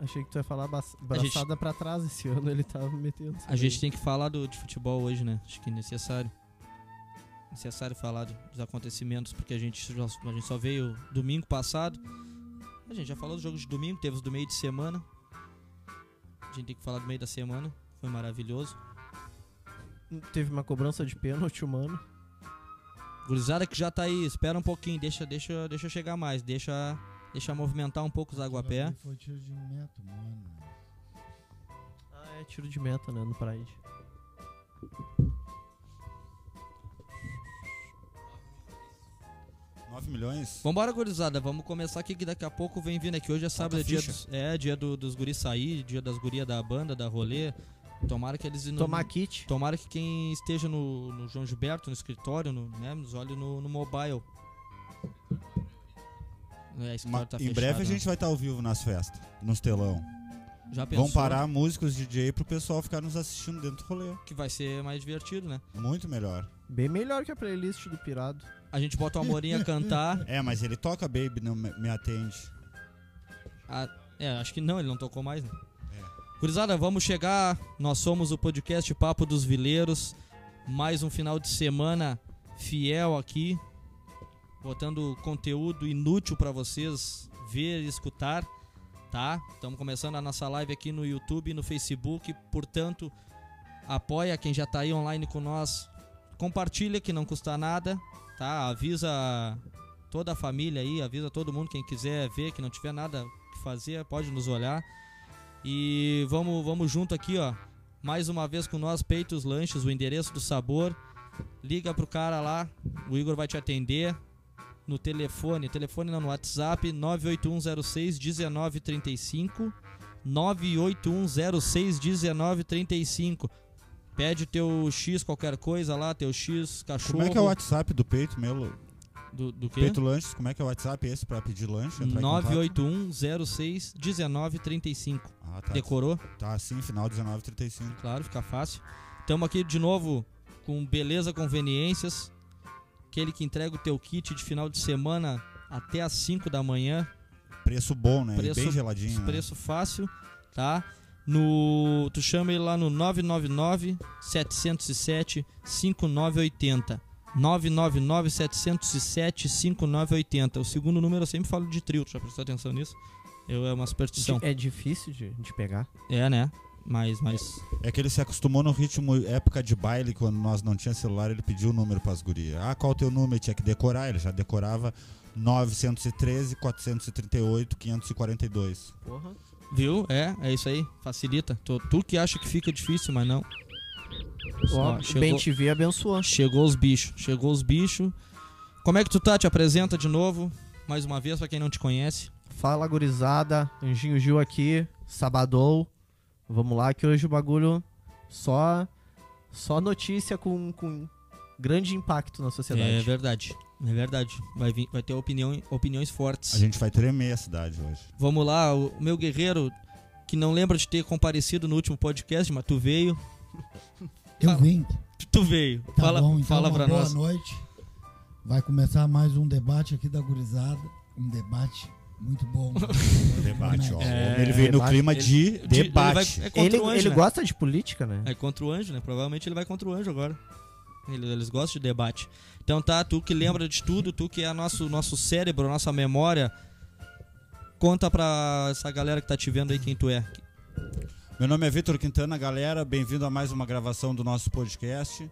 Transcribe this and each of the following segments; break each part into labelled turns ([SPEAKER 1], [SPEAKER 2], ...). [SPEAKER 1] Achei que tu ia falar braçada braçada pra trás esse ano, ele tava metendo.
[SPEAKER 2] A gente tem que falar do, de futebol hoje, né? Acho que é necessário. Necessário falar do- dos acontecimentos, porque a gente, já- a gente só veio domingo passado. A gente já falou dos jogos de domingo, teve os do meio de semana. A gente tem que falar do meio da semana. Foi maravilhoso.
[SPEAKER 1] Hum, Teve uma cobrança de pênalti humano.
[SPEAKER 2] Gurizada que já tá aí, espera um pouquinho, deixa, deixa, deixa eu chegar mais, deixa, deixa movimentar um pouco os aguapé.
[SPEAKER 3] Foi tiro de
[SPEAKER 4] um
[SPEAKER 3] meta, mano.
[SPEAKER 1] Ah, é tiro de meta, né, no Pride.
[SPEAKER 3] Nove milhões?
[SPEAKER 2] Vambora, gurizada, vamos começar aqui que daqui a pouco vem vindo aqui. Hoje é sábado, é dia,
[SPEAKER 3] ficha.
[SPEAKER 2] dos, é, dia do- dos guris sair, dia das gurias da banda, da rolê. Tomara que eles... não-
[SPEAKER 1] Tomar kit.
[SPEAKER 2] Tomara que quem esteja no, no João Gilberto, no escritório, no, né, nos olhe no, no mobile. É, escritório
[SPEAKER 3] Ma-
[SPEAKER 2] tá
[SPEAKER 3] em
[SPEAKER 2] fechado,
[SPEAKER 3] breve
[SPEAKER 2] né?
[SPEAKER 3] a gente vai estar ao vivo nas festas, nos telão.
[SPEAKER 2] já pensou
[SPEAKER 3] Vão parar músicos DJ pro pessoal ficar nos assistindo dentro do rolê.
[SPEAKER 2] que vai ser mais divertido, né?
[SPEAKER 3] Muito melhor.
[SPEAKER 1] Bem melhor que a playlist do Pirado.
[SPEAKER 2] A gente bota o Amorim a cantar.
[SPEAKER 3] É, mas ele toca Baby, não me, me atende.
[SPEAKER 2] Ah, é, acho que não, ele não tocou mais, né? Gurizada, vamos chegar. Nós somos o podcast Papo dos Vileiros. Mais um final de semana fiel aqui, botando conteúdo inútil pra vocês ver e escutar, tá? Estamos começando a nossa live aqui no YouTube e no Facebook, portanto, apoia quem já tá aí online com nós. Compartilha que não custa nada, tá? Avisa toda a família aí, avisa todo mundo quem quiser ver, que não tiver nada que fazer, pode nos olhar. E vamos, vamos junto aqui, ó. Mais uma vez com nós, Peitos Lanches, o endereço do sabor. Liga pro cara lá, o Igor vai te atender no telefone, telefone não, no WhatsApp 98106 1935 98106 1935. Pede teu X qualquer coisa lá, teu X cachorro.
[SPEAKER 3] Como é que é o WhatsApp do Peito, Melo?
[SPEAKER 2] do, do quê?
[SPEAKER 3] Peito Lanches, como é que é o WhatsApp esse pra pedir lanche? entrar em contato?
[SPEAKER 2] 981061935.
[SPEAKER 3] Ah, tá.
[SPEAKER 2] Decorou?
[SPEAKER 3] Tá, sim, final 19h35.
[SPEAKER 2] Claro, fica fácil. Estamos aqui de novo com Beleza Conveniências. Aquele que entrega o teu kit de final de semana até às 5 da manhã.
[SPEAKER 3] Preço bom, né? E
[SPEAKER 2] Preço-
[SPEAKER 3] Bem geladinho. né?
[SPEAKER 2] Preço fácil, tá? No, tu chama ele lá no 999 707 5980. 999 707 5980. O segundo número eu sempre falo de trio, tu já prestou atenção nisso? Eu é uma superstição.
[SPEAKER 1] É difícil de, de pegar.
[SPEAKER 2] É, né? Mas, mas
[SPEAKER 3] É que ele se acostumou no ritmo época de baile, quando nós não tinha celular, ele pediu o número pras gurias. Ah, qual o teu número? Tinha que decorar, ele já decorava 913, 438, 542.
[SPEAKER 1] Porra.
[SPEAKER 2] Viu? É, é isso aí. Facilita. Tu, tu que acha que fica difícil, mas não.
[SPEAKER 1] Ó,
[SPEAKER 2] Ó, chegou-
[SPEAKER 1] Ben TV abençoou.
[SPEAKER 2] Chegou os bichos. Chegou os bichos. Como é que tu tá? Te apresenta de novo. Mais uma vez, pra quem não te conhece.
[SPEAKER 1] Fala, gurizada. Anjinho Gil aqui. Sabadou. Vamos lá, que hoje o bagulho só só notícia com, com grande impacto na
[SPEAKER 2] É
[SPEAKER 1] sociedade.
[SPEAKER 2] verdade. É verdade. Vai, vir, vai ter opinião, opiniões fortes.
[SPEAKER 3] A gente vai tremer a cidade hoje.
[SPEAKER 2] Vamos lá, o o meu guerreiro, que não lembra de ter comparecido no último podcast, mas tu veio.
[SPEAKER 4] Eu
[SPEAKER 2] Fala.
[SPEAKER 4] vim.
[SPEAKER 2] Tu veio.
[SPEAKER 4] Tá
[SPEAKER 2] fala
[SPEAKER 4] bom, então,
[SPEAKER 2] fala
[SPEAKER 4] uma
[SPEAKER 2] pra
[SPEAKER 4] boa
[SPEAKER 2] nós.
[SPEAKER 4] noite. Vai começar mais um debate aqui da gurizada. Um debate muito bom.
[SPEAKER 3] Debate, ó.
[SPEAKER 2] É,
[SPEAKER 3] ele veio no
[SPEAKER 1] debate.
[SPEAKER 3] clima de
[SPEAKER 2] De- ele vai-
[SPEAKER 3] debate.
[SPEAKER 2] é contra
[SPEAKER 1] Ele,
[SPEAKER 2] o anjo,
[SPEAKER 1] ele
[SPEAKER 2] né?
[SPEAKER 1] gosta de política, né?
[SPEAKER 2] É contra o anjo, né? Provavelmente ele vai contra o anjo agora. Ele- Eles gostam de debate. Então tá, tu que lembra de tudo, tu que é nosso, nosso cérebro, nossa memória, conta pra essa galera que tá te vendo aí quem tu é.
[SPEAKER 3] Meu nome é Vitor Quintana, galera. Bem-vindo a mais uma gravação do nosso podcast.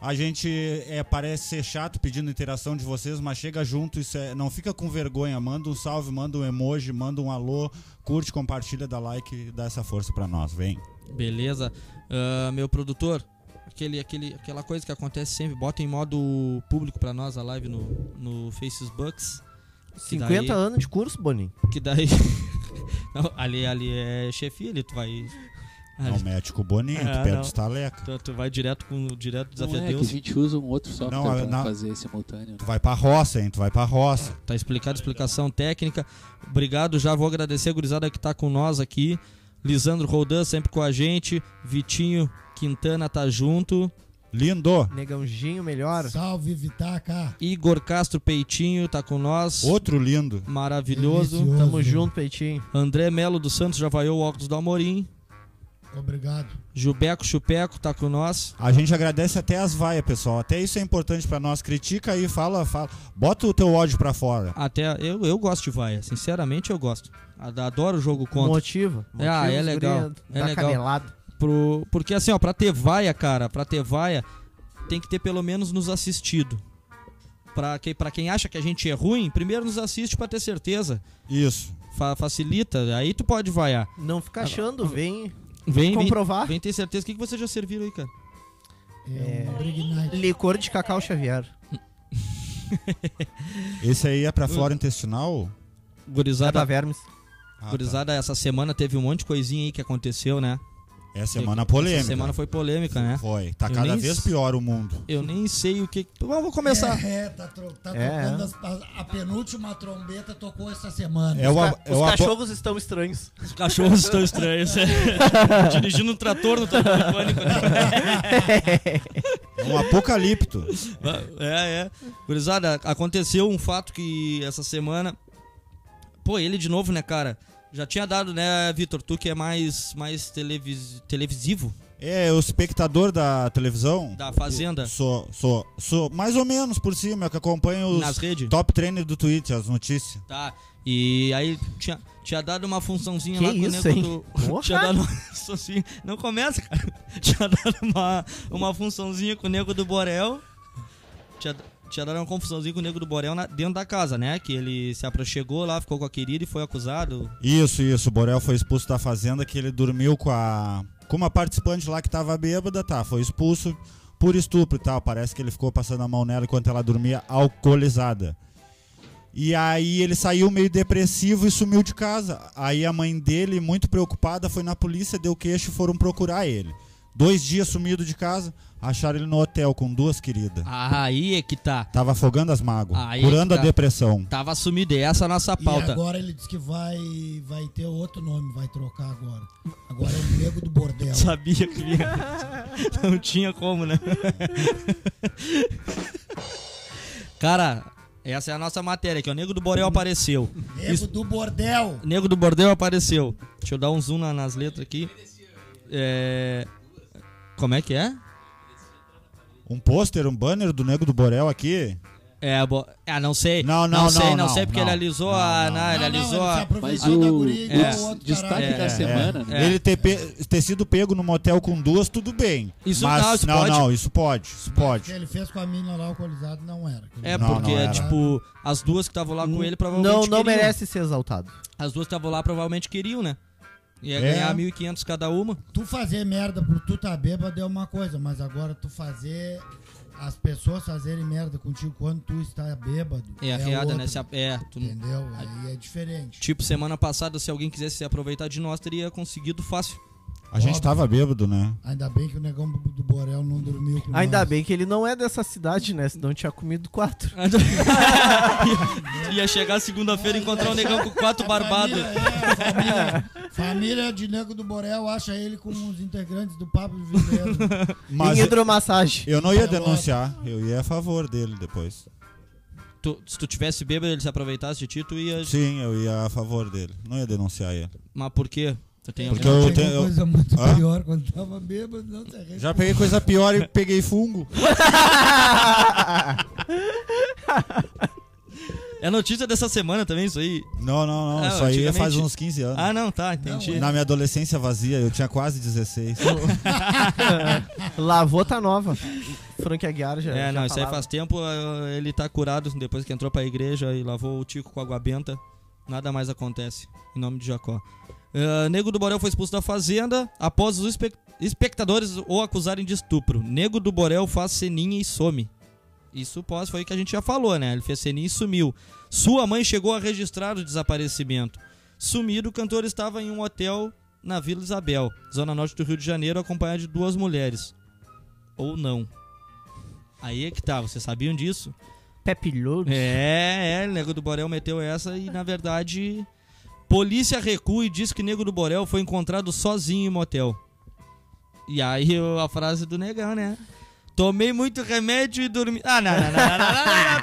[SPEAKER 3] A gente é, parece ser chato pedindo interação de vocês, mas chega junto, isso é- não fica com vergonha. Manda um salve, manda um emoji, manda um alô, curte, compartilha, dá like e dá essa força pra nós. Vem.
[SPEAKER 2] Beleza? Ah, meu produtor, aquele, aquele, aquela coisa que acontece sempre, bota em modo público pra nós a live no, no Facebook. Que
[SPEAKER 1] 50
[SPEAKER 2] daí-
[SPEAKER 1] anos de curso, Boninho.
[SPEAKER 2] Que daí. Não, ali, ali é chefia, ali tu vai.
[SPEAKER 3] É um médico bonito,
[SPEAKER 2] Ah,
[SPEAKER 3] perto
[SPEAKER 2] não.
[SPEAKER 3] dos taleca.
[SPEAKER 2] Tu, tu vai direto com direto
[SPEAKER 5] Não
[SPEAKER 2] desafio a
[SPEAKER 5] é, que a
[SPEAKER 2] Deus.
[SPEAKER 5] gente usa um outro software
[SPEAKER 3] Não,
[SPEAKER 5] pra
[SPEAKER 3] não.
[SPEAKER 5] fazer simultâneo.
[SPEAKER 3] Tu vai pra roça, hein? Tu vai pra roça.
[SPEAKER 2] Tá explicado, explicação técnica. Obrigado, já vou agradecer a gurizada que tá com nós aqui. Lisandro Roldan sempre com a gente. Vitinho Quintana tá junto.
[SPEAKER 3] Lindo.
[SPEAKER 1] Negãozinho melhor.
[SPEAKER 4] Salve, Vitaca.
[SPEAKER 2] Igor Castro Peitinho tá com nós.
[SPEAKER 3] Outro lindo.
[SPEAKER 2] Maravilhoso.
[SPEAKER 4] Delicioso.
[SPEAKER 1] Tamo junto, Peitinho.
[SPEAKER 2] André Melo dos Santos já vaiou o óculos do Amorim.
[SPEAKER 4] Obrigado.
[SPEAKER 2] Jubeco Chupeco tá com nós.
[SPEAKER 3] A gente agradece até as vaias, pessoal. Até isso é importante pra nós. Critica aí, fala, fala. Bota o teu ódio pra fora.
[SPEAKER 2] Até eu, eu gosto de vaia, sinceramente eu gosto. Ad- Adoro o jogo contra.
[SPEAKER 1] Motiva.
[SPEAKER 2] É, ah, é legal, é
[SPEAKER 1] da
[SPEAKER 2] legal.
[SPEAKER 1] canelada.
[SPEAKER 2] Pro- porque assim, ó, pra ter vaia, cara, pra ter vaia, tem que ter pelo menos nos assistido. Pra, que, pra quem acha que a gente é ruim, primeiro nos assiste pra ter certeza.
[SPEAKER 3] Isso.
[SPEAKER 2] Fa- facilita, aí tu pode vaiar.
[SPEAKER 1] Não fica achando, vem
[SPEAKER 2] Ah, Vem, vem,
[SPEAKER 1] comprovar.
[SPEAKER 2] vem ter certeza. O que, que vocês já serviram aí, cara?
[SPEAKER 4] É, um Brig Night.
[SPEAKER 1] Licor de cacau Xavier.
[SPEAKER 2] Ah,
[SPEAKER 3] Esse aí
[SPEAKER 2] Hum.
[SPEAKER 3] é pra flora intestinal?
[SPEAKER 1] É pra
[SPEAKER 2] Gurizada,
[SPEAKER 1] vermes.
[SPEAKER 3] Ah, tá.
[SPEAKER 2] gurizada, essa semana teve um monte de coisinha aí que aconteceu, né?
[SPEAKER 3] É semana polêmica.
[SPEAKER 2] Essa semana foi polêmica, né?
[SPEAKER 3] Foi. Tá
[SPEAKER 2] Eu
[SPEAKER 3] cada
[SPEAKER 2] nem
[SPEAKER 3] vez
[SPEAKER 2] s-
[SPEAKER 3] pior o mundo.
[SPEAKER 2] Eu nem sei o que. Bom, vou começar.
[SPEAKER 4] É, é, tá, tro- tá
[SPEAKER 1] É,
[SPEAKER 4] tocando
[SPEAKER 1] é.
[SPEAKER 4] as- a, a penúltima trombeta tocou essa semana.
[SPEAKER 3] É o,
[SPEAKER 1] Ca-
[SPEAKER 3] ab- é
[SPEAKER 1] Os
[SPEAKER 3] o abo-
[SPEAKER 1] cachorros estão estranhos.
[SPEAKER 2] Os cachorros estão estranhos. né? Dirigindo um trator no trator de pânico, né?
[SPEAKER 3] é um apocalipto.
[SPEAKER 2] É, é. Gurizada, aconteceu um fato que essa semana. Pô, ele de novo, né, cara? Já tinha dado, né, Vitor? Tu que é mais, mais televis... televisivo
[SPEAKER 3] É, o espectador da televisão.
[SPEAKER 2] da Fazenda
[SPEAKER 3] Sou, sou, sou mais ou menos por cima, é que acompanho os
[SPEAKER 2] nas redes.
[SPEAKER 3] top trend do Twitter, as notícias.
[SPEAKER 2] Tá. E aí tinha, tinha dado uma funçãozinha
[SPEAKER 1] Que
[SPEAKER 2] lá com o
[SPEAKER 1] isso,
[SPEAKER 2] nego
[SPEAKER 1] hein?
[SPEAKER 2] do-
[SPEAKER 1] Porra!
[SPEAKER 2] Tinha dado uma funçãozinha. Não começa, cara. Tinha dado uma, uma funçãozinha com o nego do Borel. Tinha, tinha dado uma confusãozinha com o nego do Borel na- dentro da casa, né? Que ele se aproxegou lá, ficou com a querida e foi acusado.
[SPEAKER 3] Isso, isso. O Borel foi expulso da fazenda que ele dormiu com a. com uma participante lá que tava bêbada, tá? Foi expulso por estupro e tal. Parece que ele ficou passando a mão nela enquanto ela dormia alcoolizada. E aí ele saiu meio depressivo e sumiu de casa. Aí a mãe dele, muito preocupada, foi na polícia, deu queixo e foram procurar ele. Dois dias sumido de casa, acharam ele no hotel com duas queridas.
[SPEAKER 2] Aí é que tá.
[SPEAKER 3] Tava afogando as mágoas,
[SPEAKER 2] Aí
[SPEAKER 3] curando
[SPEAKER 2] tá.
[SPEAKER 3] a depressão.
[SPEAKER 2] Tava sumido. E essa é a nossa
[SPEAKER 4] E
[SPEAKER 2] pauta.
[SPEAKER 4] agora ele disse que vai, vai ter outro nome, vai trocar agora. Agora é o Nego do Bordel.
[SPEAKER 2] Sabia que vinha. Não tinha como, né? Cara, essa é a nossa matéria aqui. O Nego do Borel apareceu.
[SPEAKER 4] Nego
[SPEAKER 2] Isso.
[SPEAKER 4] do Bordel.
[SPEAKER 2] Nego do Bordel apareceu. Deixa eu dar um zoom na- nas letras aqui. É... Como é que é?
[SPEAKER 3] Um pôster, um banner do Nego do Borel aqui.
[SPEAKER 2] É, bo... Ah, não sei.
[SPEAKER 3] Não, não,
[SPEAKER 2] sei, não,
[SPEAKER 3] não,
[SPEAKER 2] sei, porque
[SPEAKER 3] não.
[SPEAKER 2] ele alisou
[SPEAKER 3] Não,
[SPEAKER 2] a.
[SPEAKER 3] não.
[SPEAKER 2] Não, ele
[SPEAKER 4] Ah,
[SPEAKER 2] alisou
[SPEAKER 4] ele se
[SPEAKER 2] a.
[SPEAKER 5] Mas
[SPEAKER 4] aproveitou da
[SPEAKER 5] o,
[SPEAKER 4] guria igual
[SPEAKER 2] é,
[SPEAKER 4] o outro
[SPEAKER 5] destaque
[SPEAKER 4] caralho.
[SPEAKER 5] da semana, né?
[SPEAKER 2] É.
[SPEAKER 3] Ele ter, pe- ter sido pego no motel com duas, tudo bem.
[SPEAKER 2] Isso
[SPEAKER 3] mas,
[SPEAKER 2] não, isso
[SPEAKER 3] não,
[SPEAKER 2] pode.
[SPEAKER 3] não, isso pode. Isso
[SPEAKER 4] O que
[SPEAKER 3] pode.
[SPEAKER 4] ele fez com a mina lá alcoolizada não era.
[SPEAKER 2] É,
[SPEAKER 3] Não,
[SPEAKER 2] porque,
[SPEAKER 3] não era.
[SPEAKER 2] tipo, as duas que estavam lá com ele provavelmente.
[SPEAKER 1] Não, não
[SPEAKER 2] queriam.
[SPEAKER 1] merece ser exaltado.
[SPEAKER 2] As duas que estavam lá provavelmente queriam, né? Ia
[SPEAKER 3] É.
[SPEAKER 2] ganhar 1.500 cada uma.
[SPEAKER 4] Tu fazer merda por tu tá bêbado é uma coisa, mas agora tu fazer as pessoas fazerem merda contigo quando tu está bêbado.
[SPEAKER 2] É, a
[SPEAKER 4] outra,
[SPEAKER 2] riada, né? Se a... É, tu...
[SPEAKER 4] Entendeu? Aí é diferente.
[SPEAKER 2] Tipo, semana passada, se alguém quisesse se aproveitar de nós, teria conseguido fácil.
[SPEAKER 3] A gente tava bêbado, né?
[SPEAKER 4] Ainda bem que o negão do Borel não dormiu com
[SPEAKER 1] Ainda
[SPEAKER 4] nós.
[SPEAKER 1] bem que ele não é dessa cidade, né? Senão tinha comido quatro.
[SPEAKER 2] ia, ia chegar segunda-feira e encontrar um negão com quatro barbados.
[SPEAKER 4] Família, é, família, família de Nego do Borel acha ele com os integrantes do Papo de Viveiro.
[SPEAKER 3] Mas
[SPEAKER 1] em hidromassagem.
[SPEAKER 3] eu não ia denunciar, eu ia a favor dele depois.
[SPEAKER 2] Tu- se tu tivesse bêbado, ele se aproveitasse de ti, tu ia.
[SPEAKER 3] Sim, eu ia a favor dele. Não ia denunciar ele.
[SPEAKER 2] Mas por quê? Tu tem
[SPEAKER 3] Porque
[SPEAKER 2] algum-
[SPEAKER 3] eu,
[SPEAKER 4] Pegou
[SPEAKER 3] tenho- eu
[SPEAKER 4] coisa muito
[SPEAKER 3] Hã?
[SPEAKER 4] pior quando tava bêbado, não se arrepende.
[SPEAKER 3] já peguei coisa pior e peguei fungo.
[SPEAKER 2] É notícia dessa semana também, isso aí.
[SPEAKER 3] Não, não, não.
[SPEAKER 2] Ah,
[SPEAKER 3] isso aí é
[SPEAKER 2] antigamente-
[SPEAKER 3] faz uns 15 anos.
[SPEAKER 2] Ah, não, tá, entendi.
[SPEAKER 3] Na minha adolescência vazia, eu tinha quase 16.
[SPEAKER 1] Lavou tá nova. Frank Aguiar já.
[SPEAKER 2] é,
[SPEAKER 1] já
[SPEAKER 2] não, isso aí
[SPEAKER 1] falava.
[SPEAKER 2] faz tempo. ah, Ele tá curado depois que entrou pra igreja e lavou o tico com água benta. Nada mais acontece. Em nome de Jacó. Ah, Nego do Borel foi expulso da fazenda após os espe- espectadores o acusarem de estupro. Nego do Borel faz ceninha e some. Isso pós foi o que a gente já falou, né? Ele fez ceninha e sumiu. Sua mãe chegou a registrar o desaparecimento. Sumido, o cantor estava em um hotel na Vila Isabel, zona norte do Rio de Janeiro, acompanhado de duas mulheres. Ou não. Aí é que tá, vocês sabiam disso?
[SPEAKER 1] Pepe Lourdes.
[SPEAKER 2] É, é, o Nego do Borel meteu essa e na verdade. Polícia recua e diz que Nego do Borel foi encontrado sozinho em motel. E aí eu- a frase do negão, né? Tomei muito remédio e dormi. Ah, não, não, não, não, não, não, não,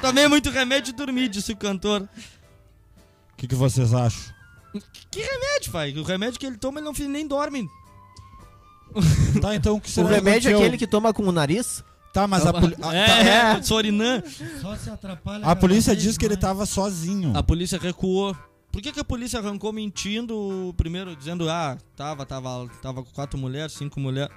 [SPEAKER 2] não. Tomei muito remédio e dormi, disse o cantor.
[SPEAKER 3] O que, que vocês acham?
[SPEAKER 2] Que remédio, pai? O remédio que ele toma, ele não fi- nem dorme.
[SPEAKER 3] Tá, então o que
[SPEAKER 1] O
[SPEAKER 3] será
[SPEAKER 1] remédio é
[SPEAKER 3] aconteceu?
[SPEAKER 1] aquele que toma com o nariz?
[SPEAKER 3] Tá, mas a, poli- a- tá,
[SPEAKER 2] É, é, Sorinã.
[SPEAKER 4] Só se atrapalha.
[SPEAKER 3] a
[SPEAKER 4] cada
[SPEAKER 3] polícia
[SPEAKER 4] vez
[SPEAKER 3] diz que ele tá-
[SPEAKER 4] mais.
[SPEAKER 3] tava
[SPEAKER 1] Hum.
[SPEAKER 3] sozinho.
[SPEAKER 2] A polícia recuou. Por que, que a polícia arrancou mentindo o primeiro, dizendo, ah, tava, tava, tava com quatro mulheres, cinco mulheres.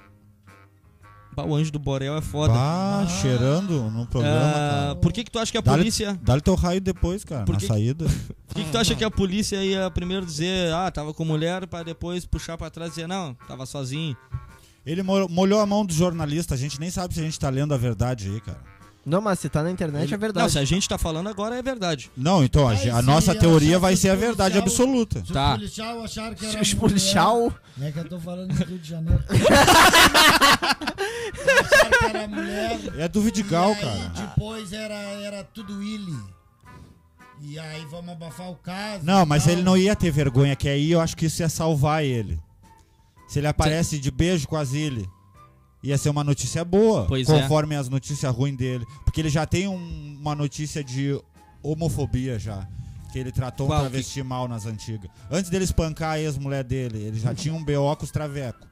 [SPEAKER 2] Bah, O anjo do Borel é foda.
[SPEAKER 3] Ah, cheirando no programa,
[SPEAKER 2] Ah,
[SPEAKER 3] cara.
[SPEAKER 2] por que, que tu acha que a
[SPEAKER 3] Dá-lhe-
[SPEAKER 2] polícia.
[SPEAKER 3] Dá-lhe teu raio depois, cara,
[SPEAKER 2] Por
[SPEAKER 3] na
[SPEAKER 2] que-
[SPEAKER 3] saída.
[SPEAKER 2] Por que, que tu
[SPEAKER 1] Ah.
[SPEAKER 2] acha que a polícia ia primeiro dizer, ah, tava com mulher, pra depois puxar pra trás e dizer, não, tava sozinho.
[SPEAKER 3] Ele mo- molhou a mão do jornalista, a gente nem sabe se a gente tá lendo a verdade aí, cara.
[SPEAKER 1] Não, mas se tá na internet é
[SPEAKER 2] Não, se
[SPEAKER 1] verdade.
[SPEAKER 2] a gente tá falando agora é verdade.
[SPEAKER 3] Não, então, a,
[SPEAKER 4] Mas
[SPEAKER 3] ge- a
[SPEAKER 4] se
[SPEAKER 3] nossa
[SPEAKER 4] achar
[SPEAKER 3] teoria
[SPEAKER 4] que
[SPEAKER 3] vai
[SPEAKER 4] o
[SPEAKER 3] ser a verdade
[SPEAKER 4] policial-
[SPEAKER 3] absoluta.
[SPEAKER 4] Se
[SPEAKER 2] Tá.
[SPEAKER 4] os policial acharam que era.
[SPEAKER 1] Os
[SPEAKER 4] mulher-
[SPEAKER 1] policial.
[SPEAKER 4] É que eu tô falando do Rio de Janeiro. acharam que era mulher.
[SPEAKER 3] É do Vidigal,
[SPEAKER 4] e aí,
[SPEAKER 3] cara.
[SPEAKER 4] Depois era, era tudo Willy. E aí vamos abafar o caso.
[SPEAKER 3] Não, mas
[SPEAKER 4] e tal.
[SPEAKER 3] ele não ia ter vergonha, que aí eu acho que isso ia salvar ele. Se ele aparece de beijo com a Zilli, ia ser uma notícia boa,
[SPEAKER 2] Pois é.
[SPEAKER 3] conforme as notícias ruins dele. Porque ele já tem um- uma notícia de homofobia já. Que ele tratou
[SPEAKER 2] Qual?
[SPEAKER 3] um travesti mal nas antigas. Antes dele espancar a ex-mulher dele, ele já tinha um BO com os traveco.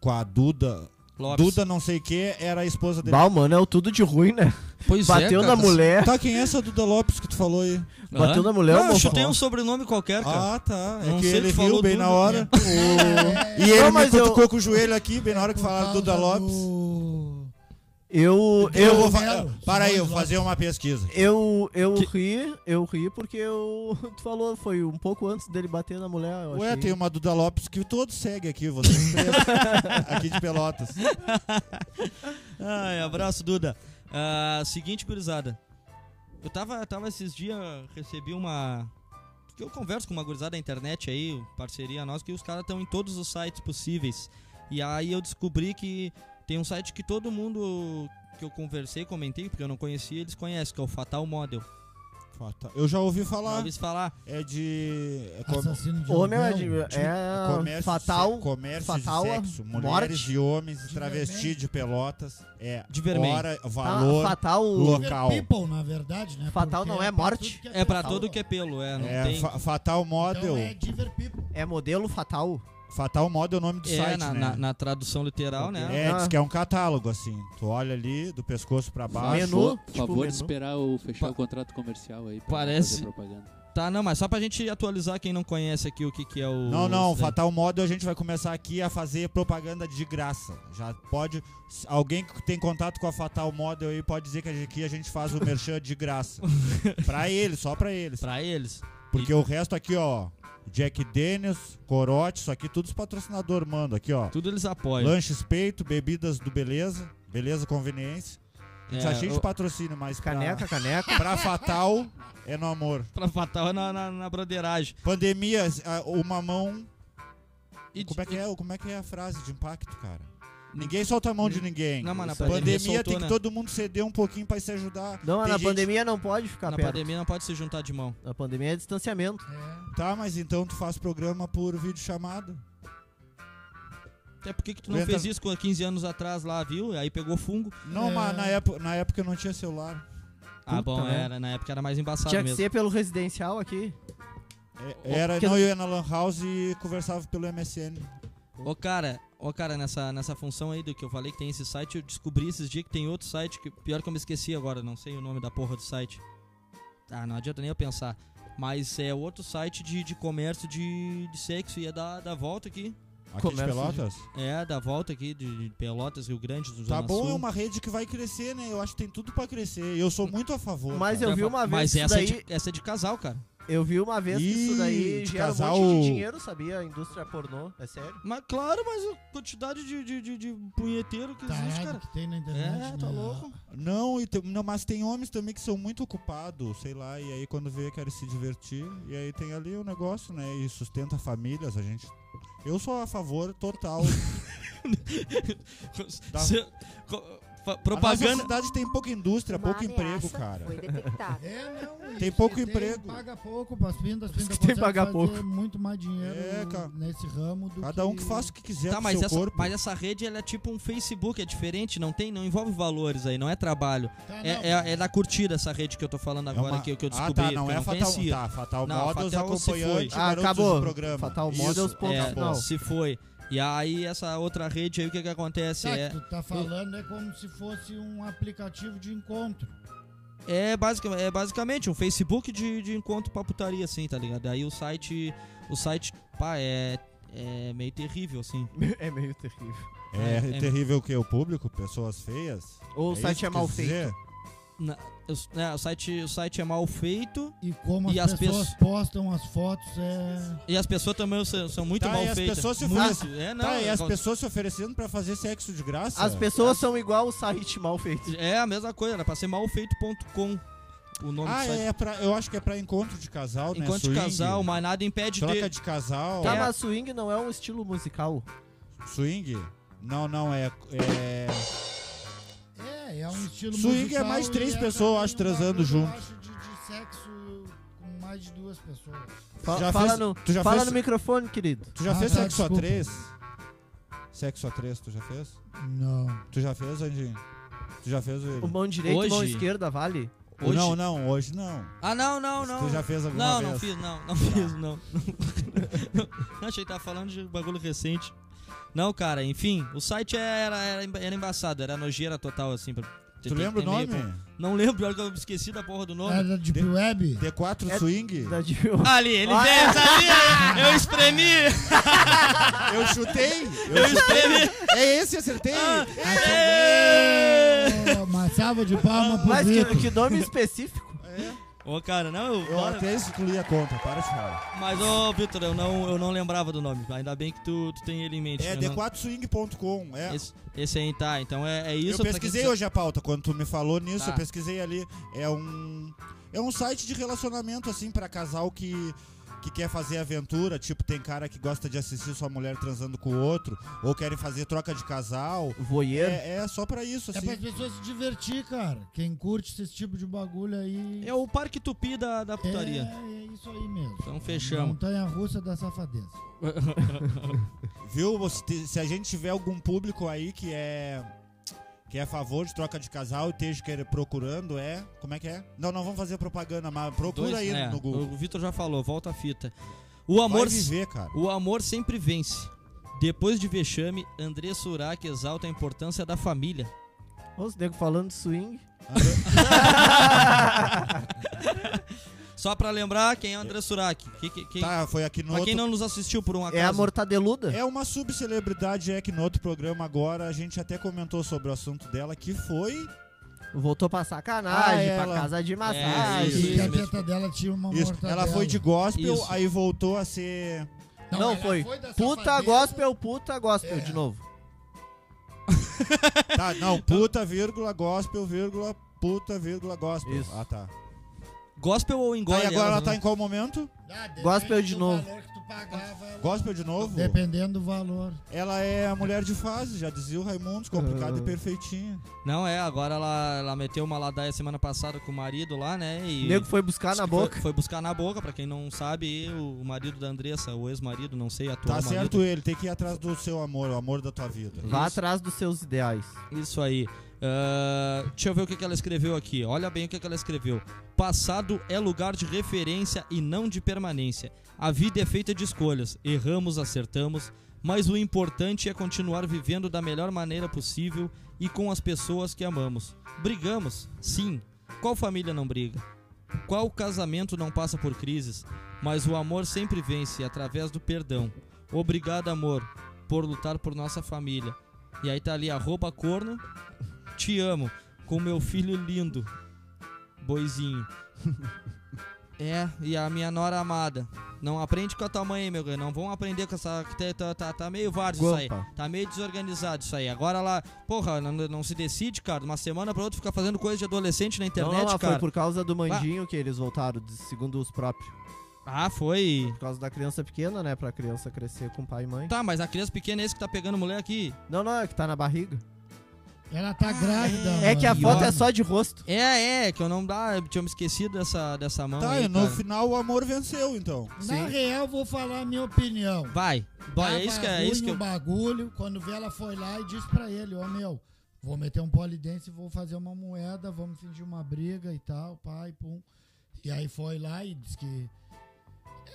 [SPEAKER 3] Com a Duda.
[SPEAKER 2] Lopes.
[SPEAKER 3] Duda não sei o que, era a esposa dele.
[SPEAKER 1] Bah, o mano, é o tudo de ruim, né?
[SPEAKER 2] Pois é,
[SPEAKER 1] Bateu na
[SPEAKER 2] cara.
[SPEAKER 1] mulher,
[SPEAKER 3] Tá, quem é essa Duda Lopes que tu falou aí?
[SPEAKER 2] Hã?
[SPEAKER 1] bateu na mulher,
[SPEAKER 2] Não, eu
[SPEAKER 1] homofó-
[SPEAKER 2] chutei um sobrenome qualquer, cara.
[SPEAKER 3] Ah, tá. É
[SPEAKER 2] Não
[SPEAKER 3] que
[SPEAKER 2] sei,
[SPEAKER 3] ele
[SPEAKER 2] tu
[SPEAKER 3] viu
[SPEAKER 2] falou né?
[SPEAKER 3] bem
[SPEAKER 2] Duda.
[SPEAKER 3] na hora. O- E
[SPEAKER 1] Não,
[SPEAKER 3] ele me
[SPEAKER 1] mas eu-
[SPEAKER 3] cutucou com o joelho aqui, bem na hora que
[SPEAKER 4] Por
[SPEAKER 3] falaram
[SPEAKER 4] causa
[SPEAKER 3] Duda Lopes.
[SPEAKER 4] do-
[SPEAKER 1] Eu,
[SPEAKER 3] Eu vou
[SPEAKER 1] eu,
[SPEAKER 3] fa-
[SPEAKER 4] Melo,
[SPEAKER 3] Para aí, eu
[SPEAKER 4] Simões
[SPEAKER 3] vou fazer uma pesquisa.
[SPEAKER 1] eu, eu ri, eu ri porque eu, tu falou, foi um pouco antes dele bater na mulher, eu
[SPEAKER 3] Ué,
[SPEAKER 1] achei.
[SPEAKER 3] tem um uma Duda Lopes que todos seguem aqui, vocês três, aqui de Pelotas.
[SPEAKER 2] Ai, abraço, Duda. Ah, seguinte, gurizada. Eu tava, tava esses dias, recebi uma. Porque eu converso com uma gurizada da internet aí, parceria nossa, que os caras estão em todos os sites possíveis. E aí eu descobri que tem um site que todo mundo que eu conversei, comentei, porque eu não conhecia, eles conhecem, que é o Fatal Model.
[SPEAKER 3] tá. Eu já ouvi
[SPEAKER 2] Já
[SPEAKER 3] falar.
[SPEAKER 2] ouvi falar.
[SPEAKER 3] É de. é com-
[SPEAKER 4] Assassino de Tipo,
[SPEAKER 1] Homem é,
[SPEAKER 4] aluguel.
[SPEAKER 1] de- é
[SPEAKER 3] comércio,
[SPEAKER 1] fatal,
[SPEAKER 3] se- comércio
[SPEAKER 1] fatal,
[SPEAKER 3] de sexo, mulheres
[SPEAKER 1] morte.
[SPEAKER 3] e homens,
[SPEAKER 4] De
[SPEAKER 3] travesti
[SPEAKER 4] vermelho.
[SPEAKER 3] de Pelotas. É
[SPEAKER 2] De vermelho.
[SPEAKER 3] hora,
[SPEAKER 1] tá,
[SPEAKER 3] valor,
[SPEAKER 1] fatal,
[SPEAKER 3] local.
[SPEAKER 4] People, na verdade, né?
[SPEAKER 1] Fatal
[SPEAKER 4] Porque
[SPEAKER 1] não é
[SPEAKER 4] pra
[SPEAKER 1] morte.
[SPEAKER 4] tudo que
[SPEAKER 2] É pra
[SPEAKER 4] fatal.
[SPEAKER 2] todo que é pelo, é. Não
[SPEAKER 3] É,
[SPEAKER 2] tem.
[SPEAKER 3] fa- fatal
[SPEAKER 4] Então
[SPEAKER 3] model.
[SPEAKER 4] é Diver People.
[SPEAKER 1] é modelo fatal.
[SPEAKER 3] Fatal model é o nome do
[SPEAKER 2] É,
[SPEAKER 3] site,
[SPEAKER 2] na,
[SPEAKER 3] né?
[SPEAKER 2] na- na tradução literal, né?
[SPEAKER 3] É,
[SPEAKER 1] Ah.
[SPEAKER 3] diz que é um catálogo, assim. Tu olha ali, do pescoço pra baixo.
[SPEAKER 1] Menu,
[SPEAKER 5] Por
[SPEAKER 1] tipo,
[SPEAKER 5] favor de
[SPEAKER 1] menu.
[SPEAKER 5] esperar o fechar
[SPEAKER 2] Pa-
[SPEAKER 5] o contrato comercial aí pra
[SPEAKER 2] Parece-
[SPEAKER 5] fazer propaganda.
[SPEAKER 2] Tá, não, mas só pra gente atualizar quem não conhece aqui o que, que é o.
[SPEAKER 3] Não, não,
[SPEAKER 2] isso daí.
[SPEAKER 3] Fatal Model a gente vai começar aqui a fazer propaganda de graça. Já pode. se Alguém que tem contato com a Fatal Model aí pode dizer que a gente- aqui a gente faz o merchan de graça. pra eles, só pra eles.
[SPEAKER 2] Pra eles.
[SPEAKER 3] Porque o resto aqui, ó. Jack Daniels, Corote, isso aqui tudo os patrocinador mando aqui, ó.
[SPEAKER 2] Tudo eles apoiam.
[SPEAKER 3] Lanches peito, bebidas do Beleza, Beleza Conveniência. A gente
[SPEAKER 2] É,
[SPEAKER 3] tá cheio de
[SPEAKER 2] o-
[SPEAKER 3] patrocínio, mas pra-
[SPEAKER 1] Caneca, caneca.
[SPEAKER 3] pra Fatal é no amor.
[SPEAKER 2] Pra fatal na, na, na broderagem.
[SPEAKER 3] Pandemia, a- uma mão.
[SPEAKER 2] E
[SPEAKER 3] como, é que
[SPEAKER 2] e-
[SPEAKER 3] é, como é que é a frase de impacto, cara? Ninguém solta a mão de ninguém.
[SPEAKER 2] Não, mas na
[SPEAKER 3] Isso.
[SPEAKER 2] pandemia
[SPEAKER 3] pandemia
[SPEAKER 2] soltou,
[SPEAKER 3] tem que
[SPEAKER 2] né?
[SPEAKER 3] todo mundo ceder um pouquinho pra se ajudar.
[SPEAKER 1] Não,
[SPEAKER 3] Tem
[SPEAKER 1] na
[SPEAKER 3] gente-
[SPEAKER 1] pandemia não pode ficar
[SPEAKER 2] Na
[SPEAKER 1] perto.
[SPEAKER 2] pandemia não pode se juntar de mão.
[SPEAKER 1] Na pandemia é distanciamento.
[SPEAKER 4] É.
[SPEAKER 3] Tá, mas então tu faz programa por vídeo chamada.
[SPEAKER 2] Até porque que tu não
[SPEAKER 3] Entra-
[SPEAKER 2] fez isso com 15 anos atrás lá, viu? Aí pegou fungo.
[SPEAKER 3] Não,
[SPEAKER 4] É.
[SPEAKER 3] mas na época, na época não tinha celular.
[SPEAKER 2] Ah,
[SPEAKER 1] Puta,
[SPEAKER 2] bom,
[SPEAKER 1] né?
[SPEAKER 2] era, na época era mais embaçado
[SPEAKER 1] Tinha que
[SPEAKER 2] Tá mesmo.
[SPEAKER 1] ser pelo residencial aqui.
[SPEAKER 3] É- Era,
[SPEAKER 1] porque-
[SPEAKER 3] não, eu ia na Lan House e conversava pelo MSN.
[SPEAKER 2] Ô cara, ô cara, nessa, nessa função aí do que eu falei que tem esse site, eu descobri esses dias que tem outro site, que pior que eu me esqueci agora, não sei o nome da porra do site. Ah, não adianta nem eu pensar. Mas é outro site de, de comércio de, de sexo e é da, da volta aqui.
[SPEAKER 3] Aqui
[SPEAKER 1] Comércio
[SPEAKER 3] de Pelotas?
[SPEAKER 2] É, da volta aqui de, de Pelotas, Rio Grande, do
[SPEAKER 3] Tá
[SPEAKER 2] Zona
[SPEAKER 3] bom,
[SPEAKER 2] Sul. Hum.
[SPEAKER 3] é uma rede que vai crescer, né? Eu acho que tem tudo pra crescer. Eu sou muito a favor.
[SPEAKER 1] Mas
[SPEAKER 3] cara.
[SPEAKER 1] eu vi uma vez
[SPEAKER 2] Mas
[SPEAKER 1] isso
[SPEAKER 2] essa, é
[SPEAKER 1] daí-
[SPEAKER 2] de, essa é de casal, cara.
[SPEAKER 1] Eu vi uma vez que isso
[SPEAKER 3] Ih,
[SPEAKER 1] daí
[SPEAKER 3] de
[SPEAKER 1] gera
[SPEAKER 3] casal-
[SPEAKER 1] um monte de dinheiro, sabia? A indústria pornô, é sério.
[SPEAKER 2] Mas claro, mas a quantidade de, de, de, de punheteiro
[SPEAKER 3] Tá,
[SPEAKER 2] que
[SPEAKER 3] é
[SPEAKER 4] Tarado
[SPEAKER 2] existe,
[SPEAKER 4] Tá,
[SPEAKER 2] cara.
[SPEAKER 4] é que tem na internet.
[SPEAKER 2] É,
[SPEAKER 4] né?
[SPEAKER 2] tá louco.
[SPEAKER 3] Não, e tem- não, mas tem homens também que são muito ocupados, sei lá, e aí quando vê querem se divertir, e aí tem ali o negócio, né? E sustenta famílias, a gente. Eu sou a favor total.
[SPEAKER 2] Cê- co- fa-
[SPEAKER 3] A nossa
[SPEAKER 2] propaganda.
[SPEAKER 3] cidade tem pouca indústria,
[SPEAKER 5] Uma
[SPEAKER 3] pouco
[SPEAKER 5] ameaça
[SPEAKER 3] emprego, cara.
[SPEAKER 5] Foi detectada.
[SPEAKER 4] É, não.
[SPEAKER 3] Tem
[SPEAKER 4] e
[SPEAKER 3] pouco
[SPEAKER 4] se
[SPEAKER 3] emprego.
[SPEAKER 4] Paga pouco pras pintas, as pintas
[SPEAKER 1] que tem
[SPEAKER 4] conseguem
[SPEAKER 1] pagar
[SPEAKER 4] fazer
[SPEAKER 1] pouco.
[SPEAKER 4] muito mais dinheiro
[SPEAKER 3] É, cara.
[SPEAKER 4] nesse ramo do
[SPEAKER 3] Cada um que faz o que quiser
[SPEAKER 2] Tá,
[SPEAKER 3] com
[SPEAKER 2] mas
[SPEAKER 3] seu
[SPEAKER 2] essa,
[SPEAKER 3] corpo.
[SPEAKER 2] mas essa rede ela é tipo um Facebook, é diferente, não tem, não envolve valores aí, não é trabalho.
[SPEAKER 4] Tá,
[SPEAKER 2] É,
[SPEAKER 4] não,
[SPEAKER 2] é, é da curtida essa rede que eu tô falando
[SPEAKER 3] É
[SPEAKER 2] agora
[SPEAKER 3] uma-
[SPEAKER 2] aqui, que eu
[SPEAKER 3] ah,
[SPEAKER 2] descobri,
[SPEAKER 3] tá,
[SPEAKER 2] que
[SPEAKER 3] não
[SPEAKER 2] eu
[SPEAKER 3] é
[SPEAKER 2] não
[SPEAKER 3] Fatal,
[SPEAKER 2] conhecia.
[SPEAKER 3] tá, Fatal
[SPEAKER 2] Não,
[SPEAKER 3] Models,
[SPEAKER 2] Fatal se foi.
[SPEAKER 3] acompanhante,
[SPEAKER 1] Ah,
[SPEAKER 3] garotos
[SPEAKER 1] acabou.
[SPEAKER 3] do programa.
[SPEAKER 1] Fatal
[SPEAKER 3] Isso,
[SPEAKER 1] Models, ponto
[SPEAKER 2] É,
[SPEAKER 1] final.
[SPEAKER 2] se foi. E aí essa outra rede aí, o que que acontece?
[SPEAKER 4] Tá, que
[SPEAKER 2] É,
[SPEAKER 4] tu tá falando é como se fosse um aplicativo de encontro.
[SPEAKER 2] é, basica- é basicamente um Facebook de, de encontro pra putaria, assim, tá ligado? Aí o site, o site, pá, é, é meio terrível, assim.
[SPEAKER 1] É meio terrível.
[SPEAKER 3] É,
[SPEAKER 2] É, é-
[SPEAKER 3] terrível o que? O público? Pessoas feias?
[SPEAKER 1] Ou o
[SPEAKER 3] isso
[SPEAKER 1] site
[SPEAKER 3] que
[SPEAKER 1] é mal
[SPEAKER 3] quis
[SPEAKER 1] feito.
[SPEAKER 3] dizer?
[SPEAKER 2] Na- os- né, o, site, o site é mal feito
[SPEAKER 4] E como
[SPEAKER 2] E
[SPEAKER 4] as,
[SPEAKER 2] as
[SPEAKER 4] pessoas
[SPEAKER 2] pesso-
[SPEAKER 4] postam as fotos, é.
[SPEAKER 2] e as pessoas também são, são muito
[SPEAKER 3] Tá,
[SPEAKER 2] mal
[SPEAKER 3] e as
[SPEAKER 2] feitas.
[SPEAKER 3] pessoas se
[SPEAKER 2] muito,
[SPEAKER 3] fazem-
[SPEAKER 2] é, não,
[SPEAKER 3] tá, e as
[SPEAKER 2] é-
[SPEAKER 3] pessoas se oferecendo pra fazer sexo de graça?
[SPEAKER 1] As pessoas são igual o site mal feito.
[SPEAKER 2] É a mesma coisa, era pra ser malfeito.com o nome
[SPEAKER 3] Ah,
[SPEAKER 2] do site.
[SPEAKER 3] é, pra, eu acho que é pra encontro de casal, né?
[SPEAKER 2] Enquanto
[SPEAKER 3] Swing,
[SPEAKER 2] casal, mas nada impede
[SPEAKER 3] Troca
[SPEAKER 2] de.
[SPEAKER 3] de casal,
[SPEAKER 1] Tá, mas swing não é um estilo musical.
[SPEAKER 3] swing? Não, não, é... é-
[SPEAKER 4] É, é um estilo
[SPEAKER 3] Swing
[SPEAKER 4] musical
[SPEAKER 3] é mais
[SPEAKER 4] e
[SPEAKER 3] três
[SPEAKER 4] é
[SPEAKER 3] pessoas,
[SPEAKER 4] também
[SPEAKER 3] acho,
[SPEAKER 4] um
[SPEAKER 3] transando
[SPEAKER 4] bagulho,
[SPEAKER 3] junto.
[SPEAKER 4] Eu acho de, de sexo com mais de duas pessoas.
[SPEAKER 1] Fa-
[SPEAKER 3] Já
[SPEAKER 1] fala
[SPEAKER 3] fez-
[SPEAKER 1] no,
[SPEAKER 3] tu já
[SPEAKER 1] fala
[SPEAKER 3] fez-
[SPEAKER 1] no microfone, querido.
[SPEAKER 3] Tu já
[SPEAKER 4] Ah,
[SPEAKER 3] fez
[SPEAKER 4] tá,
[SPEAKER 3] sexo
[SPEAKER 4] desculpa.
[SPEAKER 3] a três? Sexo a três, tu já fez?
[SPEAKER 4] Não.
[SPEAKER 3] Tu já fez, Andinho? Tu já fez,
[SPEAKER 1] O
[SPEAKER 3] Will?
[SPEAKER 1] mão direita e mão
[SPEAKER 2] Hoje-
[SPEAKER 1] esquerda, vale?
[SPEAKER 2] Hoje-
[SPEAKER 3] Não, não, hoje não.
[SPEAKER 2] Ah, não, não, não.
[SPEAKER 3] Tu já fez alguma
[SPEAKER 2] Não,
[SPEAKER 3] vez? Tá.
[SPEAKER 2] não fiz, não, não fiz, não. não achei que tava falando de um bagulho recente. Não, cara, enfim, o site era, era, emba- era embaçado, era nojeira total, assim. Pra,
[SPEAKER 3] Tu lembra o nome?
[SPEAKER 2] Não lembro, olha que eu esqueci da porra do nome.
[SPEAKER 4] Era de
[SPEAKER 3] De-
[SPEAKER 4] É web?
[SPEAKER 3] D4
[SPEAKER 1] É-
[SPEAKER 3] Swing?
[SPEAKER 1] Da Dio.
[SPEAKER 2] Ali, ele fez ali! Eu espremi!
[SPEAKER 3] Eu chutei!
[SPEAKER 2] Eu Ah, espremi!
[SPEAKER 3] é esse, acertei!
[SPEAKER 2] é!
[SPEAKER 4] Oh, uma salva de
[SPEAKER 3] Ah,
[SPEAKER 4] palma pro
[SPEAKER 1] Mas que,
[SPEAKER 4] Vitor.
[SPEAKER 1] que nome específico?
[SPEAKER 2] Ô, cara, não, eu.
[SPEAKER 3] Eu até excluí a conta, para de falar.
[SPEAKER 2] Mas, ô, Vitor, eu não, eu não lembrava do nome. Ainda bem que tu, tu tem ele em mente.
[SPEAKER 3] É
[SPEAKER 2] né?
[SPEAKER 3] d4swing.com. É.
[SPEAKER 2] Esse, esse aí tá, então é, é
[SPEAKER 3] Eu
[SPEAKER 2] isso. pra quem
[SPEAKER 3] pesquisei
[SPEAKER 2] quiser-
[SPEAKER 3] hoje a pauta, quando tu me falou nisso,
[SPEAKER 2] Tá.
[SPEAKER 3] eu pesquisei ali. É um é um site de relacionamento assim pra casal que que quer fazer aventura, tipo, tem cara que gosta de assistir sua mulher transando com o outro, ou querem fazer troca de casal.
[SPEAKER 1] Voyeur.
[SPEAKER 3] É, é só pra isso,
[SPEAKER 4] É
[SPEAKER 3] assim.
[SPEAKER 4] para as pessoas se divertir, cara. Quem curte esse tipo de bagulho aí.
[SPEAKER 2] É o Parque Tupi da, da putaria.
[SPEAKER 4] É, é isso aí mesmo.
[SPEAKER 2] Então fechamos.
[SPEAKER 4] Montanha russa da safadeza.
[SPEAKER 3] Viu? Se, te- se a gente tiver algum público aí que é que é a favor de troca de casal e esteja querer- procurando, é. Como é que é? Não, não vamos fazer propaganda, mas procura
[SPEAKER 2] Dois-
[SPEAKER 3] aí
[SPEAKER 2] é,
[SPEAKER 3] no Google.
[SPEAKER 2] O Vitor já falou, volta a fita. O amor,
[SPEAKER 3] Vai viver, cara.
[SPEAKER 2] o amor sempre vence. Depois de vexame, André Surak exalta a importância da família.
[SPEAKER 1] Os nego falando de swing.
[SPEAKER 2] Só pra lembrar quem é André Surak. Que, que- quem-
[SPEAKER 3] Tá, foi aqui no
[SPEAKER 2] pra
[SPEAKER 3] outro
[SPEAKER 2] quem não nos assistiu por um acaso.
[SPEAKER 1] É a mortadeluda?
[SPEAKER 3] É uma subcelebridade, é que no outro programa agora a gente até comentou sobre o assunto dela, que foi.
[SPEAKER 1] Voltou pra sacanagem,
[SPEAKER 3] Ah,
[SPEAKER 1] pra
[SPEAKER 3] ela.
[SPEAKER 1] casa de
[SPEAKER 2] É,
[SPEAKER 1] massagem.
[SPEAKER 2] isso,
[SPEAKER 4] Porque a
[SPEAKER 2] mesmo.
[SPEAKER 4] teta dela tinha uma
[SPEAKER 3] Isso,
[SPEAKER 4] mortadela.
[SPEAKER 3] ela foi de gospel,
[SPEAKER 2] Isso.
[SPEAKER 3] aí voltou a ser.
[SPEAKER 1] Não,
[SPEAKER 4] ela
[SPEAKER 1] foi.
[SPEAKER 4] da
[SPEAKER 1] Puta
[SPEAKER 4] safadeza.
[SPEAKER 1] gospel, puta gospel, de novo.
[SPEAKER 3] Tá, não, puta, vírgula, gospel, vírgula, puta, vírgula, gospel.
[SPEAKER 1] Isso.
[SPEAKER 3] Ah, tá.
[SPEAKER 2] Gospel ou
[SPEAKER 3] Tá,
[SPEAKER 2] engole
[SPEAKER 3] e agora ela
[SPEAKER 2] né?
[SPEAKER 3] tá em qual momento?
[SPEAKER 4] Ah, depende
[SPEAKER 1] Gospel de
[SPEAKER 4] do
[SPEAKER 1] novo.
[SPEAKER 4] valor que tu pagava, ela-
[SPEAKER 3] Gospel de novo?
[SPEAKER 4] Dependendo do valor.
[SPEAKER 3] Ela é a mulher de fase, já dizia o Raimundos, complicada
[SPEAKER 1] Ah.
[SPEAKER 3] e perfeitinha.
[SPEAKER 2] Não, é, agora ela, ela meteu uma ladaia semana passada com o marido lá, né?
[SPEAKER 1] O
[SPEAKER 2] E
[SPEAKER 1] nego foi buscar na
[SPEAKER 2] Foi-
[SPEAKER 1] boca.
[SPEAKER 2] Foi, buscar na boca, pra quem não sabe, o marido da Andressa, o ex-marido, não sei, atual
[SPEAKER 3] Tá
[SPEAKER 2] marido.
[SPEAKER 3] certo ele, tem que ir atrás do seu amor, o amor da tua vida.
[SPEAKER 1] Vá
[SPEAKER 2] Isso.
[SPEAKER 1] atrás dos seus ideais.
[SPEAKER 2] Isso aí. Ah, deixa eu ver o que, que ela escreveu aqui. Olha bem o que, que ela escreveu. Passado é lugar de referência e não de permanência. A vida é feita de escolhas. Erramos, acertamos. Mas o importante é continuar vivendo da melhor maneira possível e com as pessoas que amamos. Brigamos? Sim. Qual família não briga? Qual casamento não passa por crises? Mas o amor sempre vence através do perdão. Obrigado, amor, por lutar por nossa família. E aí tá ali, arroba corno, te amo, com meu filho lindo, boizinho. é, e a minha nora amada. Não aprende com a tua mãe, meu grande. Não vão aprender com essa. que Tá, tá, tá, tá meio várzea isso aí.
[SPEAKER 1] Guampa.
[SPEAKER 2] Tá meio desorganizado isso aí. Agora ela. Porra, não, não se decide, cara. de Uma semana pra outra ficar fazendo coisa de adolescente na
[SPEAKER 1] Não,
[SPEAKER 2] internet,
[SPEAKER 1] não, mas
[SPEAKER 2] cara.
[SPEAKER 1] Então foi por causa do mandinho que eles voltaram, de- segundo os próprios.
[SPEAKER 2] Ah, foi.
[SPEAKER 1] Por causa da criança pequena, né? Pra criança crescer com pai e mãe.
[SPEAKER 2] Tá, mas a criança pequena é esse que tá pegando mulher aqui.
[SPEAKER 1] Não, não, é que tá na barriga.
[SPEAKER 4] Ela tá grávida,
[SPEAKER 1] É que a
[SPEAKER 4] mano.
[SPEAKER 1] foto é só de rosto.
[SPEAKER 2] É, é, que eu não. Ah, eu tinha me esquecido dessa, dessa mão.
[SPEAKER 3] Tá,
[SPEAKER 2] aí,
[SPEAKER 3] e no
[SPEAKER 2] cara.
[SPEAKER 3] final o amor venceu, então.
[SPEAKER 4] Na real, vou falar a minha opinião.
[SPEAKER 2] Vai. Dói, é
[SPEAKER 4] Tava
[SPEAKER 2] isso que é
[SPEAKER 4] ruim
[SPEAKER 2] isso que
[SPEAKER 4] o
[SPEAKER 2] eu.
[SPEAKER 4] bagulho, quando vê ela foi lá e disse pra ele, ó meu, vou meter um polidense, vou fazer uma moeda, vamos fingir uma briga e tal, pai, pum. E aí foi lá e disse que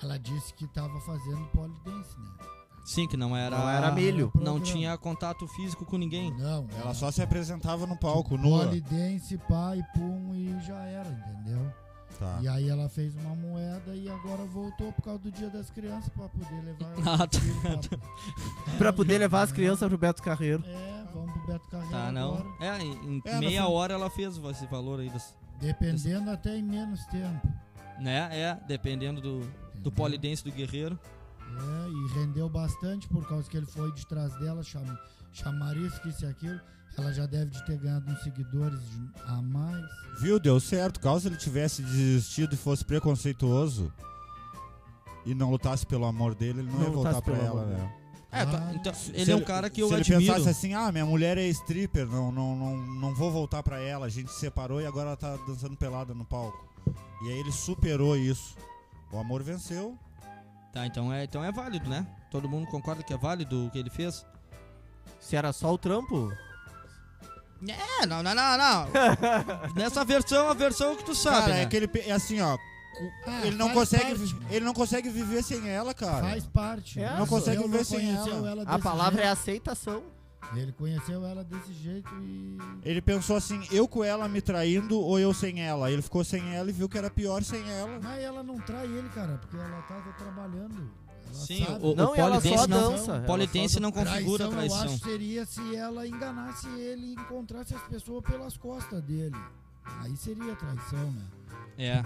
[SPEAKER 4] ela disse que tava fazendo polidense, né?
[SPEAKER 2] Sim, que não era.
[SPEAKER 1] Não era milho.
[SPEAKER 2] Não
[SPEAKER 4] Programa.
[SPEAKER 2] tinha contato físico com ninguém.
[SPEAKER 4] Não,
[SPEAKER 3] Ela só se apresentava no palco, nua.
[SPEAKER 4] polidense, pai, pum e já era, entendeu?
[SPEAKER 1] Ah.
[SPEAKER 3] Tá.
[SPEAKER 4] E aí ela fez uma moeda e agora voltou por causa do Dia das Crianças pra poder levar
[SPEAKER 2] Ah, tá.
[SPEAKER 4] filho pra-
[SPEAKER 1] Pra poder levar as crianças pro Beto Carreiro.
[SPEAKER 4] É, vamos pro Beto Carreiro
[SPEAKER 2] Tá, não.
[SPEAKER 4] agora.
[SPEAKER 2] É, em, em
[SPEAKER 3] É, no
[SPEAKER 2] meia
[SPEAKER 3] fim-
[SPEAKER 2] hora ela fez esse valor aí. das-
[SPEAKER 4] Dependendo até em menos tempo.
[SPEAKER 2] Né? É, dependendo do, do
[SPEAKER 4] entendeu?
[SPEAKER 2] polidense do guerreiro.
[SPEAKER 4] É, e rendeu bastante por causa que ele foi de trás dela, cham, chamar isso, que isso e aquilo. Ela já deve de ter ganhado uns seguidores de- a mais.
[SPEAKER 3] Viu? Deu certo. Caso ele tivesse desistido e fosse preconceituoso e não lutasse pelo amor dele, ele não,
[SPEAKER 1] Não
[SPEAKER 3] ia voltar
[SPEAKER 1] lutasse
[SPEAKER 3] pra
[SPEAKER 1] pelo
[SPEAKER 3] ela,
[SPEAKER 1] amor
[SPEAKER 3] né?
[SPEAKER 2] É, tá,
[SPEAKER 4] Ah.
[SPEAKER 2] então,
[SPEAKER 3] Se
[SPEAKER 2] ele é um
[SPEAKER 3] ele-
[SPEAKER 2] cara que
[SPEAKER 3] Se
[SPEAKER 2] eu
[SPEAKER 3] ele
[SPEAKER 2] admiro.
[SPEAKER 3] pensasse assim, ah, minha mulher é stripper, não, não, não, não vou voltar pra ela, a gente se separou e agora ela tá dançando pelada no palco. E aí ele superou isso. O amor venceu.
[SPEAKER 2] Tá, então é, então é válido, né? Todo mundo concorda que é válido o que ele fez?
[SPEAKER 1] Se era só o trampo,
[SPEAKER 2] É, não, não, não, não. Nessa versão, a versão que tu sabe,
[SPEAKER 3] cara,
[SPEAKER 2] né?
[SPEAKER 3] é que ele pe- é assim, ó.
[SPEAKER 4] Ah,
[SPEAKER 3] ele, não
[SPEAKER 4] faz
[SPEAKER 3] consegue,
[SPEAKER 4] parte,
[SPEAKER 3] vi- ele não consegue viver sem ela, cara.
[SPEAKER 4] Faz parte.
[SPEAKER 1] É,
[SPEAKER 4] né?
[SPEAKER 1] não
[SPEAKER 3] consegue
[SPEAKER 4] Eu
[SPEAKER 3] ver sem
[SPEAKER 4] conheceu
[SPEAKER 3] ela.
[SPEAKER 1] a palavra é
[SPEAKER 4] jeito.
[SPEAKER 1] aceitação.
[SPEAKER 4] Ele conheceu ela desse jeito e.
[SPEAKER 3] Ele pensou assim, eu com ela me traindo ou eu sem ela. Ele ficou sem ela e viu que era pior sem ela.
[SPEAKER 4] Mas ela não trai ele, cara, porque ela tava trabalhando. Ela
[SPEAKER 2] Sim,
[SPEAKER 4] sabe.
[SPEAKER 2] o,
[SPEAKER 1] Não,
[SPEAKER 2] o
[SPEAKER 1] e ela só
[SPEAKER 2] polidense não,
[SPEAKER 1] dança. É, ela
[SPEAKER 2] polidense
[SPEAKER 1] só
[SPEAKER 2] não
[SPEAKER 4] traição.
[SPEAKER 2] configura
[SPEAKER 4] Eu
[SPEAKER 2] traição.
[SPEAKER 4] acho seria se ela enganasse ele e encontrasse as pessoas pelas costas dele. Aí seria traição, né?
[SPEAKER 2] É.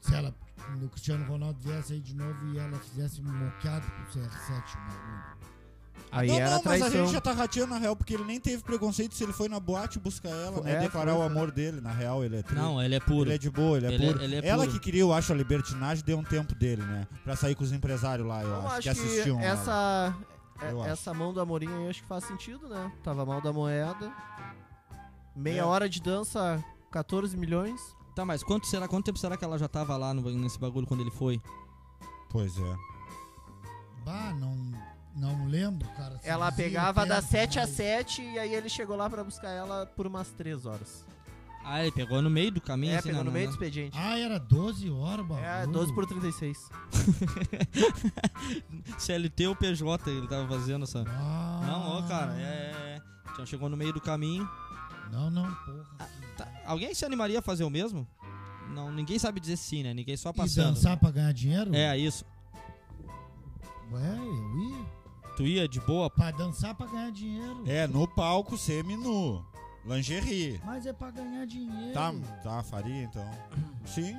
[SPEAKER 4] se ela, o Cristiano Ronaldo viesse aí de novo e ela fizesse um moqueado pro CR7, o um bagulho.
[SPEAKER 1] Aí
[SPEAKER 3] não,
[SPEAKER 1] era
[SPEAKER 3] não, mas a
[SPEAKER 1] traição.
[SPEAKER 3] gente já tá rateando na real, porque ele nem teve preconceito se ele foi na boate buscar ela,
[SPEAKER 1] Foi-
[SPEAKER 3] né?
[SPEAKER 1] é,
[SPEAKER 3] declarar
[SPEAKER 1] foi,
[SPEAKER 3] o
[SPEAKER 1] foi.
[SPEAKER 3] amor dele, na real, ele é tri.
[SPEAKER 2] Não, ele é puro.
[SPEAKER 3] Ele é de boa, ele é
[SPEAKER 2] Ele é-
[SPEAKER 3] puro.
[SPEAKER 2] ele é
[SPEAKER 3] ela
[SPEAKER 2] puro.
[SPEAKER 3] que queria, eu acho, a libertinagem, deu um tempo dele, né? Pra sair com os empresários lá, eu,
[SPEAKER 1] Eu
[SPEAKER 3] acho,
[SPEAKER 1] Então, acho
[SPEAKER 3] que
[SPEAKER 1] que
[SPEAKER 4] um,
[SPEAKER 3] assistiam. ela.
[SPEAKER 1] essa,
[SPEAKER 3] Eu
[SPEAKER 1] é-
[SPEAKER 3] acho.
[SPEAKER 1] essa mão do Amorim aí acho que faz sentido, né? Tava mal da moeda. Meia
[SPEAKER 3] É.
[SPEAKER 1] hora de dança, 14 milhões.
[SPEAKER 2] Tá, mas quanto, será, quanto tempo será que ela já tava lá no- nesse bagulho quando ele foi?
[SPEAKER 3] Pois é.
[SPEAKER 4] Bah, não, não lembro, cara. se
[SPEAKER 1] Ela
[SPEAKER 4] dizia
[SPEAKER 1] pegava
[SPEAKER 4] que
[SPEAKER 1] das
[SPEAKER 4] era,
[SPEAKER 1] 7 às
[SPEAKER 4] mas-
[SPEAKER 1] 7 e aí ele chegou lá pra buscar ela por umas 3 horas.
[SPEAKER 2] Ah, ele pegou no meio do caminho?
[SPEAKER 1] é,
[SPEAKER 2] assim,
[SPEAKER 1] pegou
[SPEAKER 2] não,
[SPEAKER 1] no
[SPEAKER 2] não,
[SPEAKER 1] meio do
[SPEAKER 2] não.
[SPEAKER 1] expediente.
[SPEAKER 4] Ah, era 12 horas, bagulho.
[SPEAKER 1] é, 12 por 36.
[SPEAKER 2] CLT ou PJ ele tava fazendo essa...
[SPEAKER 4] Ah,
[SPEAKER 2] Não, ô, cara, é... é, é. Então chegou no meio do caminho.
[SPEAKER 4] Não, não, porra.
[SPEAKER 2] Tá, Alguém se animaria a fazer o mesmo? Não, ninguém sabe dizer sim, né? Ninguém só
[SPEAKER 4] e
[SPEAKER 2] passando.
[SPEAKER 4] dançar pra ganhar dinheiro?
[SPEAKER 2] É, isso.
[SPEAKER 4] Ué, eu ia.
[SPEAKER 2] Tu ia de boa?
[SPEAKER 4] Pra dançar pra ganhar dinheiro.
[SPEAKER 3] É, no palco, semi-nu. Lingerie.
[SPEAKER 4] Mas é pra ganhar dinheiro.
[SPEAKER 3] Tá, tá, faria então. Sim.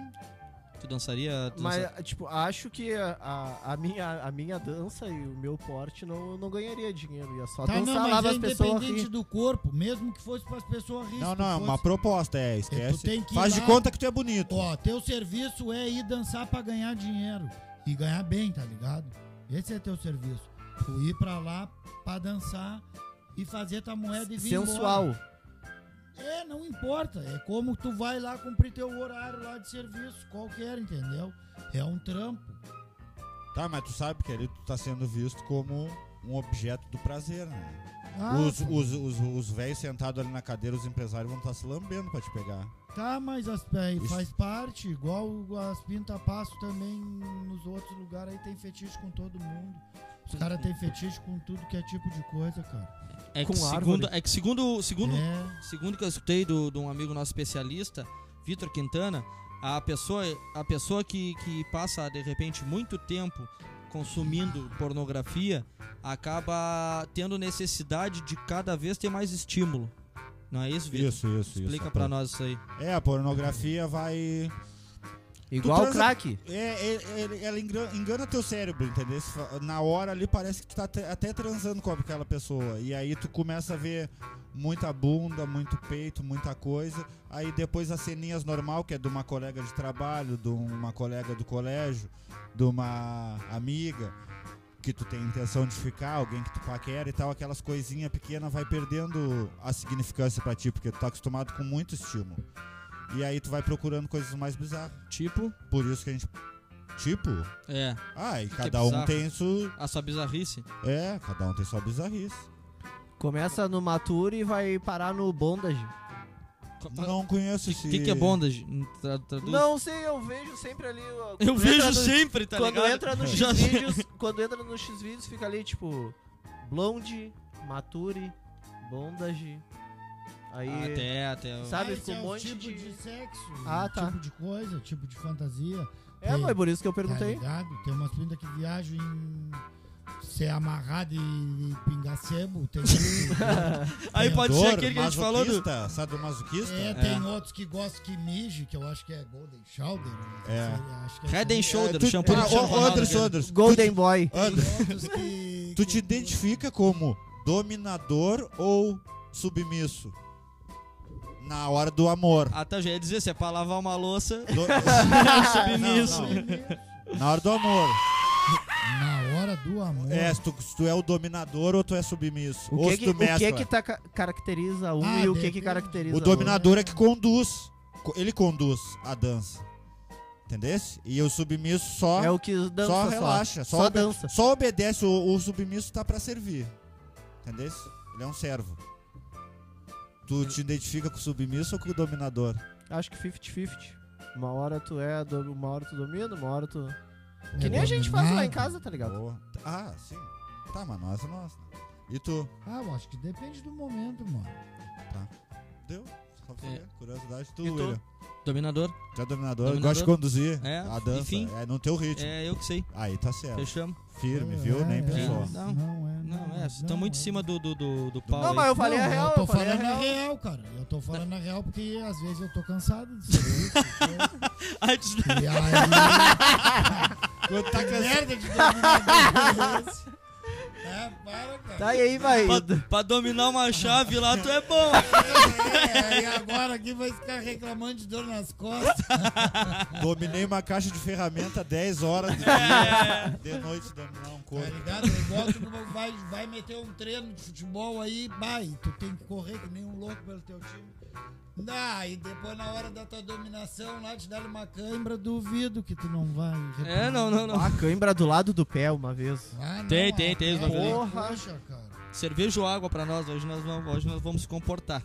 [SPEAKER 2] Tu dançaria? Tu dança-
[SPEAKER 1] Mas, tipo, acho que a, a minha, a minha dança e o meu porte não, não ganharia dinheiro. Ia só
[SPEAKER 4] Tá,
[SPEAKER 1] dançar
[SPEAKER 4] não, mas
[SPEAKER 1] lá
[SPEAKER 4] é
[SPEAKER 1] as pessoas
[SPEAKER 4] independente
[SPEAKER 1] rirem.
[SPEAKER 4] do corpo, mesmo que fosse pras pessoas rirem.
[SPEAKER 3] Não,
[SPEAKER 4] se
[SPEAKER 3] não, é
[SPEAKER 4] fosse-
[SPEAKER 3] uma proposta, é, esquece.
[SPEAKER 4] tu tem que ir
[SPEAKER 3] Faz de
[SPEAKER 4] lá-
[SPEAKER 3] conta que tu é bonito.
[SPEAKER 4] Ó, teu serviço é ir dançar pra ganhar dinheiro. E ganhar bem, tá ligado? Esse é teu serviço. Tu ir pra lá pra dançar e fazer tua moeda e vir
[SPEAKER 1] Sensual.
[SPEAKER 4] embora. É, não importa. É como tu vai lá cumprir teu horário lá de serviço, qualquer, entendeu? É um trampo.
[SPEAKER 3] Tá, mas tu sabe que ali tu tá sendo visto como um objeto do prazer, né?
[SPEAKER 4] Ah,
[SPEAKER 3] os os, os, os velhos sentados ali na cadeira, os empresários vão estar se lambendo pra te pegar.
[SPEAKER 4] Tá, mas as, é,
[SPEAKER 3] Isso.
[SPEAKER 4] faz parte, igual as pinta passo também nos outros lugares aí tem fetiche com todo mundo. Os caras têm fetiche com tudo que é tipo de coisa, cara.
[SPEAKER 2] É que,
[SPEAKER 1] Com árvore.
[SPEAKER 2] segundo, é que segundo, segundo,
[SPEAKER 4] É.
[SPEAKER 2] segundo que eu escutei do- de um amigo nosso especialista, Vitor Quintana, a pessoa, a pessoa que, que passa, de repente, muito tempo consumindo pornografia, acaba tendo necessidade de cada vez ter mais estímulo. Não é isso, tá. Vitor?
[SPEAKER 3] Isso, isso, isso.
[SPEAKER 2] Explica pra nós isso aí.
[SPEAKER 3] É, a pornografia vai.
[SPEAKER 1] Igual o
[SPEAKER 3] transa-
[SPEAKER 1] crack.
[SPEAKER 3] É, é, é, ela engana, engana teu cérebro, entendeu? Se fa- Na hora ali parece que tu tá até, até transando com aquela pessoa. E aí tu começa a ver muita bunda, muito peito, muita coisa. Aí depois as ceninhas normal, que é de uma colega de trabalho, de uma colega do colégio, de uma amiga. que tu tem intenção de ficar, alguém que tu paquera e tal, aquelas coisinhas pequenas vai perdendo a significância pra ti, porque tu tá acostumado com muito estímulo. E aí tu vai procurando coisas mais bizarras.
[SPEAKER 2] Tipo,
[SPEAKER 3] Por isso que a gente. Tipo,
[SPEAKER 2] é,
[SPEAKER 3] ah, e
[SPEAKER 2] que
[SPEAKER 3] cada
[SPEAKER 2] é
[SPEAKER 3] um
[SPEAKER 2] bizarro?
[SPEAKER 3] tem isso.
[SPEAKER 2] a sua bizarrice.
[SPEAKER 3] É, cada um tem sua bizarrice.
[SPEAKER 1] Começa no Mature e vai parar no Bondage.
[SPEAKER 2] Co-
[SPEAKER 3] Não
[SPEAKER 2] Que,
[SPEAKER 3] conheço esse.
[SPEAKER 2] que que é bondage? Tra- traduz.
[SPEAKER 1] Não sei, eu vejo sempre ali. ó,
[SPEAKER 2] Eu
[SPEAKER 1] quando
[SPEAKER 2] vejo
[SPEAKER 1] entra no-
[SPEAKER 2] sempre, tá
[SPEAKER 1] quando
[SPEAKER 2] ligado?
[SPEAKER 1] entra no
[SPEAKER 2] Já-
[SPEAKER 1] X-Vídeos, quando entra no X-Vídeos, fica ali tipo Blonde, Mature, Bondage. Aí
[SPEAKER 2] Até, até. o-
[SPEAKER 1] Sabe,
[SPEAKER 4] Ah,
[SPEAKER 1] ficou
[SPEAKER 4] esse é
[SPEAKER 1] um
[SPEAKER 4] o
[SPEAKER 1] monte
[SPEAKER 4] tipo
[SPEAKER 1] de-
[SPEAKER 4] de, sexo,
[SPEAKER 1] Ah,
[SPEAKER 4] o
[SPEAKER 1] tá.
[SPEAKER 4] tipo de coisa, o tipo de fantasia.
[SPEAKER 1] É, mas por isso que eu
[SPEAKER 4] Tá
[SPEAKER 1] perguntei.
[SPEAKER 4] ligado? Tem umas pintas que viajam em ser amarrado e, e pingar sebo. Tem,
[SPEAKER 1] É.
[SPEAKER 2] Aí pode ser
[SPEAKER 3] Dor,
[SPEAKER 2] aquele que a gente falou do.
[SPEAKER 3] masoquista, Sadomasoquista?
[SPEAKER 4] é, tem outros que gostam que mije, que eu acho que é Golden Shoulder. né?
[SPEAKER 3] É.
[SPEAKER 4] Acho que é
[SPEAKER 2] Head and
[SPEAKER 4] Golden-
[SPEAKER 2] Shoulder,
[SPEAKER 3] tu-
[SPEAKER 2] shampoo
[SPEAKER 3] ah,
[SPEAKER 2] de shampoo.
[SPEAKER 3] o- Outros,
[SPEAKER 2] né?
[SPEAKER 3] outros.
[SPEAKER 1] Golden Boy.
[SPEAKER 3] Outros.
[SPEAKER 4] Tem outros que.
[SPEAKER 3] Tu
[SPEAKER 4] que-
[SPEAKER 3] te identifica como dominador ou submisso? Na hora do amor.
[SPEAKER 2] Ah, tá, eu já ia dizer, se é pra lavar uma louça,
[SPEAKER 3] Do-
[SPEAKER 2] submisso.
[SPEAKER 3] Não, não. Na hora do amor.
[SPEAKER 4] Na hora do amor.
[SPEAKER 3] É, se tu, se tu é o dominador ou tu é submisso.
[SPEAKER 1] O
[SPEAKER 3] ou
[SPEAKER 1] que
[SPEAKER 3] se
[SPEAKER 1] que,
[SPEAKER 3] tu
[SPEAKER 1] o que
[SPEAKER 3] mescla.
[SPEAKER 1] que tá ca- caracteriza um
[SPEAKER 4] Ah,
[SPEAKER 1] e o que
[SPEAKER 4] depende.
[SPEAKER 1] que caracteriza
[SPEAKER 3] é. O
[SPEAKER 1] outro?
[SPEAKER 3] dominador é que conduz. Co- Ele conduz a dança. Entendesse? E o submisso só,
[SPEAKER 1] É o que dança
[SPEAKER 3] só
[SPEAKER 1] só.
[SPEAKER 3] relaxa. Só,
[SPEAKER 1] Só
[SPEAKER 3] obe-
[SPEAKER 1] dança.
[SPEAKER 3] só obedece. O, o submisso tá pra servir. Entendesse? Ele é um servo. Tu te identifica com o submisso ou com o dominador?
[SPEAKER 1] Acho que 50-50. Uma hora tu é, do- uma hora tu domina, uma hora tu.
[SPEAKER 4] É
[SPEAKER 1] Que nem a gente faz lá em
[SPEAKER 3] Né?
[SPEAKER 4] dominado.
[SPEAKER 1] casa, tá ligado?
[SPEAKER 3] Boa. Ah, sim. Tá, mas nós é nós. né? E tu?
[SPEAKER 4] Ah, eu acho que depende do momento, mano.
[SPEAKER 3] Deu? Só pra
[SPEAKER 2] É.
[SPEAKER 3] saber. Curiosidade, tu,
[SPEAKER 1] E tu?
[SPEAKER 3] William.
[SPEAKER 2] Dominador.
[SPEAKER 3] Tu é dominador,
[SPEAKER 2] Dominador.
[SPEAKER 3] gosta de conduzir
[SPEAKER 2] É,
[SPEAKER 3] a dança.
[SPEAKER 2] enfim.
[SPEAKER 3] É no teu ritmo.
[SPEAKER 2] É, eu que sei.
[SPEAKER 3] Aí tá certo.
[SPEAKER 2] Fechamos.
[SPEAKER 3] Firme,
[SPEAKER 4] É,
[SPEAKER 3] viu?
[SPEAKER 4] é,
[SPEAKER 3] Nem
[SPEAKER 4] é.
[SPEAKER 3] precisou.
[SPEAKER 2] Não,
[SPEAKER 4] é.
[SPEAKER 2] Não, é, vocês estão muito em cima do, do, do, do pau.
[SPEAKER 1] Não,
[SPEAKER 2] aí.
[SPEAKER 1] mas eu falei
[SPEAKER 4] não,
[SPEAKER 1] a real,
[SPEAKER 4] Eu
[SPEAKER 1] eu,
[SPEAKER 4] tô
[SPEAKER 1] falei a
[SPEAKER 4] falando
[SPEAKER 1] real.
[SPEAKER 4] real, cara. Eu tô falando a real porque às vezes eu tô cansado de serviço. porque-
[SPEAKER 2] Ai, des-
[SPEAKER 4] e aí.
[SPEAKER 3] Quando tá
[SPEAKER 4] que
[SPEAKER 3] cansado.
[SPEAKER 4] merda de dominador é esse? É, para, cara.
[SPEAKER 1] Tá e aí, vai.
[SPEAKER 2] pra, pra dominar uma chave lá, tu é bom.
[SPEAKER 1] Tá
[SPEAKER 4] É, e agora aqui vai ficar reclamando de dor nas costas.
[SPEAKER 3] Dominei uma caixa de ferramenta 10 horas de,
[SPEAKER 2] É.
[SPEAKER 3] dia, de noite, dominar um
[SPEAKER 4] Tá
[SPEAKER 3] corpo.
[SPEAKER 4] ligado? É igual tu como vai, vai meter um treino de futebol aí, vai, tu tem que correr que nem um louco pelo teu time. Ah, e depois na hora da tua dominação lá te dar uma cãibra, duvido que tu não vai.
[SPEAKER 2] É, não, não, não.
[SPEAKER 1] A cãibra do lado do pé uma vez.
[SPEAKER 4] Ah, não,
[SPEAKER 2] Tem,
[SPEAKER 4] ah,
[SPEAKER 2] tem, tem, os
[SPEAKER 4] cara,
[SPEAKER 1] bagulhinhos.
[SPEAKER 4] Poxa, cara.
[SPEAKER 2] Cerveja ou água pra nós, hoje nós vamos, hoje nós vamos se comportar.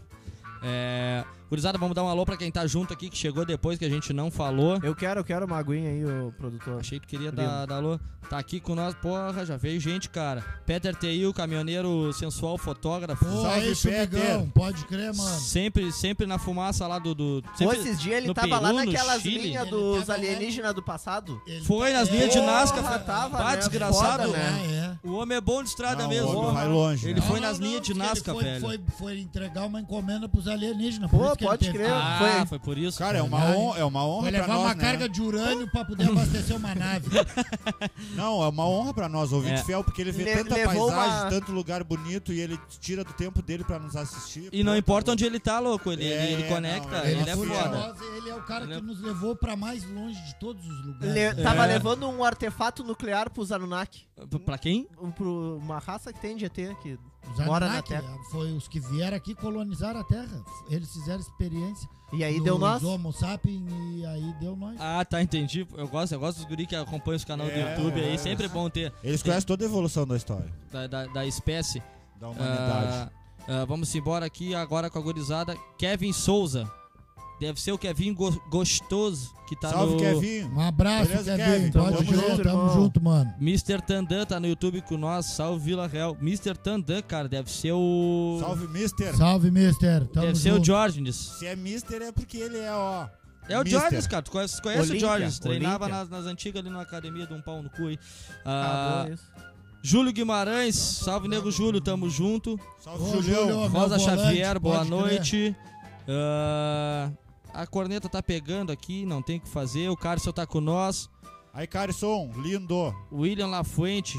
[SPEAKER 2] É, gurizada, vamos dar um alô pra quem tá junto aqui, que chegou depois, que a gente não falou.
[SPEAKER 1] Eu quero, eu quero uma aguinha aí, ô produtor.
[SPEAKER 2] Achei que tu queria
[SPEAKER 1] Lindo.
[SPEAKER 2] dar, dar alô. Tá aqui com nós, porra, já veio gente, cara. Peter Teil, caminhoneiro sensual, fotógrafo.
[SPEAKER 4] Pô,
[SPEAKER 3] Salve,
[SPEAKER 4] aí, Chumigão,
[SPEAKER 3] Peter.
[SPEAKER 4] pode crer, mano.
[SPEAKER 2] Sempre, sempre na fumaça lá do. do
[SPEAKER 1] Pô,
[SPEAKER 2] sempre-
[SPEAKER 1] esses dias ele
[SPEAKER 2] no
[SPEAKER 1] tava
[SPEAKER 2] Peru,
[SPEAKER 1] lá
[SPEAKER 2] no
[SPEAKER 1] naquelas
[SPEAKER 2] Chile.
[SPEAKER 1] linhas
[SPEAKER 4] Ele
[SPEAKER 1] dos
[SPEAKER 4] tava lá.
[SPEAKER 1] alienígenas do passado.
[SPEAKER 4] Ele
[SPEAKER 2] Foi
[SPEAKER 4] tá-
[SPEAKER 2] nas linhas de Nazca,
[SPEAKER 1] Porra, tava,
[SPEAKER 2] pá,
[SPEAKER 1] né?
[SPEAKER 2] desgraçado.
[SPEAKER 1] Foda, né?
[SPEAKER 4] Ah, é.
[SPEAKER 2] O homem é bom de estrada
[SPEAKER 3] Não,
[SPEAKER 2] mesmo.
[SPEAKER 3] o homem
[SPEAKER 2] Porra.
[SPEAKER 3] vai longe.
[SPEAKER 2] Ele
[SPEAKER 3] né?
[SPEAKER 2] foi nas linhas de
[SPEAKER 4] porque ele
[SPEAKER 2] Nazca,
[SPEAKER 4] foi,
[SPEAKER 2] velho.
[SPEAKER 4] Foi, foi entregar uma encomenda pros alienígenas.
[SPEAKER 1] Pô,
[SPEAKER 4] Por isso que ele
[SPEAKER 1] pode
[SPEAKER 4] teve
[SPEAKER 1] crer.
[SPEAKER 4] que-
[SPEAKER 2] Ah, foi.
[SPEAKER 1] Foi-
[SPEAKER 2] por isso.
[SPEAKER 3] Cara, é uma
[SPEAKER 4] Verdade.
[SPEAKER 3] honra, é uma honra
[SPEAKER 4] Foi
[SPEAKER 3] pra
[SPEAKER 4] levar
[SPEAKER 3] nós,
[SPEAKER 4] uma
[SPEAKER 3] né?
[SPEAKER 4] carga de urânio pra poder abastecer uma nave.
[SPEAKER 3] Não, é uma honra pra nós, ouvinte
[SPEAKER 2] É.
[SPEAKER 3] fiel, porque ele vê
[SPEAKER 1] Le-
[SPEAKER 3] tanta
[SPEAKER 1] levou
[SPEAKER 3] paisagem,
[SPEAKER 1] uma-
[SPEAKER 3] tanto lugar bonito e ele tira do tempo dele pra nos assistir.
[SPEAKER 2] E não
[SPEAKER 3] Pô,
[SPEAKER 2] importa
[SPEAKER 3] tá
[SPEAKER 2] onde ele tá, louco. Ele,
[SPEAKER 3] É,
[SPEAKER 2] ele- ele
[SPEAKER 3] não,
[SPEAKER 2] conecta,
[SPEAKER 3] é
[SPEAKER 2] ele é
[SPEAKER 4] por
[SPEAKER 3] nosso
[SPEAKER 2] foda.
[SPEAKER 3] herói.
[SPEAKER 4] nós, ele é o cara
[SPEAKER 2] Ele é-
[SPEAKER 4] que nos levou pra mais longe de todos os lugares.
[SPEAKER 1] Le-
[SPEAKER 4] né?
[SPEAKER 1] Tava
[SPEAKER 2] É.
[SPEAKER 1] levando um artefato nuclear pros Anunnaki.
[SPEAKER 2] P- Pra quem?
[SPEAKER 1] Um, pro, uma raça que tem de ET aqui.
[SPEAKER 4] Os
[SPEAKER 1] Mora
[SPEAKER 4] Anunnaki,
[SPEAKER 1] na Terra.
[SPEAKER 4] Foi os que vieram aqui colonizar a Terra. Eles fizeram experiência.
[SPEAKER 1] E aí
[SPEAKER 4] dos
[SPEAKER 1] deu nós.
[SPEAKER 4] Homo sapiens e aí deu nós.
[SPEAKER 2] Ah, tá, entendi. Eu gosto, eu gosto dos guri que acompanham os canais do
[SPEAKER 3] É,
[SPEAKER 2] YouTube aí.
[SPEAKER 3] é.
[SPEAKER 2] Sempre é bom ter
[SPEAKER 3] Eles conhecem toda a evolução da história,
[SPEAKER 2] da, da, da espécie.
[SPEAKER 3] da humanidade.
[SPEAKER 2] Ah, ah, vamos embora aqui agora com a gurizada. Kevin Souza. Deve ser o Kevin Go- Gostoso que tá
[SPEAKER 3] Salve,
[SPEAKER 2] no...
[SPEAKER 3] Kevin.
[SPEAKER 4] Um abraço,
[SPEAKER 3] Beleza, Kevin?
[SPEAKER 4] Kevin. Pode
[SPEAKER 1] Tamo junto,
[SPEAKER 4] crer, tamo
[SPEAKER 1] irmão.
[SPEAKER 4] junto, mano.
[SPEAKER 2] Mr. Tandan tá no YouTube com nós. Salve, Vila Real. Mr. Tandan, cara, deve ser o...
[SPEAKER 3] Salve, mister.
[SPEAKER 4] Salve, mister. Tamo
[SPEAKER 2] Deve
[SPEAKER 4] junto.
[SPEAKER 2] ser o Jorgens.
[SPEAKER 3] Se é mister é porque ele é, ó.
[SPEAKER 2] É o
[SPEAKER 3] Mister.
[SPEAKER 2] Jorgens, cara. Tu conhece, conhece o
[SPEAKER 1] Olímpia,
[SPEAKER 2] Jorgens. Treinava
[SPEAKER 1] Olímpia.
[SPEAKER 2] nas, nas antigas ali na academia de um pau no cu aí. Ah,
[SPEAKER 1] Acabou isso.
[SPEAKER 2] Júlio Guimarães, salve nego Júlio, tamo junto.
[SPEAKER 3] Salve,
[SPEAKER 4] Ô,
[SPEAKER 3] Julião.
[SPEAKER 4] Julião. Meu
[SPEAKER 2] Rosa
[SPEAKER 4] volante, pode
[SPEAKER 2] Xavier, boa
[SPEAKER 4] crer.
[SPEAKER 2] noite. Ah, a corneta tá pegando aqui, não tem o que fazer. O Carson tá com nós.
[SPEAKER 3] Aí, Carson, lindo.
[SPEAKER 2] William Lafuente,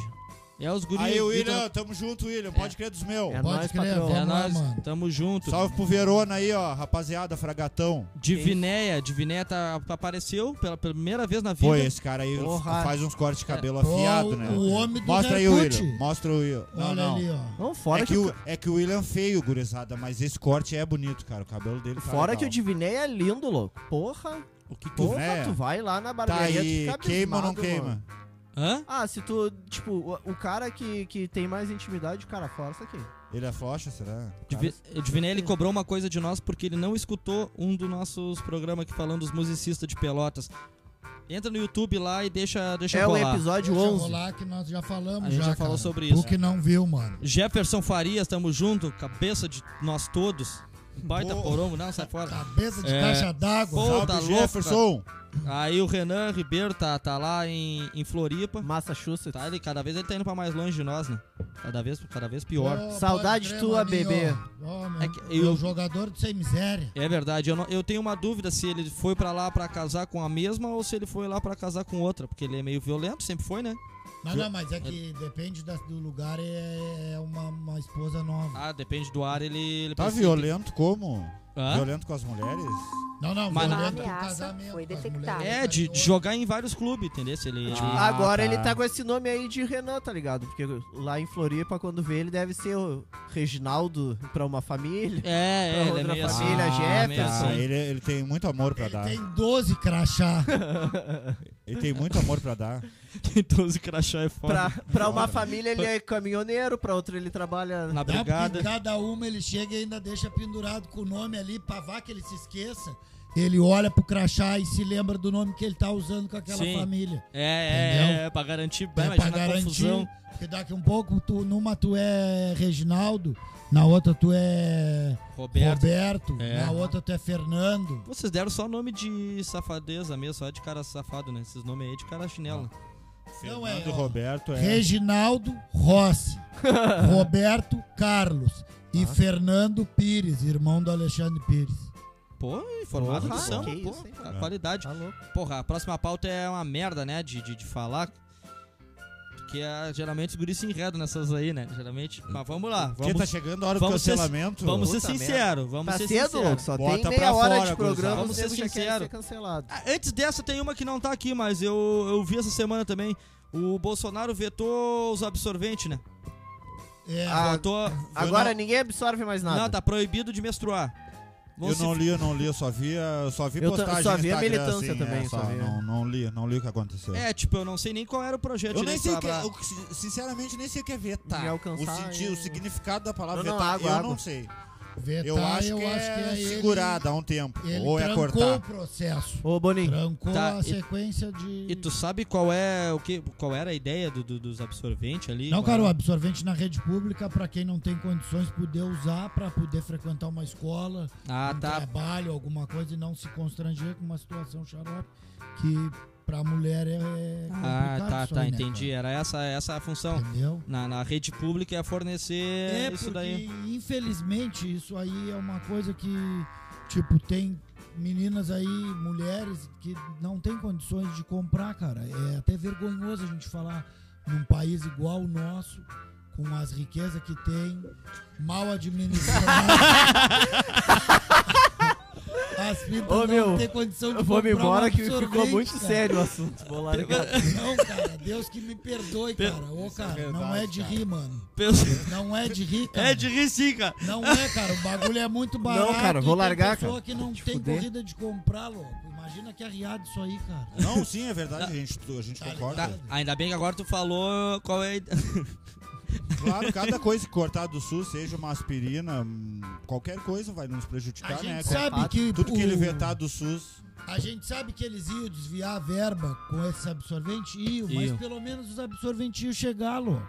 [SPEAKER 2] É os guris.
[SPEAKER 3] Aí,
[SPEAKER 2] Vitor-
[SPEAKER 3] William, tamo junto, William. Pode crer dos meus.
[SPEAKER 1] É
[SPEAKER 4] Pode
[SPEAKER 1] nóis,
[SPEAKER 4] crer,
[SPEAKER 1] patrão.
[SPEAKER 2] É
[SPEAKER 4] Vamos lá,
[SPEAKER 2] nós,
[SPEAKER 4] mano.
[SPEAKER 2] tamo junto.
[SPEAKER 3] Salve pro Verona aí, ó. Rapaziada, fragatão.
[SPEAKER 2] Divinéia, Divinéia tá, apareceu pela primeira vez na vida.
[SPEAKER 3] Pô, esse cara aí
[SPEAKER 1] Porra.
[SPEAKER 3] faz uns cortes de cabelo afiado,
[SPEAKER 4] Ó,
[SPEAKER 3] né?
[SPEAKER 4] O homem do
[SPEAKER 3] Mostra aí,
[SPEAKER 4] Yakut.
[SPEAKER 3] William. Mostra o William. Não,
[SPEAKER 4] Olha
[SPEAKER 3] não.
[SPEAKER 4] ali, ó.
[SPEAKER 1] Não, fora
[SPEAKER 3] é,
[SPEAKER 1] que,
[SPEAKER 3] que
[SPEAKER 1] o-
[SPEAKER 3] o, é que o William é feio, gurizada, mas esse corte é bonito, cara. O cabelo dele tá
[SPEAKER 1] fora que o
[SPEAKER 3] legal.
[SPEAKER 1] Divinei é lindo, louco. Porra.
[SPEAKER 3] O que tu
[SPEAKER 1] Porra,
[SPEAKER 3] vê?
[SPEAKER 1] tu vai lá na
[SPEAKER 3] Tá
[SPEAKER 1] barbearia,
[SPEAKER 3] aí,
[SPEAKER 1] tu fica
[SPEAKER 3] queima ou não
[SPEAKER 1] abismado,
[SPEAKER 3] queima?
[SPEAKER 1] mano.
[SPEAKER 2] Hã?
[SPEAKER 1] Ah, se tu, tipo, o, o cara que, que tem mais intimidade, o cara força aqui.
[SPEAKER 3] Ele é flocha, será?
[SPEAKER 2] Divi- O Divinéia
[SPEAKER 3] é
[SPEAKER 2] ele cobrou uma coisa de nós porque ele não escutou um dos nossos programas que falando dos musicistas de Pelotas. Entra no YouTube lá e deixa, deixa
[SPEAKER 1] É o
[SPEAKER 2] rolar.
[SPEAKER 1] episódio
[SPEAKER 4] Deixa eu
[SPEAKER 1] 11.
[SPEAKER 4] rolar que nós já falamos.
[SPEAKER 2] A gente já falou
[SPEAKER 4] cara.
[SPEAKER 2] sobre isso.
[SPEAKER 4] Tu que não viu, mano.
[SPEAKER 2] Jefferson Farias, tamo junto, cabeça de nós todos. Baita
[SPEAKER 3] Boa.
[SPEAKER 2] porongo, não, sai fora.
[SPEAKER 4] Cabeça de
[SPEAKER 2] É.
[SPEAKER 4] caixa d'água.
[SPEAKER 2] Pô,
[SPEAKER 3] Salve,
[SPEAKER 2] tá louco,
[SPEAKER 3] Jefferson!
[SPEAKER 2] Aí o Renan Ribeiro tá, tá lá em, em Floripa.
[SPEAKER 1] Massachusetts. Ah,
[SPEAKER 2] Tá, ele, cada vez ele tá indo pra mais longe de nós, né? Cada vez, cada vez pior.
[SPEAKER 4] Ô,
[SPEAKER 1] Saudade
[SPEAKER 4] pode
[SPEAKER 1] tua,
[SPEAKER 4] maninho,
[SPEAKER 1] bebê.
[SPEAKER 4] ó. Ó, meu,
[SPEAKER 2] É que eu-
[SPEAKER 4] meu jogador de sem miséria.
[SPEAKER 2] É verdade, eu, não- eu tenho uma dúvida se ele foi pra lá pra casar com a mesma ou se ele foi lá pra casar com outra, porque ele é meio violento, sempre foi, né?
[SPEAKER 4] Não, não, mas é que depende da- do lugar, é, é uma, uma esposa nova.
[SPEAKER 2] Ah, depende do ar, ele. ele
[SPEAKER 3] Tá
[SPEAKER 2] precisa-
[SPEAKER 3] violento como?
[SPEAKER 2] Hã?
[SPEAKER 3] Violento com as mulheres?
[SPEAKER 4] Não, não,
[SPEAKER 2] Mas na-
[SPEAKER 4] violenta
[SPEAKER 5] A
[SPEAKER 4] com
[SPEAKER 5] ameaça
[SPEAKER 4] casamento.
[SPEAKER 5] foi
[SPEAKER 4] com as
[SPEAKER 5] detectada.
[SPEAKER 4] mulheres,
[SPEAKER 2] É, de,
[SPEAKER 4] com
[SPEAKER 2] de
[SPEAKER 4] as
[SPEAKER 2] jogar em vários clubes, entendeu? Se ele. ele-
[SPEAKER 3] Ah,
[SPEAKER 1] Agora
[SPEAKER 3] tá.
[SPEAKER 1] ele tá com esse nome aí de Renan, tá ligado? Porque lá em Floripa, quando vê, ele deve ser o Reginaldo pra uma família.
[SPEAKER 2] É, é, ele é
[SPEAKER 1] Outra
[SPEAKER 2] meio assim.
[SPEAKER 1] família,
[SPEAKER 2] é meio
[SPEAKER 1] Jefferson.
[SPEAKER 3] Ah,
[SPEAKER 2] assim.
[SPEAKER 3] ele, ele tem muito amor pra
[SPEAKER 4] Ele
[SPEAKER 3] dar.
[SPEAKER 4] tem 12 crachá.
[SPEAKER 3] Ele tem muito amor pra dar.
[SPEAKER 2] Tem 12 crachá é foda.
[SPEAKER 1] Pra, pra uma
[SPEAKER 3] Foda.
[SPEAKER 1] família ele é caminhoneiro, pra outra ele trabalha.
[SPEAKER 2] Na
[SPEAKER 4] Dá porque
[SPEAKER 2] brigada.
[SPEAKER 4] cada uma ele chega e ainda deixa pendurado com o nome ali pra vá que ele se esqueça. Ele olha pro crachá e se lembra do nome que ele tá usando com aquela
[SPEAKER 2] Sim.
[SPEAKER 4] família.
[SPEAKER 2] É, é, é, pra garantir. Vai,
[SPEAKER 4] é pra
[SPEAKER 2] imagina a
[SPEAKER 4] garantir.
[SPEAKER 2] confusão.
[SPEAKER 4] Porque daqui um pouco, tu, numa tu é Reginaldo, na outra tu é
[SPEAKER 2] Roberto.
[SPEAKER 4] Roberto,
[SPEAKER 2] É.
[SPEAKER 4] na outra tu é Fernando.
[SPEAKER 2] Vocês deram só nome de safadeza mesmo, só de cara safado, né? Esses nomes aí de cara chinelo.
[SPEAKER 4] Não é,
[SPEAKER 3] Fernando
[SPEAKER 4] ó.
[SPEAKER 3] Roberto é.
[SPEAKER 4] Reginaldo Rossi, Roberto Carlos e Fernando Pires, irmão do Alexandre Pires.
[SPEAKER 2] Pô, informado
[SPEAKER 1] Porra,
[SPEAKER 2] de samba,
[SPEAKER 1] que
[SPEAKER 2] pô.
[SPEAKER 1] isso, hein?
[SPEAKER 2] a qualidade.
[SPEAKER 1] Tá louco.
[SPEAKER 2] Porra, a próxima pauta é uma merda, né? De, de, de falar. Porque ah, geralmente os guris se enredam nessas aí, né? Geralmente. Mas vamos lá.
[SPEAKER 3] Porque
[SPEAKER 2] Vamos,
[SPEAKER 3] tá chegando a hora do
[SPEAKER 2] vamos ser-
[SPEAKER 3] cancelamento.
[SPEAKER 2] vamos ser
[SPEAKER 1] Puta merda.
[SPEAKER 2] sinceros. Vamos
[SPEAKER 1] Tá
[SPEAKER 2] ser
[SPEAKER 1] cedo, louco.
[SPEAKER 2] sinceros.
[SPEAKER 1] Só
[SPEAKER 3] Bota
[SPEAKER 1] tem
[SPEAKER 3] pra
[SPEAKER 1] meia hora
[SPEAKER 3] fora,
[SPEAKER 1] de programa.
[SPEAKER 2] gurizada. Vamos
[SPEAKER 1] os
[SPEAKER 2] ser
[SPEAKER 1] nego já querem
[SPEAKER 2] sincero.
[SPEAKER 1] ser cancelado.
[SPEAKER 2] Ah, Antes dessa, tem uma que não tá aqui, mas eu, eu vi essa semana também. O Bolsonaro vetou os absorventes, né?
[SPEAKER 4] É,
[SPEAKER 1] Ah,
[SPEAKER 2] Votou-
[SPEAKER 1] Agora ninguém absorve mais nada.
[SPEAKER 2] Não, tá proibido de menstruar. Vão
[SPEAKER 3] Eu
[SPEAKER 2] se
[SPEAKER 3] não li, eu não li, eu só vi, eu só vi
[SPEAKER 1] Eu ta-
[SPEAKER 3] postagem
[SPEAKER 1] só
[SPEAKER 3] no
[SPEAKER 1] vi a
[SPEAKER 3] Instagram,
[SPEAKER 1] militância
[SPEAKER 3] assim,
[SPEAKER 1] também,
[SPEAKER 3] é,
[SPEAKER 1] só vi.
[SPEAKER 3] Não, não li, não li o que aconteceu.
[SPEAKER 2] É, tipo, eu não sei nem qual era o projeto
[SPEAKER 3] Eu nem
[SPEAKER 2] direito
[SPEAKER 3] sei
[SPEAKER 2] lá
[SPEAKER 3] que,
[SPEAKER 1] é
[SPEAKER 2] pra-
[SPEAKER 3] eu, sin- sinceramente nem sei o que é vetar.
[SPEAKER 1] Me
[SPEAKER 3] O,
[SPEAKER 1] alcançar
[SPEAKER 3] senti-
[SPEAKER 1] e-
[SPEAKER 3] o significado da palavra
[SPEAKER 1] Não, não,
[SPEAKER 3] vetar,
[SPEAKER 1] água,
[SPEAKER 3] eu
[SPEAKER 1] água.
[SPEAKER 3] não sei.
[SPEAKER 4] vetar,
[SPEAKER 3] Eu acho que é
[SPEAKER 4] ele-
[SPEAKER 3] segurar, dar um tempo.
[SPEAKER 4] Ele
[SPEAKER 3] Ou é
[SPEAKER 4] trancou o
[SPEAKER 3] cortar.
[SPEAKER 4] processo.
[SPEAKER 1] Ô, Boninho.
[SPEAKER 4] Trancou
[SPEAKER 2] Tá,
[SPEAKER 4] a
[SPEAKER 2] e-
[SPEAKER 4] sequência de.
[SPEAKER 2] E tu sabe qual é o que, qual era a ideia do, do- dos absorventes ali?
[SPEAKER 4] Não,
[SPEAKER 2] Qual
[SPEAKER 4] cara, o
[SPEAKER 2] era?
[SPEAKER 4] absorvente na rede pública, pra quem não tem condições, poder usar pra poder frequentar uma escola,
[SPEAKER 2] Ah,
[SPEAKER 4] um
[SPEAKER 2] tá.
[SPEAKER 4] trabalho, alguma coisa, e não se constranger com uma situação xarope, que pra mulher é
[SPEAKER 2] Ah,
[SPEAKER 4] complicado
[SPEAKER 2] tá,
[SPEAKER 4] isso
[SPEAKER 2] tá,
[SPEAKER 4] aí, né,
[SPEAKER 2] entendi. Então, Era essa, essa a
[SPEAKER 4] cara?
[SPEAKER 2] função.
[SPEAKER 4] Entendeu?
[SPEAKER 2] Na, na rede pública é fornecer
[SPEAKER 4] É,
[SPEAKER 2] isso
[SPEAKER 4] porque,
[SPEAKER 2] daí.
[SPEAKER 4] infelizmente, isso aí é uma coisa que, tipo, tem meninas aí, mulheres, que não tem condições de comprar, cara. É até vergonhoso a gente falar num país igual o nosso, com as riquezas que tem, mal administrado. As fitas
[SPEAKER 1] Ô,
[SPEAKER 4] não
[SPEAKER 1] meu,
[SPEAKER 4] tem condição de
[SPEAKER 1] Eu vou me
[SPEAKER 4] comprar um
[SPEAKER 1] embora que ficou
[SPEAKER 4] absorvente,
[SPEAKER 1] muito
[SPEAKER 4] cara.
[SPEAKER 1] sério o assunto. Vou lá ligar.
[SPEAKER 4] Não, cara, Deus que me perdoe, cara. Ô, cara, não é
[SPEAKER 3] verdade,
[SPEAKER 4] de
[SPEAKER 3] cara.
[SPEAKER 4] rir, mano.
[SPEAKER 2] Pensa-
[SPEAKER 4] Não é de rir, cara.
[SPEAKER 2] É de rir sim, cara.
[SPEAKER 4] Não é, cara. O bagulho é muito barato.
[SPEAKER 1] Não, cara, vou
[SPEAKER 4] e tem
[SPEAKER 1] largar,
[SPEAKER 4] pessoa
[SPEAKER 1] cara.
[SPEAKER 4] que não
[SPEAKER 1] Te
[SPEAKER 4] tem
[SPEAKER 1] fuder.
[SPEAKER 4] corrida de comprar, louco. Imagina que arriado isso aí, cara.
[SPEAKER 3] Não, sim, é verdade, a gente, a gente concorda.
[SPEAKER 2] Tá, ainda bem que agora tu falou qual é. a ide-
[SPEAKER 3] Claro, cada coisa que cortar do SUS, seja uma aspirina, hum, qualquer coisa vai nos
[SPEAKER 4] A
[SPEAKER 3] prejudicar,
[SPEAKER 4] gente
[SPEAKER 3] né?
[SPEAKER 4] sabe
[SPEAKER 1] fato.
[SPEAKER 4] que
[SPEAKER 3] Tudo que ele
[SPEAKER 4] o-
[SPEAKER 3] vetar do SUS.
[SPEAKER 4] A gente sabe que eles iam desviar a verba com esses absorventinhos, mas
[SPEAKER 2] Iam.
[SPEAKER 4] pelo menos os absorventinhos chegar, louco.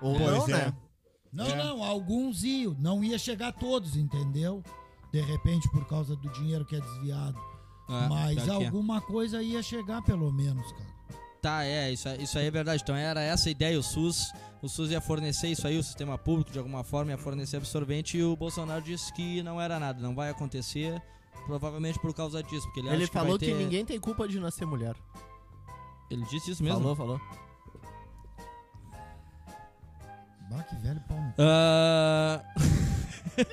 [SPEAKER 1] Ou
[SPEAKER 3] Pois
[SPEAKER 1] não,
[SPEAKER 3] é.
[SPEAKER 1] né?
[SPEAKER 4] Não,
[SPEAKER 3] É.
[SPEAKER 4] não, alguns iam. Não ia chegar todos, entendeu? De repente, por causa do dinheiro que é desviado.
[SPEAKER 2] Ah, pior
[SPEAKER 4] mas
[SPEAKER 2] que é.
[SPEAKER 4] alguma coisa ia chegar, pelo menos, cara.
[SPEAKER 2] Tá, é, isso, aí- isso aí é verdade. Então era essa a ideia, o SUS. O SUS ia fornecer isso aí, o sistema público, de alguma forma, ia fornecer absorvente e o Bolsonaro disse que não era nada, não vai acontecer, provavelmente por causa disso, porque ele,
[SPEAKER 1] Ele
[SPEAKER 2] acha que
[SPEAKER 1] falou
[SPEAKER 2] vai
[SPEAKER 1] que,
[SPEAKER 2] ter-
[SPEAKER 1] ninguém tem culpa de nascer mulher.
[SPEAKER 2] Ele disse isso
[SPEAKER 1] Falou,
[SPEAKER 2] mesmo?
[SPEAKER 1] falou.
[SPEAKER 4] Que velho pau. no-
[SPEAKER 2] Ah,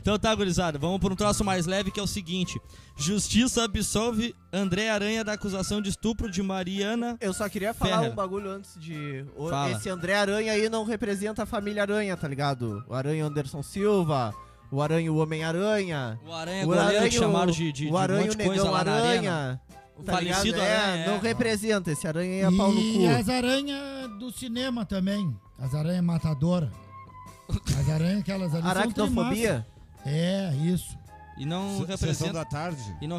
[SPEAKER 2] então tá, gurizada. Vamos por um troço mais leve que é o seguinte: Justiça absolve André Aranha da acusação de estupro de Mariana.
[SPEAKER 1] Eu só queria falar
[SPEAKER 2] Ferra.
[SPEAKER 1] um bagulho antes de. o-
[SPEAKER 2] Fala.
[SPEAKER 1] Esse André Aranha aí não representa a família Aranha, tá ligado? O Aranha Anderson Silva, o Aranha o Homem-Aranha.
[SPEAKER 2] O Aranha É, goleiro que chamaram de, de, de
[SPEAKER 1] o Aranha
[SPEAKER 2] um
[SPEAKER 1] o
[SPEAKER 2] monte de coisa
[SPEAKER 1] Negão
[SPEAKER 2] lá na arena.
[SPEAKER 1] Aranha.
[SPEAKER 2] O
[SPEAKER 1] tá
[SPEAKER 2] falecido
[SPEAKER 1] ligado?
[SPEAKER 2] Aranha.
[SPEAKER 1] é, não
[SPEAKER 2] é.
[SPEAKER 1] representa. Esse Aranha aí é pau no
[SPEAKER 4] e
[SPEAKER 1] cu.
[SPEAKER 4] as aranhas do cinema também. As aranhas matadoras. As aranhas aquelas ali são trimassa.
[SPEAKER 1] Aracnofobia?
[SPEAKER 4] É, isso.
[SPEAKER 2] E não
[SPEAKER 3] Se- Sessão
[SPEAKER 2] representa.
[SPEAKER 3] da tarde.
[SPEAKER 2] E não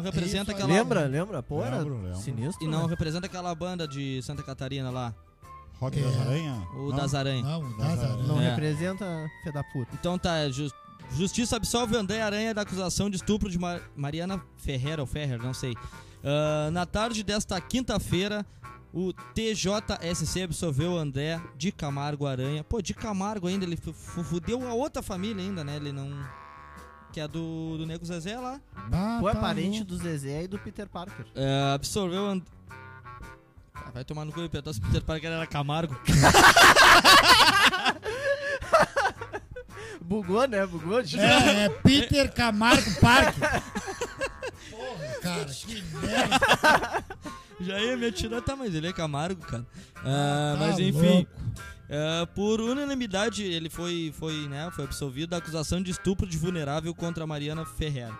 [SPEAKER 4] Isso
[SPEAKER 2] representa
[SPEAKER 4] aí.
[SPEAKER 2] aquela.
[SPEAKER 1] Lembra? Lembra? Pô, era
[SPEAKER 3] Lembro, lembro.
[SPEAKER 1] sinistro.
[SPEAKER 2] E não
[SPEAKER 1] né?
[SPEAKER 2] representa aquela banda de Santa Catarina lá,
[SPEAKER 3] Rock
[SPEAKER 4] É.
[SPEAKER 3] das Aranha?
[SPEAKER 2] o
[SPEAKER 3] Não.
[SPEAKER 2] das Aranhas.
[SPEAKER 4] Não, das
[SPEAKER 3] Não.
[SPEAKER 4] aranhas.
[SPEAKER 1] Não
[SPEAKER 2] É.
[SPEAKER 1] representa fé da puta.
[SPEAKER 2] Então tá, ju- Justiça absolve André Aranha da acusação de estupro de Ma- Mariana Ferreira ou Ferrer, não sei. Ah, na tarde desta quinta-feira, o TJSC absolveu André de Camargo Aranha. Pô, de Camargo ainda, ele fu- fu- fudeu a outra família ainda, né? Ele não. Que é do, do Nego Zezé lá.
[SPEAKER 3] Ah,
[SPEAKER 4] Bah,
[SPEAKER 1] Pô, é
[SPEAKER 4] tá
[SPEAKER 2] né?
[SPEAKER 1] parente
[SPEAKER 4] louco.
[SPEAKER 1] do Zezé e do Peter Parker.
[SPEAKER 2] Ah, absolveu And... Ah, vai tomar no cu, eu perguntar se Peter Parker era Camargo.
[SPEAKER 1] Bugou, né? Bugou de
[SPEAKER 4] É, é Peter Camargo Parque. Porra, cara, que merda.
[SPEAKER 2] Já ia me atirar, tá, mas ele é Camargo, cara. Ah,
[SPEAKER 4] Tá
[SPEAKER 2] mas enfim.
[SPEAKER 4] louco.
[SPEAKER 2] É, por unanimidade, ele foi, foi, né, foi absolvido da acusação de estupro de vulnerável contra Mariana Ferreira.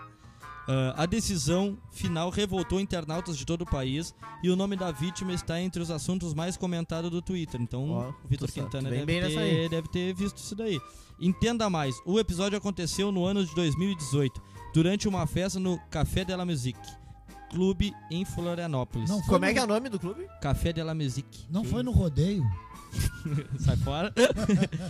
[SPEAKER 2] É, a decisão final revoltou internautas de todo o país e o nome da vítima está entre os assuntos mais comentados do Twitter. Então,
[SPEAKER 1] Ó,
[SPEAKER 2] o Vitor
[SPEAKER 1] tu sabe,
[SPEAKER 2] Quintana
[SPEAKER 1] tu vem
[SPEAKER 2] deve
[SPEAKER 1] bem nessa
[SPEAKER 2] ter,
[SPEAKER 1] aí.
[SPEAKER 2] deve ter visto isso daí. Entenda mais: o episódio aconteceu no ano de 2018, durante uma festa no Café Della Music, clube em Florianópolis.
[SPEAKER 4] Não foi
[SPEAKER 1] Como é
[SPEAKER 4] no-
[SPEAKER 1] que é o nome do clube?
[SPEAKER 2] Café Della Music.
[SPEAKER 4] Não
[SPEAKER 2] Que
[SPEAKER 4] foi no rodeio?
[SPEAKER 2] Sai fora.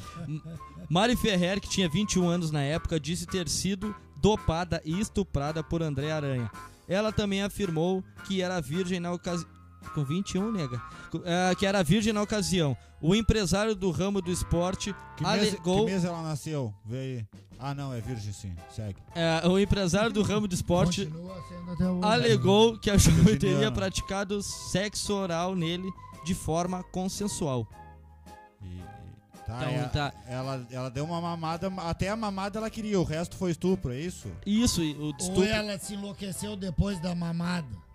[SPEAKER 2] Mari Ferrer, que tinha 21 anos na época, disse ter sido dopada e estuprada por André Aranha. Ela também afirmou que era virgem na ocasião. Com 21, nega. Co- ah, que era virgem na ocasião. O empresário do ramo do esporte
[SPEAKER 3] Que mês, que
[SPEAKER 2] alegou.
[SPEAKER 3] mês ela nasceu? Vê aí. Ah, não, é virgem sim. Segue.
[SPEAKER 2] ah, o empresário do ramo do esporte
[SPEAKER 4] Continua sendo até hoje.
[SPEAKER 2] alegou que a jovem teria
[SPEAKER 3] Virginiana.
[SPEAKER 2] praticado sexo oral nele de forma consensual.
[SPEAKER 3] E- e- tá,
[SPEAKER 2] Então,
[SPEAKER 3] é-
[SPEAKER 2] tá.
[SPEAKER 3] Ela, ela deu uma mamada, até a mamada ela queria, o resto foi estupro, é isso?
[SPEAKER 2] Isso, e o
[SPEAKER 4] Ou é
[SPEAKER 2] estupro. é
[SPEAKER 4] ela se enlouqueceu depois da mamada.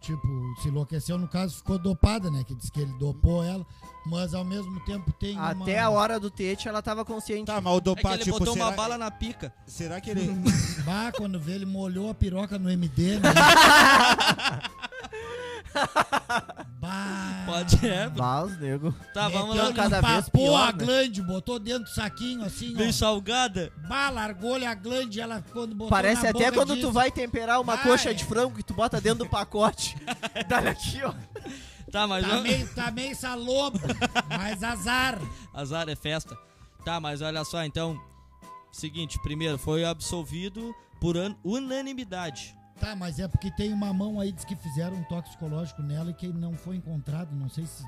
[SPEAKER 4] Tipo, se enlouqueceu, no caso, ficou dopada, né? Que diz que ele dopou ela, mas ao mesmo tempo tem uma...
[SPEAKER 1] Até a hora do Tete ela tava consciente.
[SPEAKER 3] Tá, mas o
[SPEAKER 2] É que
[SPEAKER 3] dopar,
[SPEAKER 2] ele
[SPEAKER 3] tipo,
[SPEAKER 2] botou
[SPEAKER 3] será,
[SPEAKER 2] uma bala na pica.
[SPEAKER 3] será que ele...
[SPEAKER 4] Bah, quando vê, ele molhou a piroca no MD, né? bah.
[SPEAKER 2] Pode é.
[SPEAKER 1] Mas, nego.
[SPEAKER 2] Tá, vamos lá.
[SPEAKER 1] Meteu cada vez
[SPEAKER 4] Papou
[SPEAKER 1] pior,
[SPEAKER 4] a
[SPEAKER 1] né?
[SPEAKER 4] glande, botou dentro do saquinho, assim,
[SPEAKER 2] Bem
[SPEAKER 4] ó.
[SPEAKER 2] salgada.
[SPEAKER 4] Bah, largou-lhe a glande, ela quando botou
[SPEAKER 1] Parece
[SPEAKER 4] na
[SPEAKER 1] até
[SPEAKER 4] boca,
[SPEAKER 1] quando
[SPEAKER 4] disse,
[SPEAKER 1] tu vai temperar uma
[SPEAKER 4] Vai.
[SPEAKER 1] coxa de frango que tu bota dentro do pacote. Dá aqui, ó.
[SPEAKER 2] Tá, mas...
[SPEAKER 4] Tá
[SPEAKER 2] olha-
[SPEAKER 4] meio, tá meio salobo, mas azar.
[SPEAKER 2] Azar é festa. Tá, mas olha só, então... Seguinte, primeiro, foi absolvido por an- unanimidade.
[SPEAKER 4] Tá, mas é porque tem uma mão aí, diz que fizeram um toxicológico nela e que não foi encontrado. Não sei se,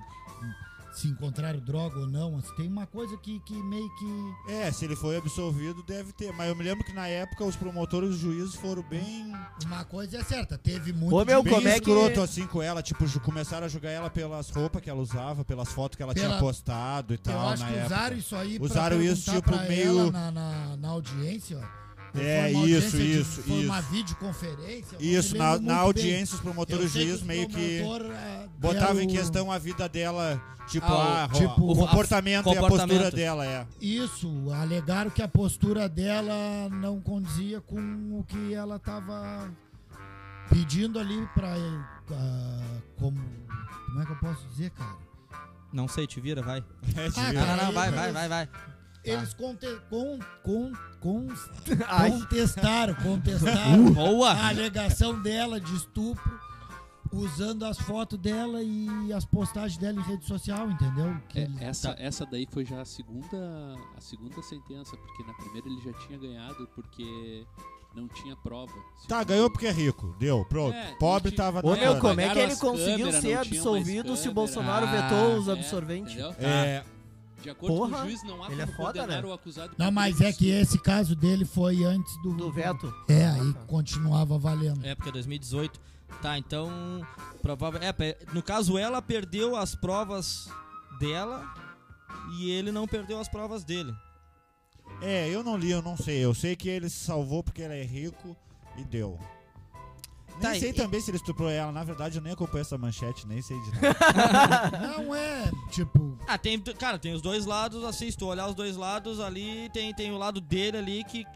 [SPEAKER 4] se encontraram droga ou não. mas Tem uma coisa que, que meio que.
[SPEAKER 3] É, se ele foi absolvido, deve ter. Mas eu me lembro que na época os promotores e os juízes foram bem,
[SPEAKER 4] Uma coisa é certa, teve muito.
[SPEAKER 1] Ô, meu,
[SPEAKER 4] de-
[SPEAKER 3] bem
[SPEAKER 1] como é que-
[SPEAKER 3] escroto assim com ela. Tipo, ju- começaram a julgar ela pelas roupas que ela usava, pelas fotos que ela
[SPEAKER 4] Pela-
[SPEAKER 3] tinha postado e
[SPEAKER 4] Eu
[SPEAKER 3] tal
[SPEAKER 4] acho
[SPEAKER 3] na
[SPEAKER 4] que
[SPEAKER 3] época.
[SPEAKER 4] usaram isso aí pra
[SPEAKER 3] Usaram isso,
[SPEAKER 4] perguntar
[SPEAKER 3] tipo,
[SPEAKER 4] pra
[SPEAKER 3] meio-
[SPEAKER 4] ela na, na, na audiência, ó. Ou
[SPEAKER 3] É,
[SPEAKER 4] foi uma
[SPEAKER 3] isso,
[SPEAKER 4] audiência de-
[SPEAKER 3] isso,
[SPEAKER 4] Foi uma
[SPEAKER 3] isso.
[SPEAKER 4] videoconferência. eu não
[SPEAKER 3] Isso,
[SPEAKER 4] me
[SPEAKER 3] na,
[SPEAKER 4] lembro
[SPEAKER 3] na
[SPEAKER 4] muito bem.
[SPEAKER 3] audiência, os promotores e
[SPEAKER 4] Eu
[SPEAKER 3] os
[SPEAKER 4] sei
[SPEAKER 3] juízes
[SPEAKER 4] os
[SPEAKER 3] meio que
[SPEAKER 4] promotor, ah,
[SPEAKER 3] botavam em
[SPEAKER 4] deram-
[SPEAKER 3] questão a vida dela, tipo,
[SPEAKER 2] Ah,
[SPEAKER 3] ah,
[SPEAKER 4] o-
[SPEAKER 3] ro-
[SPEAKER 4] tipo,
[SPEAKER 3] o
[SPEAKER 4] a-
[SPEAKER 3] comportamento, e a postura
[SPEAKER 2] comportamento.
[SPEAKER 3] dela, é.
[SPEAKER 4] Isso, alegaram que a postura dela não condizia com o que ela estava pedindo ali pra. ah, como, como é que eu posso dizer, cara?
[SPEAKER 3] Tá.
[SPEAKER 2] Não sei, te vira, vai.
[SPEAKER 3] É, de
[SPEAKER 4] Ah,
[SPEAKER 3] ver.
[SPEAKER 2] Não,
[SPEAKER 4] cara.
[SPEAKER 2] não, não, vai,
[SPEAKER 4] Aí,
[SPEAKER 2] vai,
[SPEAKER 4] eles-
[SPEAKER 2] vai, vai.
[SPEAKER 4] Eles conte, com, com, com,
[SPEAKER 1] Ai.
[SPEAKER 4] contestaram,
[SPEAKER 3] Uh.
[SPEAKER 4] contestaram a
[SPEAKER 2] Boa!
[SPEAKER 4] alegação dela de estupro usando as fotos dela e as postagens dela em rede social, entendeu? Que tá-
[SPEAKER 5] É,
[SPEAKER 4] eles-
[SPEAKER 1] Tá.
[SPEAKER 5] essa, essa daí foi já a segunda, a segunda sentença, porque na primeira ele já tinha ganhado porque não tinha prova.
[SPEAKER 3] Tá,
[SPEAKER 5] Segundo-
[SPEAKER 3] ganhou porque é rico. Deu, pronto.
[SPEAKER 5] É,
[SPEAKER 3] Pobre
[SPEAKER 5] gente-
[SPEAKER 3] tava
[SPEAKER 1] Ô,
[SPEAKER 3] na
[SPEAKER 1] meu,
[SPEAKER 5] Não,
[SPEAKER 3] merda.
[SPEAKER 1] como é que
[SPEAKER 5] pegaram
[SPEAKER 1] ele
[SPEAKER 5] as
[SPEAKER 1] conseguiu
[SPEAKER 5] câmeras,
[SPEAKER 1] ser
[SPEAKER 5] não tinha mais
[SPEAKER 1] absolvido se o
[SPEAKER 5] câmera.
[SPEAKER 1] Bolsonaro
[SPEAKER 2] Ah,
[SPEAKER 1] vetou os
[SPEAKER 5] É,
[SPEAKER 1] absorventes?
[SPEAKER 5] entendeu?
[SPEAKER 3] É,
[SPEAKER 5] De acordo
[SPEAKER 1] Porra,
[SPEAKER 5] com o juiz, não há
[SPEAKER 1] ele
[SPEAKER 5] como
[SPEAKER 1] é foda,
[SPEAKER 5] condenar
[SPEAKER 1] né?
[SPEAKER 5] o acusado.
[SPEAKER 4] Não,
[SPEAKER 5] por
[SPEAKER 4] mas é
[SPEAKER 5] crimes.
[SPEAKER 4] que esse caso dele foi antes do.
[SPEAKER 1] Do veto?
[SPEAKER 4] É, aí continuava valendo.
[SPEAKER 2] É, porque é 2018. Tá, então... Provável... É, pe- no caso, ela perdeu as provas dela e ele não perdeu as provas dele.
[SPEAKER 1] Ah.
[SPEAKER 3] É, eu não li, eu não sei. Eu sei que ele se salvou porque ele é rico e deu.
[SPEAKER 2] Tá,
[SPEAKER 3] nem sei
[SPEAKER 2] e-
[SPEAKER 3] também se ele estuprou ela. Na verdade, eu nem acompanho essa manchete, nem sei de nada.
[SPEAKER 4] Não é, tipo,
[SPEAKER 2] Ah, tem, cara, tem os dois lados, assim, se tu olhar os dois lados ali, tem, tem o lado dele ali que,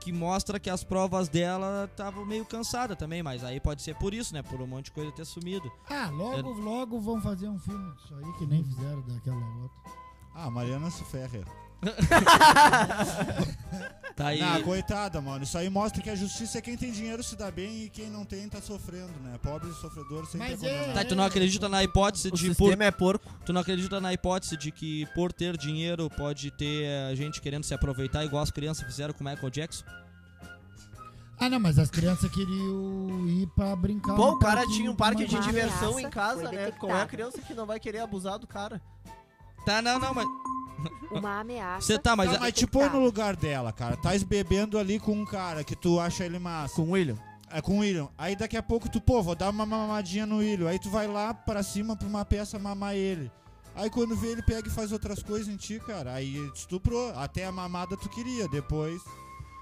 [SPEAKER 2] que mostra que as provas dela estavam meio cansada também, mas aí pode ser por isso, né? Por um monte de coisa ter sumido.
[SPEAKER 4] ah,
[SPEAKER 1] É.
[SPEAKER 4] logo, logo vão fazer um filme disso aí que nem fizeram daquela outra.
[SPEAKER 3] ah, Mariana se ferra.
[SPEAKER 2] Tá aí.
[SPEAKER 3] Ah, coitada, mano. Isso aí mostra que a justiça é quem tem dinheiro se dá bem e quem não tem tá sofrendo, né? Pobre e sofredor sempre
[SPEAKER 4] Mas
[SPEAKER 3] é condenado.
[SPEAKER 2] Tá, e tu não acredita na hipótese
[SPEAKER 1] O
[SPEAKER 2] de por,
[SPEAKER 1] sistema é porco.
[SPEAKER 2] tu não acredita na hipótese de que por ter dinheiro pode ter eh, gente querendo se aproveitar igual as crianças fizeram com o Michael Jackson?
[SPEAKER 4] Ah, não, mas as crianças queriam ir pra brincar.
[SPEAKER 1] Bom,
[SPEAKER 4] no
[SPEAKER 1] o cara
[SPEAKER 4] parquinho
[SPEAKER 1] tinha um parque de
[SPEAKER 4] Tá
[SPEAKER 6] uma
[SPEAKER 4] mais-
[SPEAKER 1] diversão
[SPEAKER 6] ameaça
[SPEAKER 1] em casa,
[SPEAKER 6] foi
[SPEAKER 1] né?
[SPEAKER 6] detectada.
[SPEAKER 1] Qual é a criança que não vai querer abusar do cara?
[SPEAKER 2] Tá, não, não, mas
[SPEAKER 6] Uma ameaça.
[SPEAKER 2] Cê tá, mas
[SPEAKER 6] foi
[SPEAKER 2] a-
[SPEAKER 3] Mas te põe no
[SPEAKER 6] detectada.
[SPEAKER 3] lugar dela, cara. Tá bebendo ali com um cara que tu acha ele massa.
[SPEAKER 1] Com o William.
[SPEAKER 3] É com o William. Aí daqui a pouco tu, pô, vou dar uma mamadinha no William. Aí tu vai lá pra cima pra uma peça mamar ele. Aí quando vê ele pega e faz outras coisas em ti, cara. Aí te estuprou. Até a mamada tu queria. Depois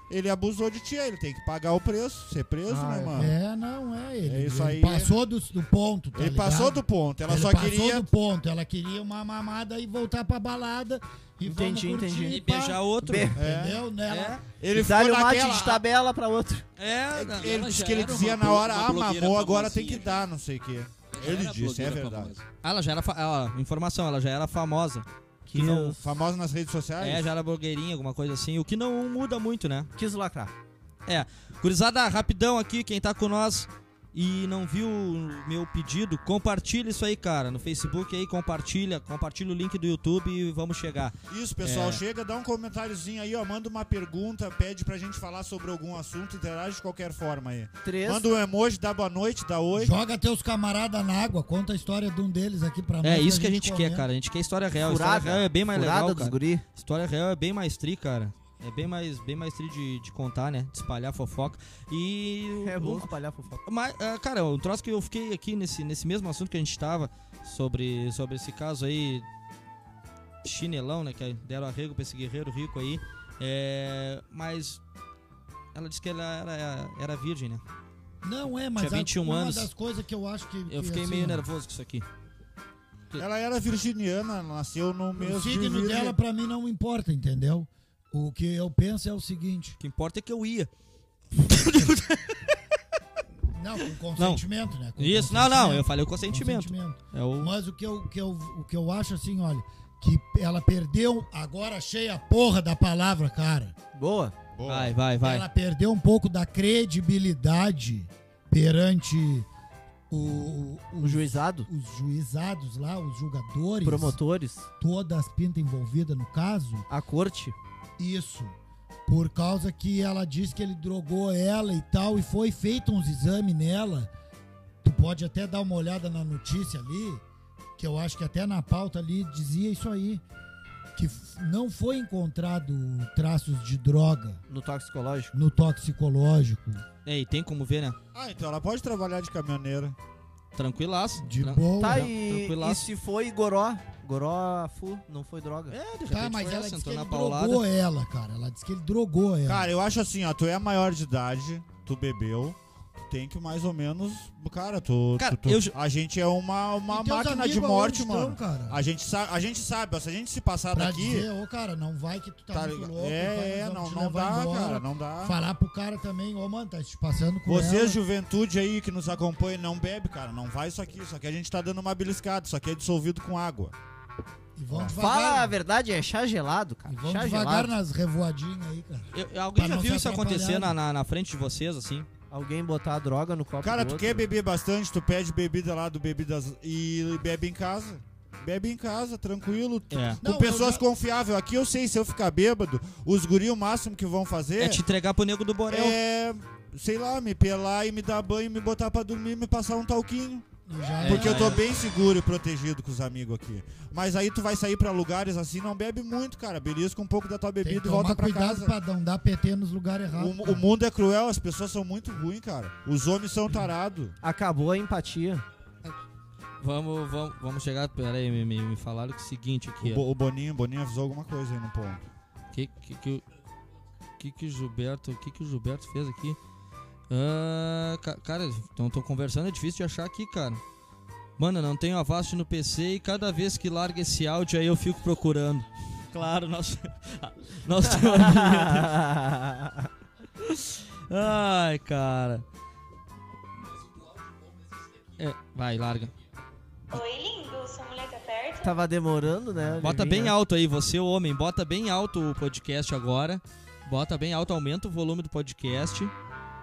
[SPEAKER 3] ele abusou de ti. aí Ele tem que pagar o preço, ser preso,
[SPEAKER 1] Ah,
[SPEAKER 3] né,
[SPEAKER 1] é.
[SPEAKER 3] mano?
[SPEAKER 4] É, não, é ele.
[SPEAKER 3] É isso
[SPEAKER 4] ele
[SPEAKER 3] aí.
[SPEAKER 4] Passou do, do ponto, tá
[SPEAKER 3] Ele
[SPEAKER 4] ligado?
[SPEAKER 3] passou do ponto. Ela
[SPEAKER 4] Ele
[SPEAKER 3] só
[SPEAKER 4] passou
[SPEAKER 3] queria.
[SPEAKER 4] do ponto. Ela queria uma mamada e voltar pra balada. E
[SPEAKER 1] Entendi,
[SPEAKER 4] vamos curtir,
[SPEAKER 1] entendi.
[SPEAKER 2] e
[SPEAKER 4] pá,
[SPEAKER 2] beijar outro.
[SPEAKER 1] Be-
[SPEAKER 3] É.
[SPEAKER 4] Entendeu? Né? Nela.
[SPEAKER 2] É,
[SPEAKER 3] Ele
[SPEAKER 1] E dá-lhe
[SPEAKER 3] ficou
[SPEAKER 1] um mate de
[SPEAKER 3] naquela. ah,
[SPEAKER 1] tabela pra outro.
[SPEAKER 2] é, não.
[SPEAKER 3] Ele
[SPEAKER 5] Ela
[SPEAKER 3] disse
[SPEAKER 5] já
[SPEAKER 3] que ele
[SPEAKER 5] era uma
[SPEAKER 3] dizia na
[SPEAKER 5] blo-
[SPEAKER 3] hora,
[SPEAKER 5] uma
[SPEAKER 3] ah,
[SPEAKER 5] blogueira
[SPEAKER 3] mamou, agora tem que
[SPEAKER 5] famosinha, né?"
[SPEAKER 3] dar, não sei o quê.
[SPEAKER 5] Já
[SPEAKER 3] Ele
[SPEAKER 5] era
[SPEAKER 3] disse, é
[SPEAKER 5] blogueira
[SPEAKER 3] verdade.
[SPEAKER 5] famosa.
[SPEAKER 2] Ah, Ela já era. fa- ah, ó, informação, ela já era famosa.
[SPEAKER 1] Que
[SPEAKER 2] Que
[SPEAKER 1] não
[SPEAKER 2] não-
[SPEAKER 3] Famoso nas redes sociais?
[SPEAKER 2] É, já era blogueirinha, alguma coisa assim. O que não muda muito, né?
[SPEAKER 1] quis lacrar.
[SPEAKER 2] Gurizada, rapidão aqui, quem tá com nós e não viu o meu pedido, compartilha isso aí, cara. No Facebook aí, compartilha. Compartilha o link do YouTube e vamos chegar.
[SPEAKER 3] Isso, pessoal,
[SPEAKER 2] É.
[SPEAKER 3] chega, dá um comentáriozinho aí, ó, manda uma pergunta, pede pra gente falar sobre algum assunto, interage de qualquer forma aí.
[SPEAKER 1] Três.
[SPEAKER 3] Manda um emoji, dá boa noite, dá oi.
[SPEAKER 4] Joga teus camaradas na água. Conta a história de um deles aqui pra nós.
[SPEAKER 2] É isso que a gente quer,
[SPEAKER 4] comenta.
[SPEAKER 2] cara. A gente quer história real.
[SPEAKER 1] Furada.
[SPEAKER 2] História real é bem mais
[SPEAKER 1] Furada
[SPEAKER 2] legal,
[SPEAKER 1] dos
[SPEAKER 2] cara.
[SPEAKER 1] guri.
[SPEAKER 2] História real é bem mais tri, cara. É bem mais, bem mais tri de, de contar, né? De espalhar fofoca. E. o-
[SPEAKER 1] É bom espalhar fofoca.
[SPEAKER 2] Mas, ah, cara, um troço que eu fiquei aqui nesse, nesse mesmo assunto que a gente tava sobre, sobre esse caso aí, chinelão, né? Que deram arrego pra esse guerreiro rico aí. É, mas ela disse que ela era, era virgem, né?
[SPEAKER 4] Não é, mas
[SPEAKER 2] Tinha 21
[SPEAKER 4] uma
[SPEAKER 2] anos.
[SPEAKER 4] das coisas que eu acho que.
[SPEAKER 2] Eu
[SPEAKER 4] que,
[SPEAKER 2] fiquei
[SPEAKER 4] assim,
[SPEAKER 2] meio nervoso com isso aqui.
[SPEAKER 3] Ela era virginiana, nasceu no
[SPEAKER 4] O
[SPEAKER 3] mês de
[SPEAKER 4] signo
[SPEAKER 3] virgem.
[SPEAKER 4] dela pra mim não importa, entendeu? O que eu penso é o seguinte.
[SPEAKER 2] O que importa é que eu ia.
[SPEAKER 4] Não, com consentimento, né? Com
[SPEAKER 2] Isso, não, não, eu
[SPEAKER 4] consentimento.
[SPEAKER 2] falei o consentimento. É o.
[SPEAKER 4] Mas o que, eu, o que eu, o que eu acho assim, olha, que ela perdeu, agora achei a porra da palavra, cara.
[SPEAKER 1] Boa.
[SPEAKER 3] Boa.
[SPEAKER 2] Vai, vai, vai.
[SPEAKER 4] Ela perdeu um pouco da credibilidade perante o,
[SPEAKER 1] O um juizado.
[SPEAKER 4] os juizados lá, os julgadores,
[SPEAKER 1] Promotores.
[SPEAKER 4] todas as pintas envolvidas no caso.
[SPEAKER 1] A corte.
[SPEAKER 4] Isso. Por causa que ela disse que ele drogou ela e tal, e foi feito uns exames nela. Tu pode até dar uma olhada na notícia ali, que eu acho que até na pauta ali dizia isso aí. Que f- não foi encontrado traços de droga
[SPEAKER 1] No toxicológico.
[SPEAKER 4] no toxicológico.
[SPEAKER 2] É, e tem como ver, né?
[SPEAKER 3] Ah, então ela pode trabalhar de caminhoneira.
[SPEAKER 2] Tranquilaço.
[SPEAKER 4] De
[SPEAKER 2] Tran-
[SPEAKER 4] boa.
[SPEAKER 1] Tá,
[SPEAKER 2] Não,
[SPEAKER 1] e, e
[SPEAKER 2] tranquilaço.
[SPEAKER 1] se foi Goró? Goró, fu, não foi droga.
[SPEAKER 2] É, de repente
[SPEAKER 4] Tá, mas
[SPEAKER 2] foi
[SPEAKER 4] ela
[SPEAKER 2] essa,
[SPEAKER 4] disse que
[SPEAKER 2] entrou
[SPEAKER 4] ele
[SPEAKER 2] na paulada.
[SPEAKER 4] drogou ela, cara. Ela disse que ele drogou ela.
[SPEAKER 3] Cara, eu acho assim, ó, tu é maior de idade, tu bebeu, tu tem que mais ou menos. Cara, tu.
[SPEAKER 2] Cara,
[SPEAKER 3] tu- tu-
[SPEAKER 2] eu ju-
[SPEAKER 3] A gente é uma, uma
[SPEAKER 4] E teus
[SPEAKER 3] máquina de
[SPEAKER 4] Então amigos
[SPEAKER 3] morte,
[SPEAKER 4] aonde estão,
[SPEAKER 3] mano.
[SPEAKER 4] cara?
[SPEAKER 3] A gente, sa- a gente sabe, ó, se a gente se passar
[SPEAKER 4] Pra
[SPEAKER 3] daqui.
[SPEAKER 4] dizer, ô cara, não vai que tu tá,
[SPEAKER 3] tá
[SPEAKER 4] muito
[SPEAKER 3] ligado?
[SPEAKER 4] louco. então nós
[SPEAKER 3] é, é,
[SPEAKER 4] vamos
[SPEAKER 3] não,
[SPEAKER 4] te
[SPEAKER 3] não
[SPEAKER 4] levar
[SPEAKER 3] dá,
[SPEAKER 4] embora.
[SPEAKER 3] cara, não dá.
[SPEAKER 4] Falar pro cara também, ô mano, tá te passando com
[SPEAKER 3] Você, é
[SPEAKER 4] ela.
[SPEAKER 3] juventude aí que nos acompanha, não bebe, cara. Não vai isso aqui. Isso aqui a gente tá dando uma beliscada. Isso aqui é dissolvido com água.
[SPEAKER 4] E vão
[SPEAKER 1] Fala a
[SPEAKER 4] devagar.
[SPEAKER 1] verdade, é chá gelado, cara.
[SPEAKER 4] e vão
[SPEAKER 1] chá
[SPEAKER 4] devagar
[SPEAKER 1] gelado.
[SPEAKER 4] nas revoadinhas aí, cara.
[SPEAKER 2] Eu- alguém
[SPEAKER 4] Pra
[SPEAKER 2] já
[SPEAKER 4] não
[SPEAKER 2] viu
[SPEAKER 4] se
[SPEAKER 2] isso acontecer
[SPEAKER 4] atrapalhar,
[SPEAKER 2] na, na, na frente de vocês, assim?
[SPEAKER 1] Alguém botar a droga no copo
[SPEAKER 3] Cara,
[SPEAKER 1] do
[SPEAKER 3] tu
[SPEAKER 1] outro.
[SPEAKER 3] quer beber bastante, tu pede bebida lá do Bebidas e bebe em casa. Bebe em casa, tranquilo.
[SPEAKER 2] É.
[SPEAKER 3] Com
[SPEAKER 4] Não, eu
[SPEAKER 3] pessoas
[SPEAKER 4] já-
[SPEAKER 3] confiáveis. Aqui eu sei, se eu ficar bêbado, os guri o máximo que vão fazer
[SPEAKER 2] É te entregar pro nego do Borel.
[SPEAKER 3] é, sei lá, me pelar e me dar banho, me botar pra dormir e me passar um talquinho.
[SPEAKER 4] E já-
[SPEAKER 2] É,
[SPEAKER 3] Porque eu tô
[SPEAKER 2] é.
[SPEAKER 3] bem seguro e protegido com os amigos aqui. Mas aí tu vai sair pra lugares assim, não bebe muito, cara. Belisca um pouco da tua
[SPEAKER 4] Tem que
[SPEAKER 3] bebida e
[SPEAKER 4] tomar
[SPEAKER 3] volta pra
[SPEAKER 4] cuidado
[SPEAKER 3] casa.
[SPEAKER 4] pra não dar PT nos lugares errados.
[SPEAKER 3] O,
[SPEAKER 4] cara.
[SPEAKER 3] o mundo é cruel, as pessoas são muito ruins, cara. Os homens são tarados.
[SPEAKER 1] Acabou a empatia.
[SPEAKER 2] Vamos, vamos, vamos chegar. Pera aí, me, me- me falaram que é o seguinte aqui.
[SPEAKER 3] O, Bo- o Boninho, o Boninho avisou alguma coisa aí no ponto.
[SPEAKER 2] ó. Que, que, que, o- que que o Gilberto. que, que o Gilberto fez aqui? Ah, ca- cara, então tô conversando, é difícil de achar aqui, cara. Mano, não tenho Avast no PC e cada vez que larga esse áudio aí eu fico procurando. Claro, nosso. nosso amigo. Ai, cara. É, vai, larga.
[SPEAKER 7] Oi, lindo, sua mulher tá perto?
[SPEAKER 1] Tava demorando, né? de
[SPEAKER 2] Bota
[SPEAKER 1] vir,
[SPEAKER 2] bem
[SPEAKER 1] né?
[SPEAKER 2] alto aí, você, homem, bota bem alto o podcast agora. Bota bem alto, aumenta o volume do podcast.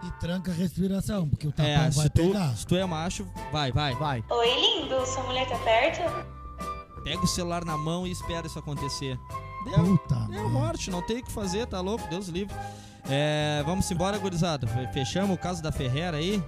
[SPEAKER 4] E tranca a respiração, porque o
[SPEAKER 3] Tá
[SPEAKER 4] tapão
[SPEAKER 2] é,
[SPEAKER 4] vai
[SPEAKER 2] se tu,
[SPEAKER 4] pegar.
[SPEAKER 2] se tu é macho, vai, vai.
[SPEAKER 1] Vai.
[SPEAKER 7] Oi, lindo, sua mulher tá perto?
[SPEAKER 2] Pega o celular na mão e espera isso acontecer.
[SPEAKER 3] É,
[SPEAKER 2] Deu,
[SPEAKER 4] Puta.
[SPEAKER 2] deu
[SPEAKER 4] merda.
[SPEAKER 2] morte, não tem o que fazer, tá louco, Deus livre. É, vamos embora, gurizada. Fechamos o caso da Ferreira aí.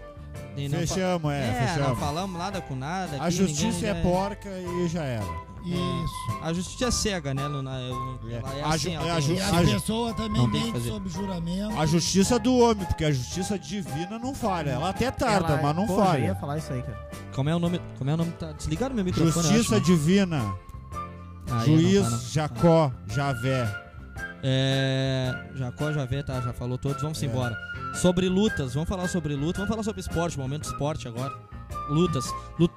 [SPEAKER 2] E não fa-
[SPEAKER 3] Fechamos, é,
[SPEAKER 2] É, não
[SPEAKER 3] fechamos.
[SPEAKER 2] falamos nada com nada.
[SPEAKER 3] A
[SPEAKER 2] aqui,
[SPEAKER 3] justiça
[SPEAKER 2] ninguém,
[SPEAKER 3] é
[SPEAKER 2] né?
[SPEAKER 3] porca e já era.
[SPEAKER 4] Isso.
[SPEAKER 2] A justiça é cega, né, Luna? Ela
[SPEAKER 3] É.
[SPEAKER 2] é
[SPEAKER 3] A
[SPEAKER 2] assim,
[SPEAKER 3] ju-
[SPEAKER 2] ela
[SPEAKER 3] é a
[SPEAKER 2] tem-
[SPEAKER 3] ju-
[SPEAKER 4] E
[SPEAKER 3] a
[SPEAKER 4] a
[SPEAKER 3] ju-
[SPEAKER 4] pessoa também
[SPEAKER 2] Não tem o que
[SPEAKER 4] mente
[SPEAKER 2] fazer.
[SPEAKER 4] sob juramento.
[SPEAKER 3] A justiça do homem, porque a justiça divina não falha. Ela até tarda,
[SPEAKER 1] Ela-
[SPEAKER 3] mas não
[SPEAKER 1] Pô, eu ia
[SPEAKER 3] falha.
[SPEAKER 1] falar isso aí, cara.
[SPEAKER 2] Como é o nome? Como é o nome? Tá desligaram meu microfone,
[SPEAKER 1] é
[SPEAKER 2] eu acho,
[SPEAKER 3] Justiça
[SPEAKER 2] né?
[SPEAKER 3] divina,
[SPEAKER 2] Ah, é, não
[SPEAKER 3] juiz
[SPEAKER 2] tá, não.
[SPEAKER 3] Jacó Javé.
[SPEAKER 2] É, Jacó Javé, tá, já falou todos, vamos
[SPEAKER 3] É.
[SPEAKER 2] embora. Sobre lutas, vamos falar sobre luta, vamos falar sobre esporte, momento esporte agora. Lutas. Lu-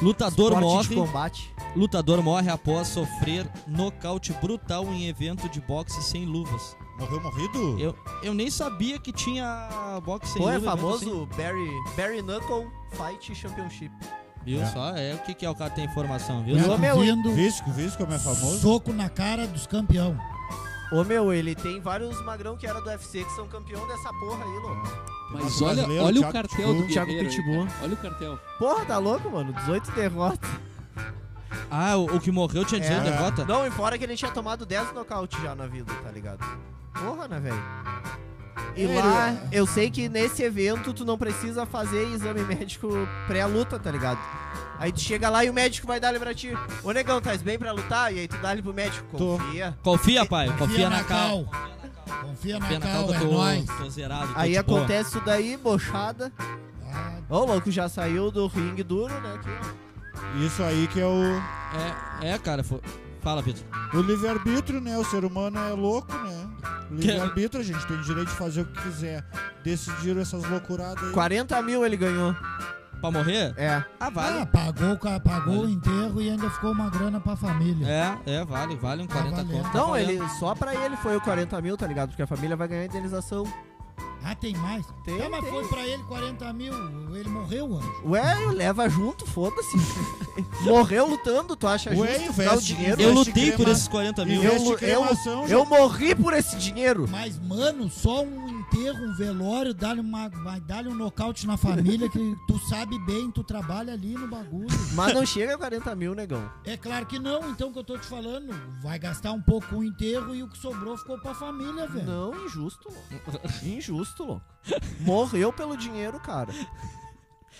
[SPEAKER 2] lutador
[SPEAKER 1] Esporte de
[SPEAKER 2] morre,
[SPEAKER 1] combate.
[SPEAKER 2] lutador morre após sofrer nocaute brutal em evento de boxe sem luvas.
[SPEAKER 3] Morreu morrido?
[SPEAKER 2] Eu, eu nem sabia que tinha boxe sem
[SPEAKER 1] Pô, é
[SPEAKER 2] luvas. evento
[SPEAKER 1] famoso Barry, Barry Knuckle Fight Championship.
[SPEAKER 2] sem- viu
[SPEAKER 3] É.
[SPEAKER 2] só? É o que, que é o cara tem informação, viu?
[SPEAKER 1] É.
[SPEAKER 2] só?
[SPEAKER 1] o meu, hein?
[SPEAKER 4] Vindo
[SPEAKER 3] Visco, Visco como é famoso?
[SPEAKER 4] soco na cara dos campeão.
[SPEAKER 1] Ô meu, ele tem vários magrão que era do UFC que são campeão dessa porra aí, louco.
[SPEAKER 3] Nosso
[SPEAKER 5] Mas olha,
[SPEAKER 3] um brasileiro,
[SPEAKER 5] olha o
[SPEAKER 3] Thiago
[SPEAKER 5] cartel
[SPEAKER 3] Pitbull.
[SPEAKER 5] do
[SPEAKER 1] Thiago
[SPEAKER 5] Guerreiro aí,
[SPEAKER 1] Pitbull.
[SPEAKER 5] cara. Olha o cartel.
[SPEAKER 1] Porra, tá louco, mano? 18 derrotas.
[SPEAKER 2] Ah, o, o que morreu tinha 18
[SPEAKER 3] É.
[SPEAKER 2] derrota?
[SPEAKER 1] Não, e fora que ele tinha tomado 10 nocaute já na vida, tá ligado? Porra, né, velho? E
[SPEAKER 3] Ele-
[SPEAKER 1] lá, eu sei que nesse evento tu não precisa fazer exame médico pré-luta, tá ligado? Aí tu chega lá e o médico vai dar ali pra ti. Ô negão, tá bem pra lutar? E aí tu dá ali pro médico.
[SPEAKER 3] Tô.
[SPEAKER 1] Confia.
[SPEAKER 2] Confia, pai, confia, na cal.
[SPEAKER 4] Confia na
[SPEAKER 2] Confia na cal
[SPEAKER 4] cal,
[SPEAKER 2] que
[SPEAKER 4] é
[SPEAKER 2] eu
[SPEAKER 4] nóis.
[SPEAKER 2] tô, tô zerado. tô
[SPEAKER 1] Aí
[SPEAKER 2] Tá de boa.
[SPEAKER 1] acontece isso daí, bochada.
[SPEAKER 4] Ah,
[SPEAKER 1] Ô, o louco já saiu do ringue duro, né? Aqui, ó.
[SPEAKER 3] Isso aí que é o,
[SPEAKER 2] É, é, cara, fo- fala, Vitor.
[SPEAKER 3] o livre-arbítrio, né? O ser humano é louco, né? Livre-arbítrio, a gente tem direito de fazer o que quiser. Decidiram essas loucuradas aí.
[SPEAKER 1] 40 mil ele ganhou.
[SPEAKER 2] Pra morrer?
[SPEAKER 1] É.
[SPEAKER 2] Ah, vale.
[SPEAKER 4] ah, pagou, ca- pagou
[SPEAKER 2] Vale.
[SPEAKER 4] o enterro e ainda ficou uma grana pra família.
[SPEAKER 2] É, é, vale, vale um 40
[SPEAKER 4] valendo.
[SPEAKER 2] conto. tá
[SPEAKER 1] Ah, Não,
[SPEAKER 2] valendo.
[SPEAKER 1] ele só pra ele foi o 40 mil, tá ligado? Porque a família vai ganhar indenização.
[SPEAKER 4] Ah, tem mais?
[SPEAKER 1] Tem,
[SPEAKER 4] ah, mas
[SPEAKER 1] tem.
[SPEAKER 4] foi pra ele 40 mil. Ele morreu, anjo.
[SPEAKER 1] Ué, leva junto, foda-se. Morreu lutando, tu acha
[SPEAKER 3] Ué,
[SPEAKER 1] justo dar o
[SPEAKER 3] investe-
[SPEAKER 1] dinheiro?
[SPEAKER 2] Eu
[SPEAKER 3] investe
[SPEAKER 2] lutei
[SPEAKER 3] crema-
[SPEAKER 2] por esses 40 mil.
[SPEAKER 1] Eu-
[SPEAKER 3] Investe
[SPEAKER 1] eu-
[SPEAKER 3] cremação, já
[SPEAKER 1] Eu morri por esse dinheiro.
[SPEAKER 4] Mas, mano, só um enterro, um velório, dá-lhe uma, vai dar-lhe um nocaute na família que tu sabe bem, tu trabalha ali no bagulho.
[SPEAKER 1] Mas não chega a 40 mil, negão.
[SPEAKER 4] É claro que não, então que eu tô te falando. Vai gastar um pouco com o enterro e o que sobrou ficou pra família,
[SPEAKER 2] É.
[SPEAKER 4] velho.
[SPEAKER 1] Não, injusto, louco. Injusto, louco. Morreu pelo dinheiro, cara.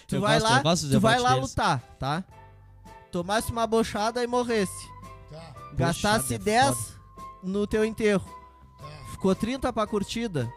[SPEAKER 1] Tu
[SPEAKER 2] Eu
[SPEAKER 1] vai
[SPEAKER 2] gosto-
[SPEAKER 1] lá,
[SPEAKER 2] eu gosto dos
[SPEAKER 1] tu vai
[SPEAKER 2] debates
[SPEAKER 1] lá
[SPEAKER 2] deles.
[SPEAKER 1] lutar, tá? Tomasse uma bochada e morresse.
[SPEAKER 4] Tá,
[SPEAKER 1] Gastasse
[SPEAKER 2] é
[SPEAKER 1] 10 no teu enterro.
[SPEAKER 4] tá.
[SPEAKER 1] Ficou 30 pra curtida.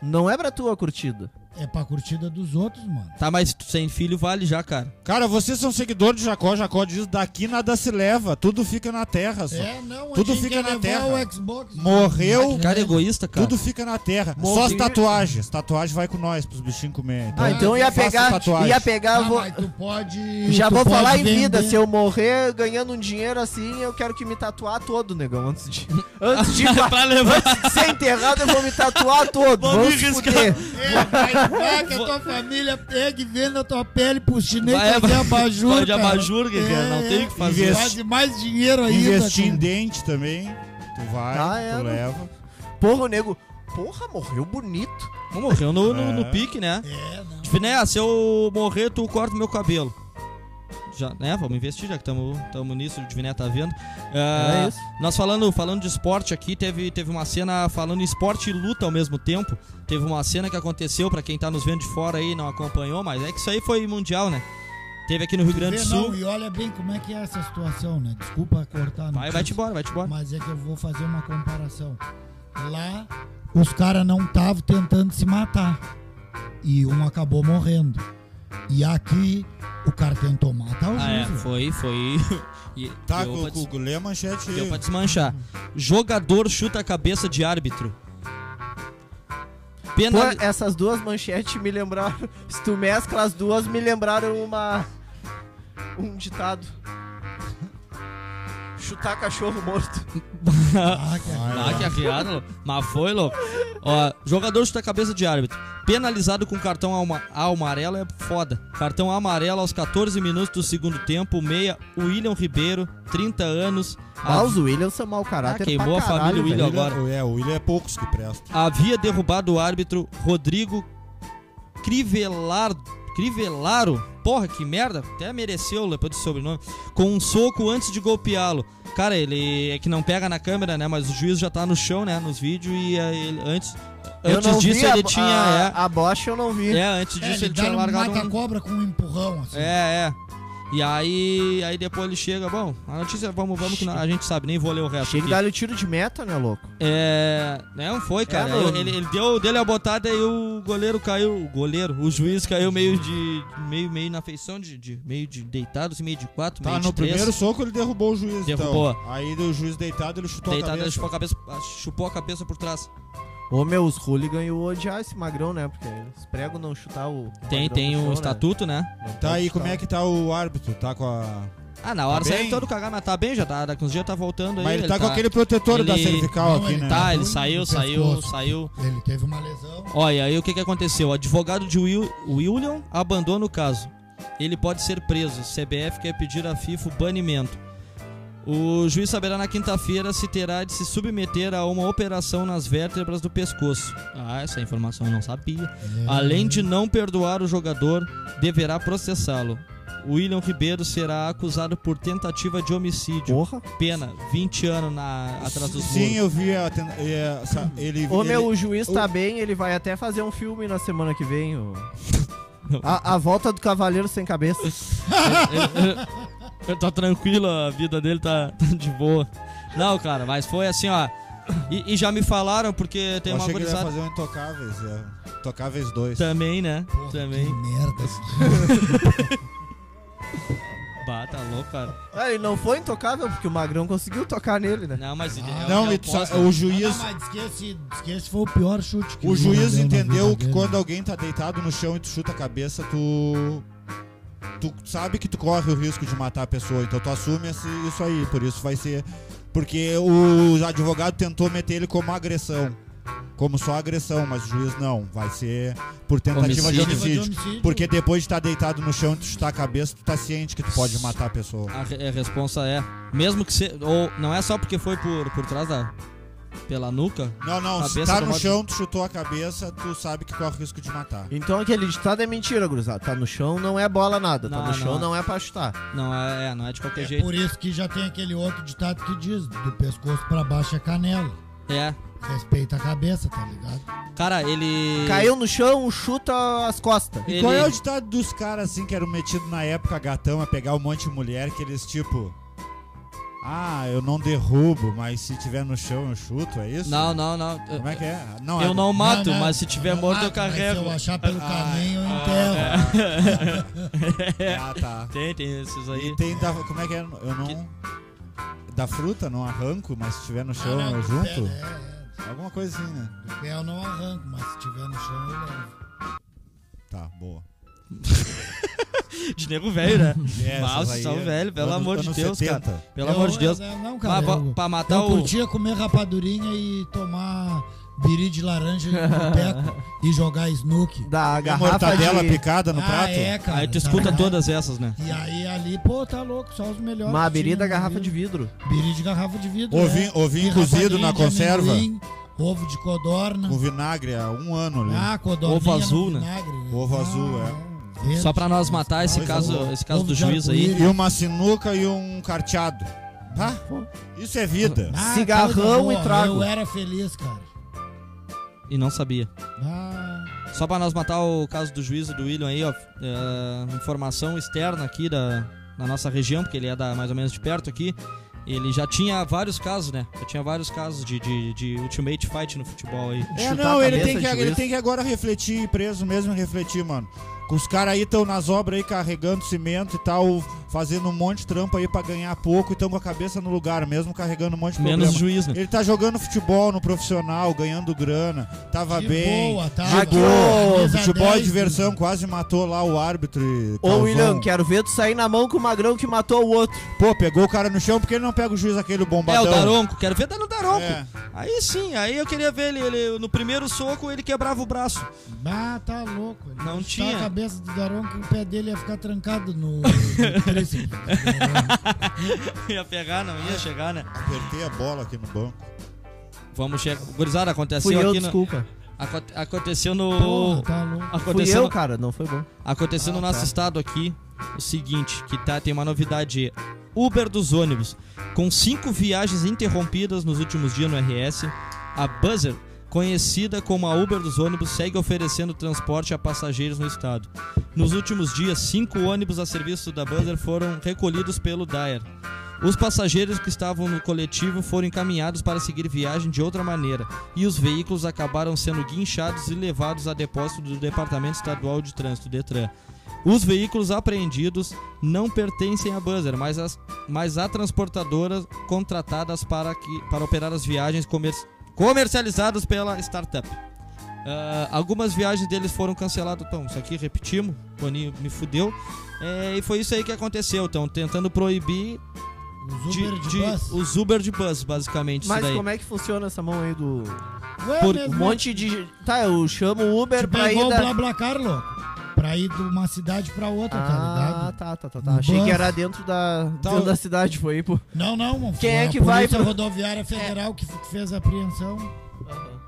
[SPEAKER 1] Não é pra tua curtida.
[SPEAKER 4] É pra curtida dos outros, mano.
[SPEAKER 2] Tá, mas tu sem filho vale já, cara.
[SPEAKER 3] Cara, vocês são seguidores de Jacó. Jacó diz: daqui nada se leva, tudo fica na terra. Só.
[SPEAKER 4] É, não, a
[SPEAKER 3] Tudo
[SPEAKER 4] gente
[SPEAKER 3] fica
[SPEAKER 4] quer
[SPEAKER 3] na
[SPEAKER 4] levar
[SPEAKER 3] terra.
[SPEAKER 4] o Xbox.
[SPEAKER 3] Morreu,
[SPEAKER 2] Cara é egoísta, cara.
[SPEAKER 3] tudo fica na terra.
[SPEAKER 1] Morri.
[SPEAKER 3] Só as tatuagens. Tatuagem vai com nós, pros bichinhos comer. Então,
[SPEAKER 1] Ah, então ia
[SPEAKER 3] faça
[SPEAKER 1] pegar,
[SPEAKER 3] tatuagem.
[SPEAKER 1] ia pegar,
[SPEAKER 4] Ah,
[SPEAKER 1] vou-
[SPEAKER 4] mas tu pode.
[SPEAKER 1] já
[SPEAKER 4] tu
[SPEAKER 1] vou
[SPEAKER 4] pode
[SPEAKER 1] falar em vida,
[SPEAKER 4] vender.
[SPEAKER 1] se eu morrer ganhando um dinheiro assim, eu quero que me tatuar todo, negão, antes de antes de,
[SPEAKER 2] É pra levar.
[SPEAKER 1] antes de ser enterrado eu vou me tatuar todo.
[SPEAKER 2] Vou
[SPEAKER 1] Vamos
[SPEAKER 2] me
[SPEAKER 1] se
[SPEAKER 2] riscar.
[SPEAKER 1] fuder.
[SPEAKER 4] É, vai, vai que a tua família pegue e venda a tua pele pro chinês
[SPEAKER 2] Vai,
[SPEAKER 4] fazer
[SPEAKER 2] vai-
[SPEAKER 4] abajur.
[SPEAKER 2] Pode
[SPEAKER 4] cara.
[SPEAKER 2] abajur, que
[SPEAKER 4] É,
[SPEAKER 2] não tem o que fazer.
[SPEAKER 3] Investi-
[SPEAKER 4] Faz mais dinheiro
[SPEAKER 1] é
[SPEAKER 4] ainda.
[SPEAKER 3] Investir em
[SPEAKER 4] cara.
[SPEAKER 3] dente também. Tu vai,
[SPEAKER 1] Ah, é,
[SPEAKER 3] tu
[SPEAKER 1] não-
[SPEAKER 3] leva.
[SPEAKER 1] Porra, o nego. Porra, morreu bonito.
[SPEAKER 2] Não morreu no, no,
[SPEAKER 3] É.
[SPEAKER 2] no pique, né?
[SPEAKER 4] É, não.
[SPEAKER 2] Tipo, né, se eu morrer, tu corta meu cabelo. Já, né, vamos investir, já que estamos nisso, o Diviné tá vendo. Ah,
[SPEAKER 1] É isso.
[SPEAKER 2] Nós falando, falando de esporte aqui, teve, teve uma cena falando em esporte e luta ao mesmo tempo. Teve uma cena que aconteceu, pra quem tá nos vendo de fora aí, não acompanhou, mas é que isso aí foi mundial, né? Teve aqui no Rio Grande do
[SPEAKER 4] Vê,
[SPEAKER 2] Sul.
[SPEAKER 4] não, e olha bem como é que é essa situação, né? Desculpa cortar.
[SPEAKER 2] Vai, vai-te embora, vai-te embora.
[SPEAKER 4] Mas é que eu vou fazer uma comparação. Lá, os caras não estavam tentando se matar. E um acabou morrendo. E aqui, O cara tentou matar o
[SPEAKER 2] Ah, é,
[SPEAKER 4] juiz. velho.
[SPEAKER 2] foi, foi. E
[SPEAKER 3] Tá,
[SPEAKER 2] deu pra
[SPEAKER 3] Cucu, lê a manchete
[SPEAKER 2] Deu pra
[SPEAKER 3] aí.
[SPEAKER 2] desmanchar. Jogador chuta a cabeça de árbitro.
[SPEAKER 1] Pô,
[SPEAKER 2] Penal...
[SPEAKER 1] essas duas manchetes me lembraram. Se tu mescla as duas, me lembraram uma. Um ditado: Chutar cachorro morto.
[SPEAKER 4] Ah, que é-
[SPEAKER 2] Ah, que arriado, louco. mas foi louco. Ó, jogador chuta a cabeça de árbitro. Penalizado com cartão alma- amarelo é foda. Cartão amarelo aos 14 minutos do segundo tempo. Meia, William Ribeiro, 30 anos.
[SPEAKER 1] Ah,
[SPEAKER 2] Hav-
[SPEAKER 1] os Williams são mau caráter.
[SPEAKER 2] Ah, queimou
[SPEAKER 1] pra
[SPEAKER 2] a
[SPEAKER 1] caralho,
[SPEAKER 2] família
[SPEAKER 1] velho.
[SPEAKER 2] William agora.
[SPEAKER 3] É, o William é poucos que presta.
[SPEAKER 2] havia derrubado o árbitro Rodrigo Crivelar, Crivelaro, porra que merda, até mereceu depois do sobrenome, com um soco antes de golpeá-lo. Cara, ele é que não pega na câmera, né? Mas o juiz já tá no chão, né? Nos vídeos e aí ele- antes,
[SPEAKER 1] Eu
[SPEAKER 2] antes
[SPEAKER 1] não vi
[SPEAKER 2] disso
[SPEAKER 1] a,
[SPEAKER 2] ele tinha.
[SPEAKER 1] A, a bocha eu não
[SPEAKER 2] É,
[SPEAKER 1] vi.
[SPEAKER 2] é, antes
[SPEAKER 4] É,
[SPEAKER 2] disso
[SPEAKER 4] ele
[SPEAKER 2] ele tinha
[SPEAKER 4] dá um
[SPEAKER 2] largado um.
[SPEAKER 4] mata-cobra com um empurrão, assim.
[SPEAKER 2] É, é. E aí, aí depois ele chega, bom, a notícia, vamos, vamos que não- a gente sabe, nem vou ler o resto.
[SPEAKER 1] Chega e
[SPEAKER 2] aqui.
[SPEAKER 1] dá-lhe o tiro de meta, né, louco?
[SPEAKER 2] É. Não foi, cara.
[SPEAKER 1] mano.
[SPEAKER 2] ele, ele deu o dele a botada e o goleiro caiu. O goleiro, o juiz caiu meio de. meio, meio na feição de. de- meio de deitado, assim, meio de quatro,
[SPEAKER 3] Tá,
[SPEAKER 2] meio
[SPEAKER 3] no
[SPEAKER 2] de três.
[SPEAKER 3] primeiro soco ele derrubou o juiz,
[SPEAKER 2] Derrubou.
[SPEAKER 3] então. Aí do juiz deitado ele chutou
[SPEAKER 2] Deitado,
[SPEAKER 3] a
[SPEAKER 2] ele
[SPEAKER 3] cabeça.
[SPEAKER 2] chupou a cabeça, ah, chupou a cabeça por trás.
[SPEAKER 1] Ô, meu, os hooligan iam odiar esse magrão, né? Porque eles pregam não chutar o.
[SPEAKER 2] Tem,
[SPEAKER 1] magrão
[SPEAKER 2] tem
[SPEAKER 1] no
[SPEAKER 2] o
[SPEAKER 1] chão, né?
[SPEAKER 2] estatuto, né?
[SPEAKER 1] Não pode
[SPEAKER 3] Tá aí,
[SPEAKER 1] chutar.
[SPEAKER 3] como é que tá o árbitro? Tá com a...
[SPEAKER 2] Ah, na hora
[SPEAKER 3] Tá
[SPEAKER 2] saiu
[SPEAKER 3] bem?
[SPEAKER 2] todo cagado, mas tá bem, já tá. Daqui uns dias tá voltando aí.
[SPEAKER 3] Mas ele tá com aquele protetor da
[SPEAKER 2] ele-
[SPEAKER 3] cervical
[SPEAKER 4] Não,
[SPEAKER 3] aqui,
[SPEAKER 4] ele
[SPEAKER 3] né?
[SPEAKER 2] Tá, ele
[SPEAKER 4] Ruim
[SPEAKER 2] saiu,
[SPEAKER 4] do
[SPEAKER 2] saiu,
[SPEAKER 4] pescoço.
[SPEAKER 2] saiu.
[SPEAKER 4] Ele teve uma lesão.
[SPEAKER 2] Olha, aí o que, que aconteceu? O advogado de Will, William abandona o caso. Ele pode ser preso. CBF quer pedir à FIFA o banimento. O juiz saberá na quinta-feira se terá de se submeter a uma operação nas vértebras do pescoço. Ah, essa informação eu não sabia.
[SPEAKER 4] É.
[SPEAKER 2] Além de não perdoar o jogador, deverá processá-lo. William Ribeiro será acusado por tentativa de homicídio.
[SPEAKER 1] Porra.
[SPEAKER 2] Pena, 20 anos na, atrás dos
[SPEAKER 3] Sim,
[SPEAKER 2] muros.
[SPEAKER 3] eu vi a... ten- é, sa- Ele,
[SPEAKER 1] Ô,
[SPEAKER 3] ele-
[SPEAKER 1] meu, o juiz tá bem, ele vai até fazer um filme na semana que vem. ô. A, a volta do Cavaleiro Sem Cabeça.
[SPEAKER 2] Eu tá tranquilo, a vida dele tá, tá de boa. Não, cara, mas foi assim, ó. E, e já me falaram, porque tem
[SPEAKER 3] Eu
[SPEAKER 2] uma
[SPEAKER 3] achei que ele ia
[SPEAKER 2] gurizada
[SPEAKER 3] fazer um Intocáveis. É. Intocáveis 2.
[SPEAKER 2] também, né?
[SPEAKER 4] Porra,
[SPEAKER 2] também.
[SPEAKER 4] Que merda.
[SPEAKER 2] Bah, tá louco, cara.
[SPEAKER 1] Ah, ele não foi intocável, porque o Magrão conseguiu tocar nele, né?
[SPEAKER 2] Não, mas.
[SPEAKER 4] Ah,
[SPEAKER 2] é,
[SPEAKER 3] Não,
[SPEAKER 2] é
[SPEAKER 3] e
[SPEAKER 2] o
[SPEAKER 3] tu sa-
[SPEAKER 2] pós, né?
[SPEAKER 3] o
[SPEAKER 4] Ah,
[SPEAKER 3] juiz...
[SPEAKER 4] não, mas diz que esse, diz que esse foi o pior chute que
[SPEAKER 3] O
[SPEAKER 4] ele
[SPEAKER 3] juiz
[SPEAKER 2] né?
[SPEAKER 4] deu na
[SPEAKER 3] entendeu
[SPEAKER 4] vida
[SPEAKER 3] que
[SPEAKER 4] dele.
[SPEAKER 3] quando alguém tá deitado no chão e tu chuta a cabeça, tu. Tu sabe que tu corre o risco de matar a pessoa, então tu assume esse- isso aí, por isso vai ser. Porque o advogado tentou meter ele como agressão. Como só agressão, mas o juiz não. Vai ser por tentativa de
[SPEAKER 2] Homicídio.
[SPEAKER 4] Tentativa de
[SPEAKER 3] homicídio.
[SPEAKER 4] homicídio.
[SPEAKER 3] Porque depois de estar deitado no chão e tu chutar a cabeça, tu tá ciente que tu pode matar a pessoa.
[SPEAKER 2] A, re- a resposta é. Mesmo que se. Ou não é só porque foi por, por trás da. Pela nuca.
[SPEAKER 3] Não, não, se
[SPEAKER 2] Cabeça
[SPEAKER 3] tá
[SPEAKER 2] do
[SPEAKER 3] no
[SPEAKER 2] Rob-
[SPEAKER 3] chão, tu chutou a cabeça, tu sabe que corre o risco de matar.
[SPEAKER 1] Então aquele ditado é mentira, gurizada. Tá no chão, não é bola nada. tá
[SPEAKER 2] Não,
[SPEAKER 1] no chão,
[SPEAKER 2] não.
[SPEAKER 1] não. é pra chutar.
[SPEAKER 2] Não é, é, não é de qualquer
[SPEAKER 4] É
[SPEAKER 2] jeito.
[SPEAKER 4] por isso que já tem aquele outro ditado que diz: do pescoço pra baixo é canela.
[SPEAKER 2] É.
[SPEAKER 4] Respeita a cabeça, tá ligado?
[SPEAKER 2] Cara, ele.
[SPEAKER 1] Caiu no chão, chuta as costas.
[SPEAKER 3] E
[SPEAKER 2] Ele-
[SPEAKER 3] qual é o ditado dos caras assim que eram metidos na época gatão a pegar um monte de mulher que eles tipo. Ah, eu não derrubo, mas se tiver no chão eu chuto, é isso?
[SPEAKER 2] Não, não, não.
[SPEAKER 3] Como é que é? Não,
[SPEAKER 2] Eu
[SPEAKER 3] é-
[SPEAKER 2] não mato,
[SPEAKER 4] Não, não,
[SPEAKER 2] mas se tiver
[SPEAKER 4] não
[SPEAKER 2] morto eu
[SPEAKER 4] mato, mas
[SPEAKER 2] carrego. Ah, é.
[SPEAKER 4] Se eu achar pelo caminho, eu enterro.
[SPEAKER 3] Ah, tá.
[SPEAKER 2] Tem, tem esses aí.
[SPEAKER 3] E tem da. Como é que é? Eu não. Da fruta, não arranco, mas se tiver no chão
[SPEAKER 4] Não, não,
[SPEAKER 3] eu
[SPEAKER 4] do
[SPEAKER 3] é junto?
[SPEAKER 4] pé, né?
[SPEAKER 3] Alguma coisa assim, né?
[SPEAKER 4] É, do pé eu não arranco, mas se tiver no chão, eu levo.
[SPEAKER 3] Tá, boa.
[SPEAKER 2] De nego velho, né?
[SPEAKER 3] É,
[SPEAKER 2] Mas
[SPEAKER 3] essas
[SPEAKER 2] vocês
[SPEAKER 3] aí
[SPEAKER 2] são
[SPEAKER 3] é
[SPEAKER 2] velho, pelo
[SPEAKER 3] anos-
[SPEAKER 2] amor de
[SPEAKER 3] anos
[SPEAKER 2] Deus,
[SPEAKER 3] 70.
[SPEAKER 2] cara. Pelo
[SPEAKER 4] Eu-
[SPEAKER 2] amor de Deus.
[SPEAKER 4] eu- Não,
[SPEAKER 2] Mas
[SPEAKER 4] cara.
[SPEAKER 2] pra,
[SPEAKER 4] eu-
[SPEAKER 2] pra matar
[SPEAKER 4] Eu
[SPEAKER 2] o.
[SPEAKER 4] curtia comer rapadurinha e tomar biri de laranja no boteco e jogar snook.
[SPEAKER 1] Da
[SPEAKER 3] E a
[SPEAKER 1] garrafa
[SPEAKER 3] mortadela
[SPEAKER 1] de...
[SPEAKER 3] picada no
[SPEAKER 4] ah,
[SPEAKER 3] prato?
[SPEAKER 4] é, cara.
[SPEAKER 2] Aí tu
[SPEAKER 4] tá
[SPEAKER 2] escuta
[SPEAKER 4] ligado?
[SPEAKER 2] todas essas, né?
[SPEAKER 4] E aí ali, pô, tá louco, só os melhores.
[SPEAKER 1] Uma
[SPEAKER 3] é
[SPEAKER 1] aberida
[SPEAKER 4] tinha,
[SPEAKER 1] garrafa
[SPEAKER 4] né?
[SPEAKER 1] de vidro.
[SPEAKER 4] Biri de garrafa de vidro.
[SPEAKER 3] Ovinho,
[SPEAKER 4] é.
[SPEAKER 3] ovinho
[SPEAKER 4] E
[SPEAKER 3] cozido na
[SPEAKER 4] rapadura de
[SPEAKER 3] conserva?
[SPEAKER 4] amendoim, ovo de codorna.
[SPEAKER 3] Com vinagre há um ano ali.
[SPEAKER 4] Ah, codorna.
[SPEAKER 2] Né? Ovo azul, né?
[SPEAKER 3] Ovo azul, é.
[SPEAKER 4] Ah, Verde.
[SPEAKER 2] Só pra nós matar esse
[SPEAKER 3] Pois
[SPEAKER 2] caso,
[SPEAKER 3] é.
[SPEAKER 2] esse caso
[SPEAKER 4] Ovo
[SPEAKER 2] do
[SPEAKER 4] de
[SPEAKER 2] juiz aí.
[SPEAKER 4] arco-íris.
[SPEAKER 3] e uma sinuca e um carteado. Tá? Isso é vida.
[SPEAKER 4] Ah,
[SPEAKER 1] Cigarrão
[SPEAKER 4] coisa boa,
[SPEAKER 1] e trago.
[SPEAKER 4] Eu era feliz, cara.
[SPEAKER 2] E não sabia.
[SPEAKER 4] Ah,
[SPEAKER 2] Só pra nós matar o caso do juiz e do William aí, ó. é, informação externa aqui da, da nossa região, porque ele é da, mais ou menos de perto aqui. Ele já tinha vários casos, né? Já tinha vários casos de, de, de ultimate fight no futebol aí.
[SPEAKER 3] É,
[SPEAKER 1] Chutar
[SPEAKER 3] não,
[SPEAKER 1] a
[SPEAKER 3] ele
[SPEAKER 1] cabeça
[SPEAKER 3] tem, que,
[SPEAKER 1] de
[SPEAKER 3] ele
[SPEAKER 1] juiz.
[SPEAKER 3] tem que agora refletir, preso mesmo, refletir, mano. Os caras aí estão nas obras aí carregando cimento e tal, fazendo um monte de trampo aí pra ganhar pouco e estão com a cabeça no lugar, mesmo carregando um monte de
[SPEAKER 2] Menos
[SPEAKER 3] problema.
[SPEAKER 2] juiz, né?
[SPEAKER 3] Ele tá jogando futebol no profissional, ganhando grana, tava
[SPEAKER 4] De
[SPEAKER 3] bem.
[SPEAKER 4] boa, tá?
[SPEAKER 3] de
[SPEAKER 1] Aqui,
[SPEAKER 3] boa.
[SPEAKER 4] ó,
[SPEAKER 3] futebol é
[SPEAKER 4] 10,
[SPEAKER 3] diversão, quase matou lá o árbitro. e
[SPEAKER 1] Ô,
[SPEAKER 3] causou
[SPEAKER 1] William,
[SPEAKER 3] um-
[SPEAKER 1] quero ver tu sair na mão com o magrão que matou o outro.
[SPEAKER 3] Pô, pegou o cara no chão porque ele não pega o juiz aquele
[SPEAKER 2] É,
[SPEAKER 3] bombadão.
[SPEAKER 2] o Daronco. Quero ver dar no Daronco.
[SPEAKER 3] É.
[SPEAKER 2] Aí sim, aí eu queria ver ele, ele- No primeiro soco, ele quebrava o braço.
[SPEAKER 4] Ah, tá louco. Ele
[SPEAKER 2] Não
[SPEAKER 4] chutar
[SPEAKER 2] tinha.
[SPEAKER 4] a cabeça do Daron que o pé dele ia ficar trancado no, no tríceps.
[SPEAKER 2] ia pegar, não ia chegar, né?
[SPEAKER 3] Apertei a bola aqui no banco.
[SPEAKER 2] Vamos chegar. Gurizada, aconteceu
[SPEAKER 1] Fui eu,
[SPEAKER 2] aqui no-
[SPEAKER 1] desculpa.
[SPEAKER 2] aco- Aconteceu no.
[SPEAKER 4] Porra, tá louco.
[SPEAKER 1] Fui
[SPEAKER 2] Aconteceu,
[SPEAKER 1] eu, cara, não foi bom.
[SPEAKER 2] aconteceu no
[SPEAKER 4] Ah,
[SPEAKER 2] nosso
[SPEAKER 4] tá.
[SPEAKER 2] estado aqui o seguinte, que tá, tem uma novidade. Uber dos ônibus. Com cinco viagens interrompidas nos últimos dias no RS, a Buzzer, conhecida como a Uber dos ônibus, segue oferecendo transporte a passageiros no estado. Nos últimos dias, cinco ônibus a serviço da Buzzer foram recolhidos pelo Dyer. Os passageiros que estavam no coletivo foram encaminhados para seguir viagem de outra maneira, e os veículos acabaram sendo guinchados e levados a depósito do Departamento Estadual de Trânsito, Detran. Os veículos apreendidos não pertencem à Buzzer, mas, as, mas a transportadoras contratadas para, que, para operar as viagens comer, comercializadas pela startup. Ah, algumas viagens deles foram canceladas. Então, isso aqui repetimos, o Boninho me fudeu. É, e foi isso aí que aconteceu. Então, tentando proibir
[SPEAKER 4] Os Uber de, bus.
[SPEAKER 2] os Uber de bus, basicamente.
[SPEAKER 1] Mas
[SPEAKER 2] isso daí.
[SPEAKER 1] como é que funciona essa mão aí do.
[SPEAKER 4] Ué,
[SPEAKER 2] por-
[SPEAKER 1] Um
[SPEAKER 4] É mesmo, né?
[SPEAKER 1] monte de. Tá, eu chamo o Uber
[SPEAKER 4] Tipo,
[SPEAKER 1] pra
[SPEAKER 4] é igual
[SPEAKER 1] ir
[SPEAKER 4] o
[SPEAKER 1] da.
[SPEAKER 4] BlaBlaCar, louco. Pra ir de uma cidade pra outra, tá
[SPEAKER 1] Ah,
[SPEAKER 4] ligado?
[SPEAKER 1] tá, tá, tá, tá.
[SPEAKER 4] Um
[SPEAKER 1] Achei
[SPEAKER 4] bus.
[SPEAKER 1] que era dentro da, dentro
[SPEAKER 3] Tá.
[SPEAKER 1] da cidade, foi aí, pô.
[SPEAKER 4] Não, não, mano.
[SPEAKER 1] Quem é
[SPEAKER 4] Foi
[SPEAKER 1] que
[SPEAKER 4] a
[SPEAKER 1] vai
[SPEAKER 4] Polícia
[SPEAKER 1] pro-
[SPEAKER 4] Rodoviária Federal que f- fez a apreensão.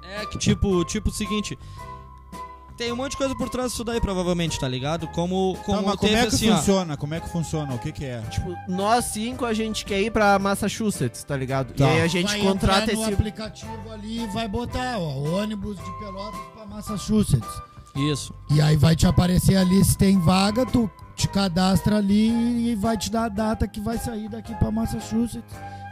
[SPEAKER 2] É que tipo, tipo o seguinte. Tem um monte de coisa por trás disso daí, provavelmente, tá ligado? Como,
[SPEAKER 4] Tá,
[SPEAKER 2] como
[SPEAKER 3] Não, mas
[SPEAKER 2] teve
[SPEAKER 3] como é que
[SPEAKER 2] assim, ó.
[SPEAKER 3] funciona? Como é que funciona? O que que é?
[SPEAKER 1] Tipo, nós cinco a gente quer ir pra Massachusetts, tá ligado?
[SPEAKER 3] Tá.
[SPEAKER 1] E aí a gente
[SPEAKER 4] vai
[SPEAKER 1] contrata
[SPEAKER 4] entrar no
[SPEAKER 1] esse.
[SPEAKER 4] aplicativo ali e vai botar, ó, ônibus de Pelotas pra Massachusetts.
[SPEAKER 2] Isso.
[SPEAKER 4] E aí vai te aparecer ali se tem vaga, tu te cadastra ali e vai te dar a data que vai sair daqui pra Massachusetts.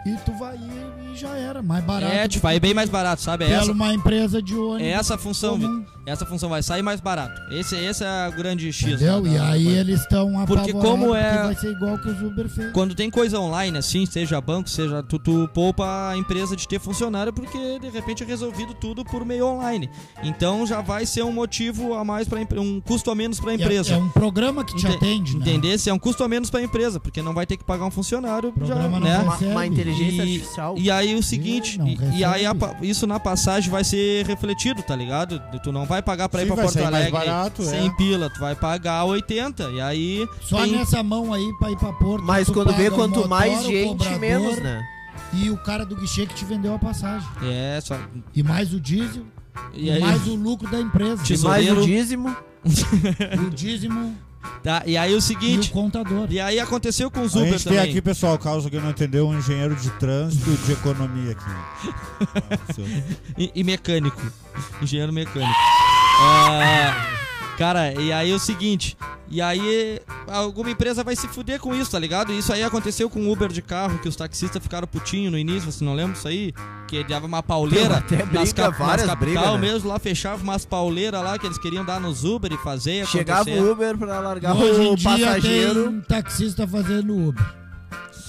[SPEAKER 4] E tu vai ir e já era, mais barato.
[SPEAKER 2] é,
[SPEAKER 4] do
[SPEAKER 2] tipo, aí
[SPEAKER 4] que
[SPEAKER 2] bem mais barato, sabe? É
[SPEAKER 4] pela
[SPEAKER 2] essa,
[SPEAKER 4] uma empresa de
[SPEAKER 2] é
[SPEAKER 4] ônibus.
[SPEAKER 2] essa a função,
[SPEAKER 4] comum,
[SPEAKER 2] Vitor. Essa função vai sair mais barato. Esse, esse é a grande X. né,
[SPEAKER 4] Entendeu?
[SPEAKER 2] da-
[SPEAKER 4] E
[SPEAKER 2] da-
[SPEAKER 4] aí
[SPEAKER 2] da-
[SPEAKER 4] eles estão
[SPEAKER 2] Porque
[SPEAKER 4] apavorados
[SPEAKER 2] como é-
[SPEAKER 4] que vai ser igual que os Uber fez.
[SPEAKER 2] Quando tem coisa online, assim, seja banco, seja tu, tu poupa a empresa de ter funcionário, porque de repente é resolvido tudo por meio online. Então já vai ser um motivo a mais para um custo a menos para a
[SPEAKER 4] É-
[SPEAKER 2] empresa.
[SPEAKER 4] É, um programa que te
[SPEAKER 2] Ente-
[SPEAKER 4] atende, né?
[SPEAKER 2] Entender se é um custo a menos para a empresa, porque não vai ter que pagar um funcionário, já,
[SPEAKER 4] Programa não
[SPEAKER 2] né?
[SPEAKER 1] Uma,
[SPEAKER 4] Recebe.
[SPEAKER 1] uma inteligência
[SPEAKER 2] E-
[SPEAKER 1] artificial.
[SPEAKER 2] E aí o seguinte,
[SPEAKER 4] não
[SPEAKER 2] e- e, aí a
[SPEAKER 4] recebe.
[SPEAKER 2] pa- isso na passagem vai ser refletido, tá ligado? Tu não vai pagar pra
[SPEAKER 3] Sim,
[SPEAKER 2] ir pra
[SPEAKER 3] vai
[SPEAKER 2] Porto
[SPEAKER 3] sair mais
[SPEAKER 2] Alegre
[SPEAKER 3] barato,
[SPEAKER 2] sem
[SPEAKER 3] é.
[SPEAKER 2] pila, tu vai pagar 80. E aí
[SPEAKER 4] Só
[SPEAKER 2] tem-
[SPEAKER 4] nessa mão aí pra ir pra Porto.
[SPEAKER 1] Mas
[SPEAKER 4] tu
[SPEAKER 1] quando vê,
[SPEAKER 4] paga o
[SPEAKER 1] quanto
[SPEAKER 4] motor, o
[SPEAKER 1] mais gente,
[SPEAKER 4] cobrador
[SPEAKER 1] menos, né?
[SPEAKER 4] E o cara do guichê que te vendeu a passagem.
[SPEAKER 2] é só
[SPEAKER 4] E mais o diesel,
[SPEAKER 2] e
[SPEAKER 4] e
[SPEAKER 2] aí
[SPEAKER 4] mais o lucro da empresa.
[SPEAKER 2] Te-
[SPEAKER 1] Mais
[SPEAKER 2] Tesoureiro.
[SPEAKER 1] o dízimo.
[SPEAKER 4] o dízimo
[SPEAKER 2] tá, e aí
[SPEAKER 4] e
[SPEAKER 2] o
[SPEAKER 4] o
[SPEAKER 2] seguinte,
[SPEAKER 4] contador.
[SPEAKER 2] e aí aconteceu com os
[SPEAKER 3] a
[SPEAKER 2] Uber
[SPEAKER 3] gente tem
[SPEAKER 2] também.
[SPEAKER 3] aqui, pessoal, caso que não entendeu, um engenheiro de trânsito e de economia aqui. Ah, seu-
[SPEAKER 2] E, e mecânico. Engenheiro mecânico. Ah, cara, e aí é o seguinte. E aí, alguma empresa vai se fuder com isso, tá ligado? Isso aí aconteceu com o Uber de carro, que os taxistas ficaram putinho no início, você não lembra disso aí? Que dava uma pauleira
[SPEAKER 1] Até briga,
[SPEAKER 2] nas, cap nas
[SPEAKER 1] várias
[SPEAKER 2] capital
[SPEAKER 1] brigas, né?
[SPEAKER 2] mesmo, lá fechava umas pauleiras lá que eles queriam dar nos Uber e fazer
[SPEAKER 1] Chegava
[SPEAKER 2] acontecer.
[SPEAKER 1] o Uber pra largar
[SPEAKER 4] Hoje em
[SPEAKER 1] o
[SPEAKER 4] dia
[SPEAKER 1] passageiro.
[SPEAKER 4] tem taxista fazendo Uber.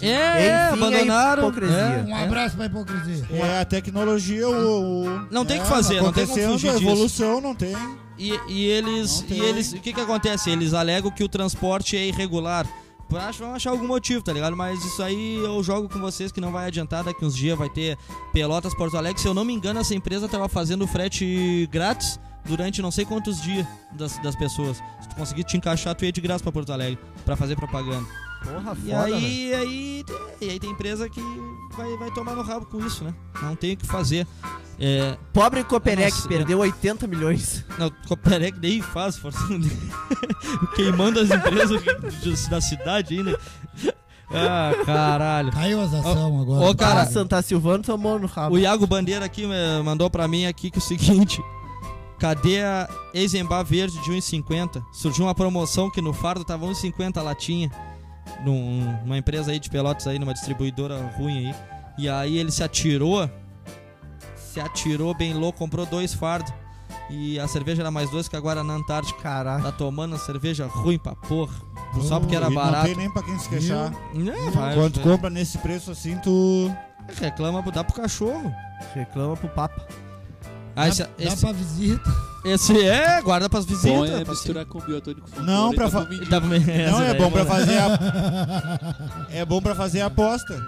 [SPEAKER 2] É, é,
[SPEAKER 1] Enfim, a
[SPEAKER 2] abandonaram.
[SPEAKER 1] hipocrisia.
[SPEAKER 2] é,
[SPEAKER 4] Um
[SPEAKER 2] é.
[SPEAKER 4] abraço pra hipocrisia.
[SPEAKER 3] É a tecnologia, o. o-
[SPEAKER 2] Não tem
[SPEAKER 3] é,
[SPEAKER 2] que fazer, não tem como
[SPEAKER 3] acontecendo,
[SPEAKER 2] fugir
[SPEAKER 3] a
[SPEAKER 2] disso.
[SPEAKER 3] evolução não tem.
[SPEAKER 2] E, e eles.
[SPEAKER 3] Não
[SPEAKER 2] E
[SPEAKER 3] tem.
[SPEAKER 2] eles. O que que acontece? Eles alegam que o transporte é irregular. Pra- Vão achar algum motivo, tá ligado? Mas isso aí eu jogo com vocês que não vai adiantar. Daqui uns dias vai ter Pelotas Porto Alegre. Se eu não me engano, essa empresa tava fazendo frete grátis durante não sei quantos dias das, das pessoas. Se tu conseguir te encaixar, tu ia de graça pra Porto Alegre pra fazer propaganda.
[SPEAKER 1] Porra,
[SPEAKER 2] E
[SPEAKER 1] foda, né?
[SPEAKER 2] aí, aí, e aí tem empresa que vai, vai tomar no rabo com isso, né? Não tem o que fazer. É,
[SPEAKER 1] Pobre Coperec
[SPEAKER 2] Nossa,
[SPEAKER 1] perdeu 80 milhões.
[SPEAKER 2] não, Coperec nem faz fortuna dele. Queimando as empresas de- da cidade ainda. Ah, caralho.
[SPEAKER 4] Caiu as ação agora.
[SPEAKER 2] ô, cara,
[SPEAKER 1] Ah, Santa Silvana tomou no rabo.
[SPEAKER 2] O Iago Bandeira aqui eh, mandou pra mim aqui que é o seguinte. Cadê a Eisenbar Verde de 1,50? Surgiu uma promoção que no fardo tava 1,50 a latinha. Num- numa empresa aí de pelotas aí, numa distribuidora ruim aí. E aí ele se atirou. Se atirou bem louco, comprou dois fardos. E a cerveja era mais doce que a Guaraná Antártica.
[SPEAKER 1] Caraca.
[SPEAKER 2] Tá tomando cerveja ruim pra porra. Só
[SPEAKER 3] Hum,
[SPEAKER 2] porque era
[SPEAKER 3] e Não
[SPEAKER 2] barato.
[SPEAKER 3] tem nem pra quem se queixar. Hum,
[SPEAKER 2] É, vai,
[SPEAKER 3] Quando
[SPEAKER 2] é.
[SPEAKER 3] compra nesse preço assim, tu.
[SPEAKER 2] Reclama, dá pro cachorro.
[SPEAKER 1] Reclama pro Papa.
[SPEAKER 2] Ah, esse,
[SPEAKER 4] dá, dá
[SPEAKER 2] esse,
[SPEAKER 4] pra visita.
[SPEAKER 2] esse é, guarda pras visitas.
[SPEAKER 5] Bom é
[SPEAKER 2] pra-
[SPEAKER 5] misturar com biotônico folclore
[SPEAKER 3] Não,
[SPEAKER 5] e
[SPEAKER 3] pra fa-
[SPEAKER 5] amendoim.
[SPEAKER 2] Dá pra- tá-
[SPEAKER 3] Não,
[SPEAKER 2] essa
[SPEAKER 3] é
[SPEAKER 2] daí
[SPEAKER 3] bom pra
[SPEAKER 2] vou-
[SPEAKER 3] fazer a. É bom pra fazer a aposta.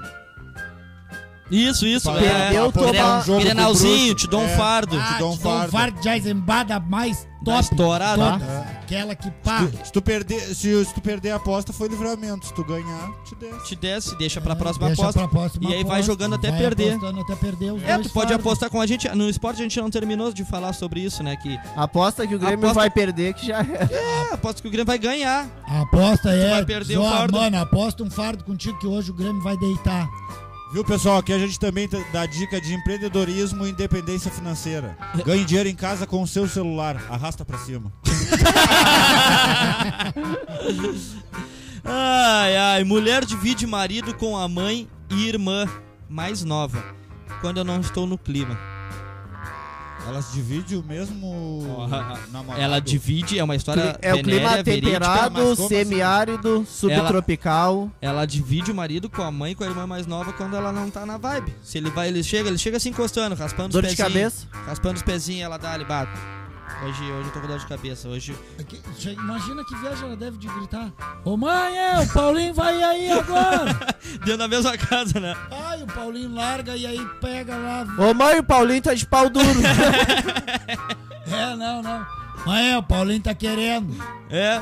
[SPEAKER 2] Isso, isso.
[SPEAKER 3] Fazer
[SPEAKER 2] é.
[SPEAKER 3] a-
[SPEAKER 1] eu tomar-
[SPEAKER 3] aposta de
[SPEAKER 2] Grenal-
[SPEAKER 3] um jogo pro
[SPEAKER 2] Grenalzinho,
[SPEAKER 3] bruxo.
[SPEAKER 2] te dou um
[SPEAKER 3] É,
[SPEAKER 2] fardo.
[SPEAKER 3] Ah,
[SPEAKER 4] te
[SPEAKER 3] dou um
[SPEAKER 4] dou
[SPEAKER 3] fardo.
[SPEAKER 4] de aizembada mais
[SPEAKER 2] Dá
[SPEAKER 4] top.
[SPEAKER 2] estourada.
[SPEAKER 4] todas. Aquela que pá.
[SPEAKER 3] Tu- se, tu perder, se, se tu perder a aposta, foi livramento. Se tu ganhar, te desce.
[SPEAKER 2] Te desce, deixa
[SPEAKER 3] É.
[SPEAKER 2] pra próxima
[SPEAKER 4] Deixa
[SPEAKER 2] aposta.
[SPEAKER 4] pra próxima
[SPEAKER 2] E aí vai
[SPEAKER 4] aposta,
[SPEAKER 2] jogando até
[SPEAKER 4] vai
[SPEAKER 2] perder.
[SPEAKER 4] apostando até perder os
[SPEAKER 2] É,
[SPEAKER 4] dois
[SPEAKER 2] tu pode
[SPEAKER 4] fardos.
[SPEAKER 2] apostar com a gente. No esporte a gente não terminou de falar sobre isso, né? Que,
[SPEAKER 1] Aposta que o Grêmio
[SPEAKER 2] Aposta-
[SPEAKER 1] vai perder, que já é.
[SPEAKER 2] é, aposto que o Grêmio vai ganhar.
[SPEAKER 4] A aposta é.
[SPEAKER 2] vai perder
[SPEAKER 4] só,
[SPEAKER 2] o fardo.
[SPEAKER 4] Mano, aposta um fardo contigo que hoje o Grêmio vai deitar.
[SPEAKER 3] Viu, pessoal? Aqui a gente também tá- dá dica de empreendedorismo e independência financeira. Ganhe dinheiro em casa com o seu celular. Arrasta pra cima.
[SPEAKER 2] Ai, ai, mulher divide marido com a mãe e irmã mais nova. Quando eu não estou no clima.
[SPEAKER 3] Elas dividem o mesmo
[SPEAKER 2] Ó,
[SPEAKER 3] namorado.
[SPEAKER 2] Ela divide, é uma história
[SPEAKER 1] É o clima
[SPEAKER 2] venérea, verídica.
[SPEAKER 3] mas como
[SPEAKER 1] temperado,
[SPEAKER 3] assim?
[SPEAKER 1] semiárido, subtropical.
[SPEAKER 2] Ela divide o marido com a mãe e com a irmã mais nova quando ela não tá na vibe. Se ele vai, ele chega, ele chega se encostando, raspando
[SPEAKER 1] Dor
[SPEAKER 2] os
[SPEAKER 1] de
[SPEAKER 2] pezinhos.
[SPEAKER 1] cabeça.
[SPEAKER 2] Raspando os pezinhos, ela dá, ele bate. Hoje, hoje eu tô com dor de cabeça. Hoje.
[SPEAKER 4] Aqui, che- Imagina que viagem ela deve de gritar. Ô mãe, é, o Paulinho vai aí agora.
[SPEAKER 2] Dentro da mesma casa, né?
[SPEAKER 4] Ai, o Paulinho larga e aí pega lá.
[SPEAKER 1] Ô mãe, o Paulinho tá de pau duro.
[SPEAKER 4] É, não, não. Mãe, é, o Paulinho tá querendo.
[SPEAKER 2] É.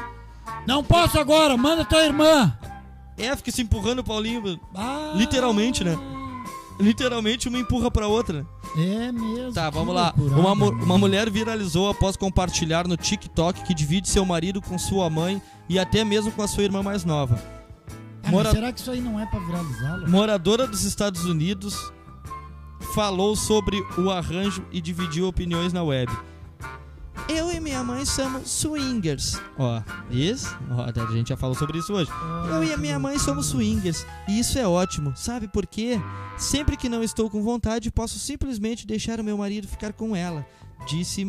[SPEAKER 4] Não posso agora, manda tua irmã.
[SPEAKER 2] É, fica se empurrando o Paulinho.
[SPEAKER 4] Ah.
[SPEAKER 2] Literalmente, né? Literalmente uma empurra pra outra.
[SPEAKER 4] É mesmo.
[SPEAKER 2] Tá,
[SPEAKER 4] que
[SPEAKER 2] vamos lá.
[SPEAKER 4] loucurada,
[SPEAKER 2] Uma, mu-
[SPEAKER 4] mano.
[SPEAKER 2] uma mulher viralizou após compartilhar no TikTok que divide seu marido com sua mãe e até mesmo com a sua irmã mais nova.
[SPEAKER 4] Ah, mas
[SPEAKER 2] mora-
[SPEAKER 4] Será que isso aí não é pra viralizá-lo?
[SPEAKER 2] Moradora dos Estados Unidos falou sobre o arranjo e dividiu opiniões na web. Eu e minha mãe somos swingers. Ó, isso? Ó, a gente já falou sobre isso hoje. Eu e a minha mãe somos swingers, e isso é ótimo. Sabe por quê? Sempre que não estou com vontade, posso simplesmente deixar o meu marido ficar com ela, disse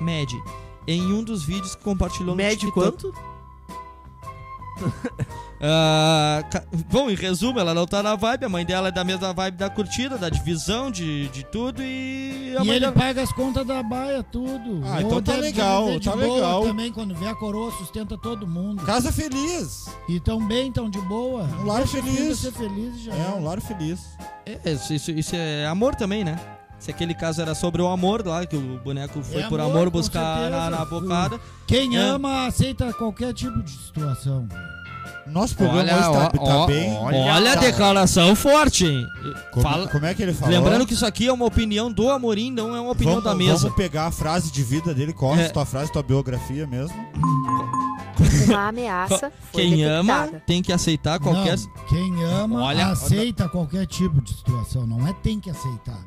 [SPEAKER 2] Mad em um dos vídeos que compartilhou no
[SPEAKER 1] Mede
[SPEAKER 2] TikTok.
[SPEAKER 1] quanto?
[SPEAKER 2] Ah, ca- bom, em resumo, ela não tá na vibe, a mãe dela é da mesma vibe da curtida, da divisão, de, de tudo, e a
[SPEAKER 4] E
[SPEAKER 2] mãe
[SPEAKER 4] ele
[SPEAKER 2] dela...
[SPEAKER 4] paga as contas da baia, tudo.
[SPEAKER 3] Ah,
[SPEAKER 4] Ou
[SPEAKER 3] então tá
[SPEAKER 4] deve- deve
[SPEAKER 3] legal,
[SPEAKER 4] ser de
[SPEAKER 3] tá
[SPEAKER 4] boa
[SPEAKER 3] legal.
[SPEAKER 4] Também, quando vê a coroa, sustenta todo mundo.
[SPEAKER 3] Casa feliz.
[SPEAKER 4] E tão bem, tão de boa.
[SPEAKER 3] Um lar
[SPEAKER 4] Deixa a vida
[SPEAKER 3] feliz.
[SPEAKER 4] ser feliz já.
[SPEAKER 3] É, um lar feliz.
[SPEAKER 2] É, isso, isso- isso é amor também, né? Se aquele caso era sobre o amor lá, que o boneco foi
[SPEAKER 4] É
[SPEAKER 2] por
[SPEAKER 4] amor,
[SPEAKER 2] amor,
[SPEAKER 4] com
[SPEAKER 2] buscar na,
[SPEAKER 4] certeza.
[SPEAKER 2] na bocada.
[SPEAKER 4] Quem
[SPEAKER 2] É.
[SPEAKER 4] ama aceita qualquer tipo de situação.
[SPEAKER 3] Nosso programa
[SPEAKER 2] Olha,
[SPEAKER 3] hoje tá,
[SPEAKER 2] ó,
[SPEAKER 3] tá
[SPEAKER 2] ó,
[SPEAKER 3] bem.
[SPEAKER 1] ó.
[SPEAKER 2] Olha,
[SPEAKER 1] Olha
[SPEAKER 2] a
[SPEAKER 1] só.
[SPEAKER 2] declaração forte, hein?
[SPEAKER 3] Como,
[SPEAKER 2] Fala-
[SPEAKER 3] como é que ele falou?
[SPEAKER 2] Lembrando que isso aqui é uma opinião do Amorim, não é uma opinião
[SPEAKER 3] vamos,
[SPEAKER 2] da mesa.
[SPEAKER 3] Vamos pegar a frase de vida dele, corre
[SPEAKER 2] É.
[SPEAKER 3] tua frase, tua biografia mesmo.
[SPEAKER 4] Tá.
[SPEAKER 6] Uma ameaça foi
[SPEAKER 2] Quem ama
[SPEAKER 6] detectada.
[SPEAKER 2] tem que aceitar É qualquer.
[SPEAKER 4] Não, quem ama
[SPEAKER 2] Olha-
[SPEAKER 4] aceita qualquer tipo de situação. Não é tem que aceitar.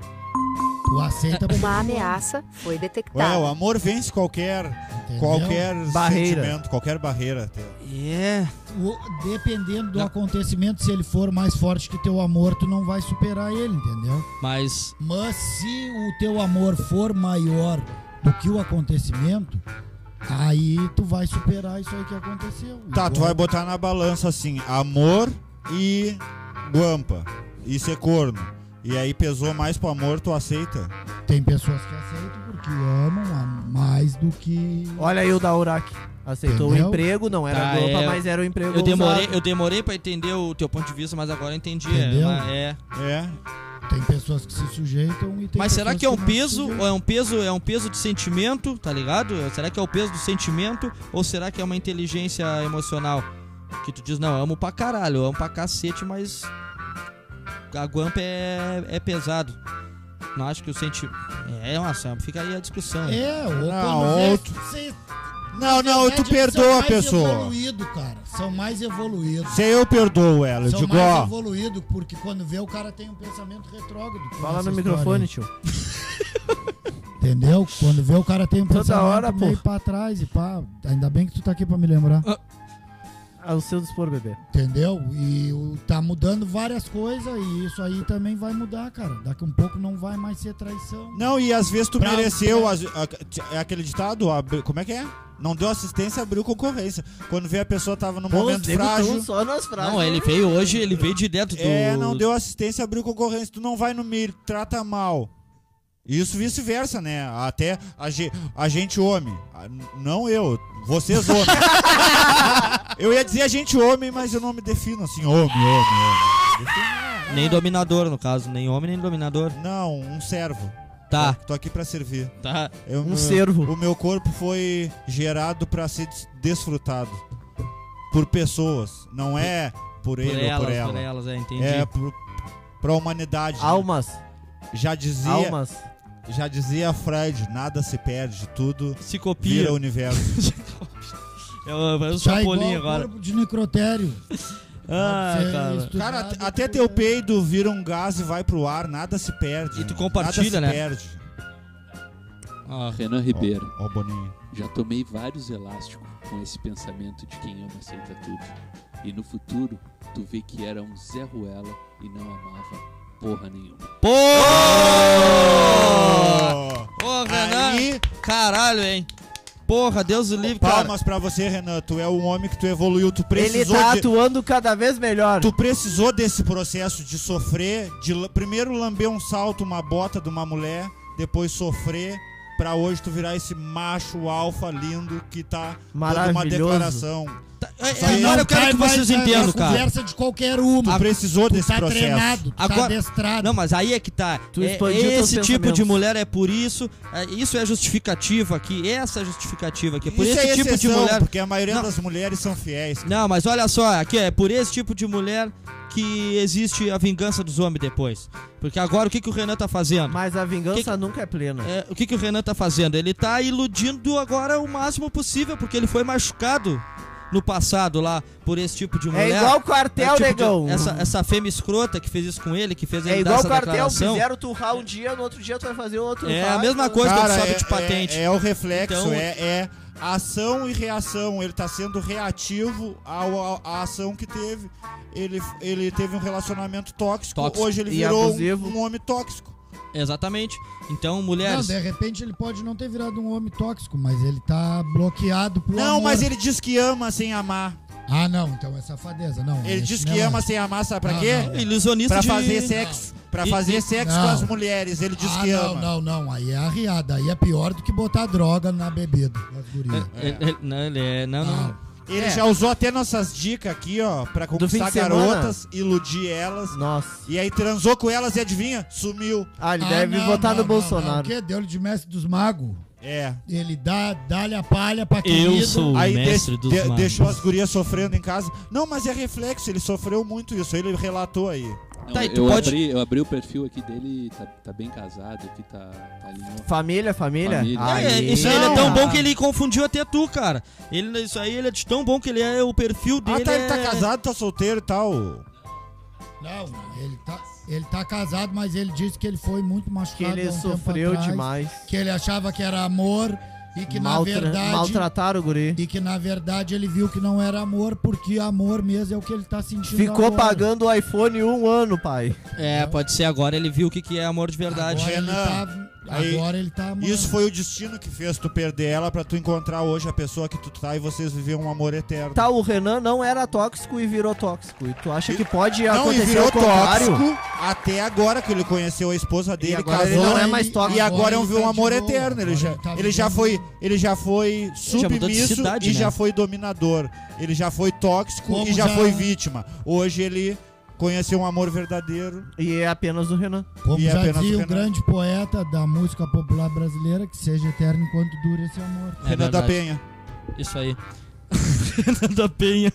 [SPEAKER 4] Tu aceita
[SPEAKER 3] É
[SPEAKER 4] porque
[SPEAKER 6] Uma
[SPEAKER 4] tu ama,
[SPEAKER 6] ameaça foi
[SPEAKER 3] Ué, o
[SPEAKER 6] detectada.
[SPEAKER 3] amor vence qualquer,
[SPEAKER 4] entendeu?
[SPEAKER 3] qualquer
[SPEAKER 1] Barreira.
[SPEAKER 3] sentimento, qualquer barreira. até.
[SPEAKER 2] É.
[SPEAKER 4] O- dependendo do
[SPEAKER 2] Não.
[SPEAKER 4] acontecimento, se ele for mais forte que teu amor, tu não vai superar ele, entendeu?
[SPEAKER 2] Mas
[SPEAKER 4] Mas se o teu amor for maior do que o acontecimento, aí tu vai superar isso aí que aconteceu.
[SPEAKER 3] Tá, tu vai
[SPEAKER 4] Igual-
[SPEAKER 3] botar na balança assim, amor e guampa. E ser corno. E aí pesou mais pro amor, tu aceita.
[SPEAKER 4] Tem pessoas que aceitam porque amam a- mais do que.
[SPEAKER 1] Olha aí o da Urac. Aceitou o
[SPEAKER 4] Entendeu?
[SPEAKER 1] emprego, não era
[SPEAKER 2] Tá,
[SPEAKER 1] Globo,
[SPEAKER 2] é,
[SPEAKER 1] mas era o emprego
[SPEAKER 2] eu demorei,
[SPEAKER 1] ousado.
[SPEAKER 2] eu demorei para entender o teu ponto de vista, mas agora eu entendi.
[SPEAKER 4] Entendeu?
[SPEAKER 2] É, é.
[SPEAKER 3] É.
[SPEAKER 4] Tem pessoas que se sujeitam e tem
[SPEAKER 2] Mas será
[SPEAKER 4] pessoas
[SPEAKER 2] que é um
[SPEAKER 4] não
[SPEAKER 2] peso?
[SPEAKER 4] se
[SPEAKER 2] Ou é um peso? É um peso de sentimento, tá ligado? Será que é o peso do sentimento? Ou será que é uma inteligência emocional? Que tu diz, não, eu amo pra caralho, eu amo pra cacete, mas. A guampa é, é pesado. Não acho que o sentimento. É, nossa, fica aí a discussão.
[SPEAKER 4] É, ou
[SPEAKER 3] Ah, Não,
[SPEAKER 4] quando é-
[SPEAKER 3] outro-
[SPEAKER 4] se-
[SPEAKER 3] Não, não,
[SPEAKER 4] médicos
[SPEAKER 3] tu perdoa
[SPEAKER 4] é são
[SPEAKER 3] a
[SPEAKER 4] mais
[SPEAKER 3] pessoa.
[SPEAKER 4] Evoluído, cara. São mais evoluídos.
[SPEAKER 3] Se eu perdoo ela, eu
[SPEAKER 4] São
[SPEAKER 3] digo,
[SPEAKER 4] mais
[SPEAKER 3] ó,
[SPEAKER 4] evoluídos, porque quando vê o cara tem um pensamento retrógrado. com
[SPEAKER 1] Fala
[SPEAKER 4] essa
[SPEAKER 1] no
[SPEAKER 4] história
[SPEAKER 1] microfone, tio.
[SPEAKER 4] Entendeu? Quando vê o cara tem um
[SPEAKER 1] Toda
[SPEAKER 4] pensamento
[SPEAKER 1] hora,
[SPEAKER 4] meio
[SPEAKER 1] pô.
[SPEAKER 4] pra trás e pá. Ainda bem que tu tá aqui pra me lembrar.
[SPEAKER 1] ao seu dispor, bebê.
[SPEAKER 4] Entendeu? E o- tá mudando várias coisas e isso aí também vai mudar, cara. Daqui um pouco não vai mais ser traição.
[SPEAKER 3] Não, e às vezes tu
[SPEAKER 4] Pra-
[SPEAKER 3] mereceu. as- a- é aquele ditado? abri- como é que é? Não deu assistência, abriu concorrência. Quando vê a pessoa tava num Um momento frágil.
[SPEAKER 1] só nas frases.
[SPEAKER 2] Não, ele veio hoje, ele veio direto do.
[SPEAKER 3] É, não deu assistência, abriu concorrência. Tu não vai no milho, trata mal. Isso vice-versa, né? Até a, ge- a gente homem. A- Não eu, vocês homens. eu ia dizer a gente homem, mas eu não me defino assim, homem, homem, homem. Defino,
[SPEAKER 2] Nem dominador, no caso. Nem homem, nem dominador.
[SPEAKER 3] Não, um servo.
[SPEAKER 2] Tá,
[SPEAKER 3] Tô aqui pra servir.
[SPEAKER 2] tá.
[SPEAKER 3] Eu-
[SPEAKER 1] Um
[SPEAKER 3] eu-
[SPEAKER 1] servo.
[SPEAKER 3] O meu corpo foi gerado pra ser des- desfrutado. Por pessoas. Não é por ele
[SPEAKER 2] Por
[SPEAKER 3] ou por
[SPEAKER 2] elas,
[SPEAKER 3] ela.
[SPEAKER 2] por elas, é, entendi.
[SPEAKER 3] É pro, pra humanidade. né?
[SPEAKER 1] Almas,
[SPEAKER 3] Já dizia,
[SPEAKER 1] almas.
[SPEAKER 3] já dizia Freud, nada se perde, tudo
[SPEAKER 2] Se copia.
[SPEAKER 3] vira universo.
[SPEAKER 2] Eu, eu sou
[SPEAKER 4] Tá igual
[SPEAKER 2] Chapolin
[SPEAKER 4] o
[SPEAKER 2] agora.
[SPEAKER 4] corpo de necrotério.
[SPEAKER 2] Ah,
[SPEAKER 4] Pode ser
[SPEAKER 2] cara.
[SPEAKER 4] estudado
[SPEAKER 3] Cara, at- até
[SPEAKER 4] por-
[SPEAKER 3] teu peido vira um gás e vai pro ar, nada se perde.
[SPEAKER 2] E tu
[SPEAKER 3] né?
[SPEAKER 2] compartilha,
[SPEAKER 3] nada
[SPEAKER 2] né?
[SPEAKER 3] se perde.
[SPEAKER 2] Ah,
[SPEAKER 5] Renan Ribeiro.
[SPEAKER 3] Ó, Boninho.
[SPEAKER 5] Já tomei vários elásticos com esse pensamento de quem ama aceita tudo. E no futuro, tu vê que era um Zé Ruela e não amava porra nenhuma.
[SPEAKER 2] Porra!
[SPEAKER 3] Ó,
[SPEAKER 2] Ô, Renan,
[SPEAKER 3] Aí,
[SPEAKER 2] caralho, hein? Porra, Deus o livre, cara.
[SPEAKER 3] palmas pra você, Renan. Tu é um homem que tu evoluiu, tu
[SPEAKER 1] Ele
[SPEAKER 3] precisou
[SPEAKER 1] tá
[SPEAKER 3] de-
[SPEAKER 1] atuando cada vez melhor.
[SPEAKER 3] Tu precisou desse processo de sofrer, de la- primeiro lamber um salto, uma bota de uma mulher, depois sofrer, pra hoje tu virar esse macho alfa lindo que tá dando uma
[SPEAKER 1] Maravilhoso.
[SPEAKER 3] declaração.
[SPEAKER 2] Tá, é,
[SPEAKER 3] Só aí
[SPEAKER 2] agora
[SPEAKER 3] não
[SPEAKER 2] eu quero
[SPEAKER 4] cai
[SPEAKER 2] que
[SPEAKER 4] mais né?
[SPEAKER 2] vocês
[SPEAKER 4] na- na
[SPEAKER 2] entendam, cara.
[SPEAKER 4] conversa de qualquer uma.
[SPEAKER 3] Tu precisou
[SPEAKER 4] Tu
[SPEAKER 3] desse
[SPEAKER 4] tá
[SPEAKER 3] processo.
[SPEAKER 4] treinado, tu
[SPEAKER 2] Agora-
[SPEAKER 4] tá adestrado.
[SPEAKER 2] Não, mas aí é que tá.
[SPEAKER 1] Tu
[SPEAKER 2] É-
[SPEAKER 1] expandiu
[SPEAKER 2] é
[SPEAKER 1] teus
[SPEAKER 2] esse tipo de
[SPEAKER 1] pensamentos.
[SPEAKER 2] mulher é por isso. é, isso é justificativa aqui. Essa é justificativa aqui. É por
[SPEAKER 3] Isso
[SPEAKER 2] esse
[SPEAKER 3] é
[SPEAKER 2] tipo de
[SPEAKER 3] exceção,
[SPEAKER 2] mulher.
[SPEAKER 3] porque a maioria
[SPEAKER 2] Não.
[SPEAKER 3] das mulheres são fiéis.
[SPEAKER 2] Não, mas olha só, aqui é por esse tipo de mulher que existe a vingança dos homens depois. Porque agora o que, que o Renan tá fazendo?
[SPEAKER 1] Mas a vingança
[SPEAKER 2] Que que-
[SPEAKER 1] nunca é plena.
[SPEAKER 2] É, o que, que o Renan tá fazendo? Ele tá iludindo agora o máximo possível, porque ele foi machucado no passado lá por esse tipo de
[SPEAKER 1] É,
[SPEAKER 2] mulher.
[SPEAKER 1] igual o quartel,
[SPEAKER 2] É, tipo,
[SPEAKER 1] negão.
[SPEAKER 2] de- essa, essa fêmea escrota que fez isso com ele, que fez ele
[SPEAKER 1] é
[SPEAKER 2] dar
[SPEAKER 1] igual o
[SPEAKER 2] essa
[SPEAKER 1] quartel,
[SPEAKER 2] declaração.
[SPEAKER 1] fizeram tu rar um dia, no outro dia tu vai fazer outro.
[SPEAKER 2] É
[SPEAKER 1] vai,
[SPEAKER 2] a mesma
[SPEAKER 1] vai.
[SPEAKER 2] coisa que
[SPEAKER 3] Cara,
[SPEAKER 2] tu
[SPEAKER 3] é,
[SPEAKER 2] sobe de patente.
[SPEAKER 3] é- é o reflexo,
[SPEAKER 2] Então-
[SPEAKER 3] é, é ação e reação. Ele tá sendo reativo ao- ao- à ação que teve. Ele, ele teve um relacionamento tóxico,
[SPEAKER 2] Tóxico
[SPEAKER 3] hoje ele
[SPEAKER 1] e
[SPEAKER 3] virou
[SPEAKER 1] abusivo.
[SPEAKER 3] um, um homem tóxico.
[SPEAKER 2] Exatamente. Então,
[SPEAKER 4] Não,
[SPEAKER 2] mulheres.
[SPEAKER 4] de repente ele pode não ter virado um homem tóxico, mas ele tá bloqueado por
[SPEAKER 3] Não, mas ele diz que ama sem amar.
[SPEAKER 4] Ah, não, então é safadeza, não.
[SPEAKER 3] Ele
[SPEAKER 4] isso
[SPEAKER 3] diz
[SPEAKER 4] não
[SPEAKER 3] que
[SPEAKER 4] é.
[SPEAKER 3] ama sem amar, sabe pra
[SPEAKER 4] Não,
[SPEAKER 3] quê?
[SPEAKER 4] não.
[SPEAKER 2] Ilusionista
[SPEAKER 3] Pra
[SPEAKER 2] de...
[SPEAKER 3] fazer sexo. Pra
[SPEAKER 2] E-
[SPEAKER 3] fazer
[SPEAKER 2] e-
[SPEAKER 3] sexo com
[SPEAKER 4] Não.
[SPEAKER 3] as mulheres. Ele diz
[SPEAKER 4] ah,
[SPEAKER 3] que
[SPEAKER 4] não,
[SPEAKER 3] ama.
[SPEAKER 4] não, não, aí é arriada, aí é pior do que botar droga na bebida das gurias.
[SPEAKER 2] É, é, é, não, ele é- não, não.
[SPEAKER 4] Ah,
[SPEAKER 3] Ele
[SPEAKER 1] É.
[SPEAKER 3] já usou até nossas dicas aqui, ó, pra
[SPEAKER 1] fim
[SPEAKER 3] conquistar
[SPEAKER 1] de semana.
[SPEAKER 3] garotas, iludir elas.
[SPEAKER 1] Nossa.
[SPEAKER 3] E aí transou com elas e adivinha? Sumiu.
[SPEAKER 1] Ah, ele
[SPEAKER 4] ah,
[SPEAKER 1] deve
[SPEAKER 4] não,
[SPEAKER 1] votar
[SPEAKER 4] não, não,
[SPEAKER 1] no
[SPEAKER 4] Não, o
[SPEAKER 1] Bolsonaro.
[SPEAKER 4] quê? Deu-lhe de mestre dos magos.
[SPEAKER 3] É.
[SPEAKER 4] Ele dá, dá-lhe a palha pra
[SPEAKER 2] Eu
[SPEAKER 4] querido.
[SPEAKER 2] sou- O
[SPEAKER 3] aí
[SPEAKER 2] mestre
[SPEAKER 3] deix-
[SPEAKER 2] dos
[SPEAKER 3] de-
[SPEAKER 2] magos.
[SPEAKER 3] deixou as gurias sofrendo em casa. Não, mas é reflexo, ele sofreu muito isso. Ele relatou aí.
[SPEAKER 5] Não,
[SPEAKER 2] Tá, e tu
[SPEAKER 5] eu,
[SPEAKER 2] pode-
[SPEAKER 5] abri, eu abri o perfil aqui dele, tá, tá bem casado, aqui tá, tá alinhado.
[SPEAKER 1] Família, família.
[SPEAKER 5] Família.
[SPEAKER 2] É, é,
[SPEAKER 1] Aí.
[SPEAKER 2] isso aí, ele é tão
[SPEAKER 1] Ah.
[SPEAKER 2] bom que ele confundiu até tu, cara. Ele, isso aí ele é de tão bom que ele é o perfil dele.
[SPEAKER 3] ah, tá, ele tá
[SPEAKER 2] é-
[SPEAKER 3] casado, tá solteiro e tal.
[SPEAKER 4] Não, não, ele tá, ele tá casado, mas ele disse que ele foi muito
[SPEAKER 1] Que
[SPEAKER 4] machucado. há
[SPEAKER 1] ele
[SPEAKER 4] um tempo
[SPEAKER 1] sofreu
[SPEAKER 4] atrás,
[SPEAKER 1] demais.
[SPEAKER 4] Que ele achava que era amor e que
[SPEAKER 1] Maltra-
[SPEAKER 4] na verdade.
[SPEAKER 1] Maltrataram o guri.
[SPEAKER 4] E que na verdade ele viu que não era amor, porque amor mesmo é o que ele tá sentindo.
[SPEAKER 1] Ficou
[SPEAKER 4] agora.
[SPEAKER 1] pagando o iPhone um ano, pai.
[SPEAKER 2] É, pode ser agora ele viu o que, que é amor de verdade.
[SPEAKER 4] Agora ele
[SPEAKER 3] Renan,
[SPEAKER 4] tá,
[SPEAKER 3] aí-
[SPEAKER 4] agora ele tá amando.
[SPEAKER 3] Isso foi o destino que fez tu perder ela pra tu encontrar hoje a pessoa que tu tá e vocês viver um amor eterno.
[SPEAKER 1] Tá, o Renan não era tóxico e virou tóxico. E tu acha que pode
[SPEAKER 3] Não, e
[SPEAKER 1] acontecer
[SPEAKER 3] virou
[SPEAKER 1] o contrário?
[SPEAKER 3] tóxico até agora que ele conheceu a esposa dele,
[SPEAKER 1] agora
[SPEAKER 3] casou.
[SPEAKER 1] ele não é
[SPEAKER 3] e-
[SPEAKER 1] mais tóxico.
[SPEAKER 3] E agora é
[SPEAKER 4] ele
[SPEAKER 3] um,
[SPEAKER 4] tá
[SPEAKER 3] um
[SPEAKER 4] de
[SPEAKER 3] amor
[SPEAKER 4] boa,
[SPEAKER 3] eterno. Ele
[SPEAKER 4] agora
[SPEAKER 3] já,
[SPEAKER 4] ele tá
[SPEAKER 3] ele já
[SPEAKER 4] vivendo-
[SPEAKER 3] foi, ele já foi
[SPEAKER 2] já mudou de
[SPEAKER 3] submisso
[SPEAKER 2] cidade,
[SPEAKER 3] e
[SPEAKER 2] né?
[SPEAKER 3] já foi dominador. Ele já foi tóxico
[SPEAKER 4] Como
[SPEAKER 3] e já,
[SPEAKER 4] já-
[SPEAKER 3] foi vítima. Hoje ele conheceu um amor verdadeiro.
[SPEAKER 1] E é apenas o Renan.
[SPEAKER 4] Como
[SPEAKER 3] E é
[SPEAKER 4] já
[SPEAKER 3] apenas
[SPEAKER 4] dizia
[SPEAKER 3] o
[SPEAKER 4] o
[SPEAKER 3] Renan.
[SPEAKER 4] grande poeta da música popular brasileira, que seja eterno enquanto dura esse amor.
[SPEAKER 2] É
[SPEAKER 3] Renan da
[SPEAKER 2] verdade.
[SPEAKER 3] Penha.
[SPEAKER 2] Isso aí. Renan da Penha.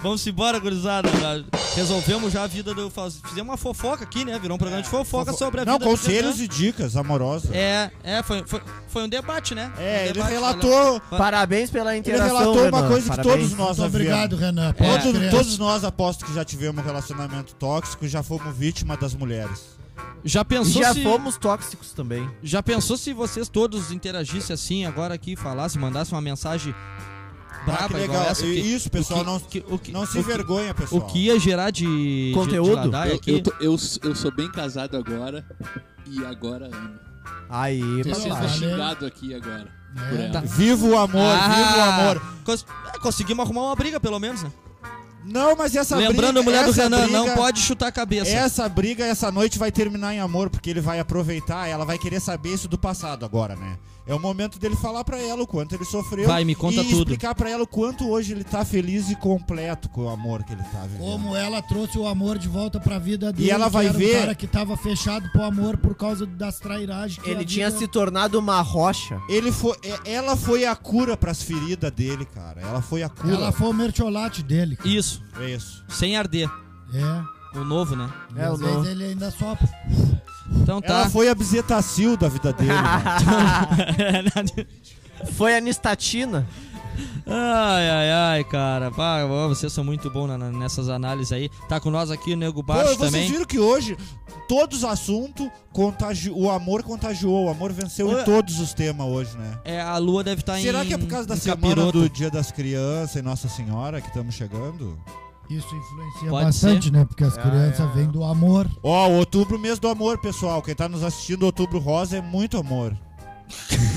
[SPEAKER 2] Vamos embora, gurizada. Já Resolvemos já a vida do. faz- Fizemos uma fofoca aqui, né? Virou um programa de fofoca
[SPEAKER 3] Fofo-
[SPEAKER 2] sobre a
[SPEAKER 3] É, Não,
[SPEAKER 2] vida do
[SPEAKER 3] conselhos
[SPEAKER 2] Renan.
[SPEAKER 3] e dicas amorosas. É,
[SPEAKER 2] É, é foi, foi, foi um debate, né? um
[SPEAKER 3] ele
[SPEAKER 2] debate,
[SPEAKER 3] relatou,
[SPEAKER 1] Parabéns pela
[SPEAKER 3] ele
[SPEAKER 1] interação,
[SPEAKER 3] relatou uma
[SPEAKER 1] Renan.
[SPEAKER 3] coisa
[SPEAKER 1] Parabéns.
[SPEAKER 3] que todos nós
[SPEAKER 4] Muito
[SPEAKER 3] já
[SPEAKER 4] obrigado,
[SPEAKER 3] vivemos.
[SPEAKER 4] Renan. Pode
[SPEAKER 3] É. Todos-
[SPEAKER 4] crer.
[SPEAKER 3] todos nós aposto que já tivemos um relacionamento tóxico, já fomos vítima das mulheres.
[SPEAKER 2] Renan. Já
[SPEAKER 1] E
[SPEAKER 2] pensou
[SPEAKER 1] já
[SPEAKER 2] se.
[SPEAKER 1] fomos tóxicos também.
[SPEAKER 2] Já pensou se vocês todos interagissem assim agora aqui, falassem, mandassem uma mensagem
[SPEAKER 3] Ah, que
[SPEAKER 2] braba igual
[SPEAKER 3] legal.
[SPEAKER 2] essa. porque-
[SPEAKER 3] Isso, pessoal,
[SPEAKER 2] o
[SPEAKER 3] não,
[SPEAKER 2] que- o que-
[SPEAKER 3] não se
[SPEAKER 2] o que-
[SPEAKER 3] envergonha,
[SPEAKER 2] O
[SPEAKER 3] pessoal.
[SPEAKER 2] que ia gerar de de-
[SPEAKER 1] Conteúdo?
[SPEAKER 2] de ladaia
[SPEAKER 5] Eu,
[SPEAKER 2] aqui?
[SPEAKER 5] eu, tô- eu, s- eu sou bem casado agora e agora amo.
[SPEAKER 1] Aí,
[SPEAKER 5] Tô
[SPEAKER 4] Vocês
[SPEAKER 5] sendo
[SPEAKER 1] papai.
[SPEAKER 4] acham-
[SPEAKER 5] xingado aqui agora por
[SPEAKER 4] É.
[SPEAKER 5] ela.
[SPEAKER 2] Tá.
[SPEAKER 3] Viva o amor,
[SPEAKER 2] Ah,
[SPEAKER 3] viva o amor.
[SPEAKER 2] cons- é, conseguimos arrumar uma briga, pelo menos, né?
[SPEAKER 3] Não, mas essa
[SPEAKER 2] Lembrando
[SPEAKER 3] briga,
[SPEAKER 2] a mulher do
[SPEAKER 3] essa
[SPEAKER 2] Renan,
[SPEAKER 3] briga-
[SPEAKER 2] não pode assim. chutar a cabeça.
[SPEAKER 3] Essa briga essa noite vai terminar em amor, porque ele vai aproveitar, ela vai querer saber isso do passado agora, né? É o momento dele falar pra ela o quanto ele sofreu.
[SPEAKER 2] Vai, me conta
[SPEAKER 3] e
[SPEAKER 2] tudo.
[SPEAKER 3] explicar pra ela o quanto hoje ele tá feliz e completo com o amor que ele tá vivendo.
[SPEAKER 4] Como ela trouxe o amor de volta pra vida dele.
[SPEAKER 3] ela
[SPEAKER 4] que
[SPEAKER 3] vai
[SPEAKER 4] era
[SPEAKER 3] ver-
[SPEAKER 4] Um cara que tava fechado pro amor por causa das trairagens
[SPEAKER 2] um
[SPEAKER 4] que
[SPEAKER 1] Ele
[SPEAKER 4] a
[SPEAKER 1] tinha
[SPEAKER 4] vida-
[SPEAKER 1] se tornado uma rocha.
[SPEAKER 3] Ele foi, é- ela foi a cura pras feridas dele, cara. Ela foi a cura.
[SPEAKER 4] Ela foi o mertiolate dele. cara.
[SPEAKER 2] Isso,
[SPEAKER 3] É isso.
[SPEAKER 2] sem arder.
[SPEAKER 4] É.
[SPEAKER 2] O novo, né?
[SPEAKER 4] E
[SPEAKER 1] É,
[SPEAKER 4] às
[SPEAKER 1] eu não-
[SPEAKER 4] vezes ele ainda sopra.
[SPEAKER 2] Então tá.
[SPEAKER 3] Ela foi a Bizetacil da vida dele. né?
[SPEAKER 1] Foi a nistatina.
[SPEAKER 2] ai, ai, ai, cara. Pá, ó, vocês são muito bons na- na- nessas análises aí. Tá com nós aqui o Nego Baixo
[SPEAKER 3] Pô, vocês
[SPEAKER 2] também.
[SPEAKER 3] viram que hoje todos os assuntos, contagi... o amor contagiou, o amor venceu
[SPEAKER 2] Ô,
[SPEAKER 3] em todos os temas hoje, né?
[SPEAKER 2] É, a lua deve estar em.
[SPEAKER 3] Será que é por causa da
[SPEAKER 2] em
[SPEAKER 3] semana
[SPEAKER 2] capiroto.
[SPEAKER 3] do Dia das Crianças e Nossa Senhora que estamos chegando?
[SPEAKER 4] Isso influencia
[SPEAKER 2] Pode
[SPEAKER 4] bastante, né? Porque as
[SPEAKER 1] É,
[SPEAKER 4] crianças
[SPEAKER 1] é, é.
[SPEAKER 4] vêm do amor.
[SPEAKER 3] Ó, outubro mês do amor, pessoal. Quem tá nos assistindo, outubro rosa é muito amor.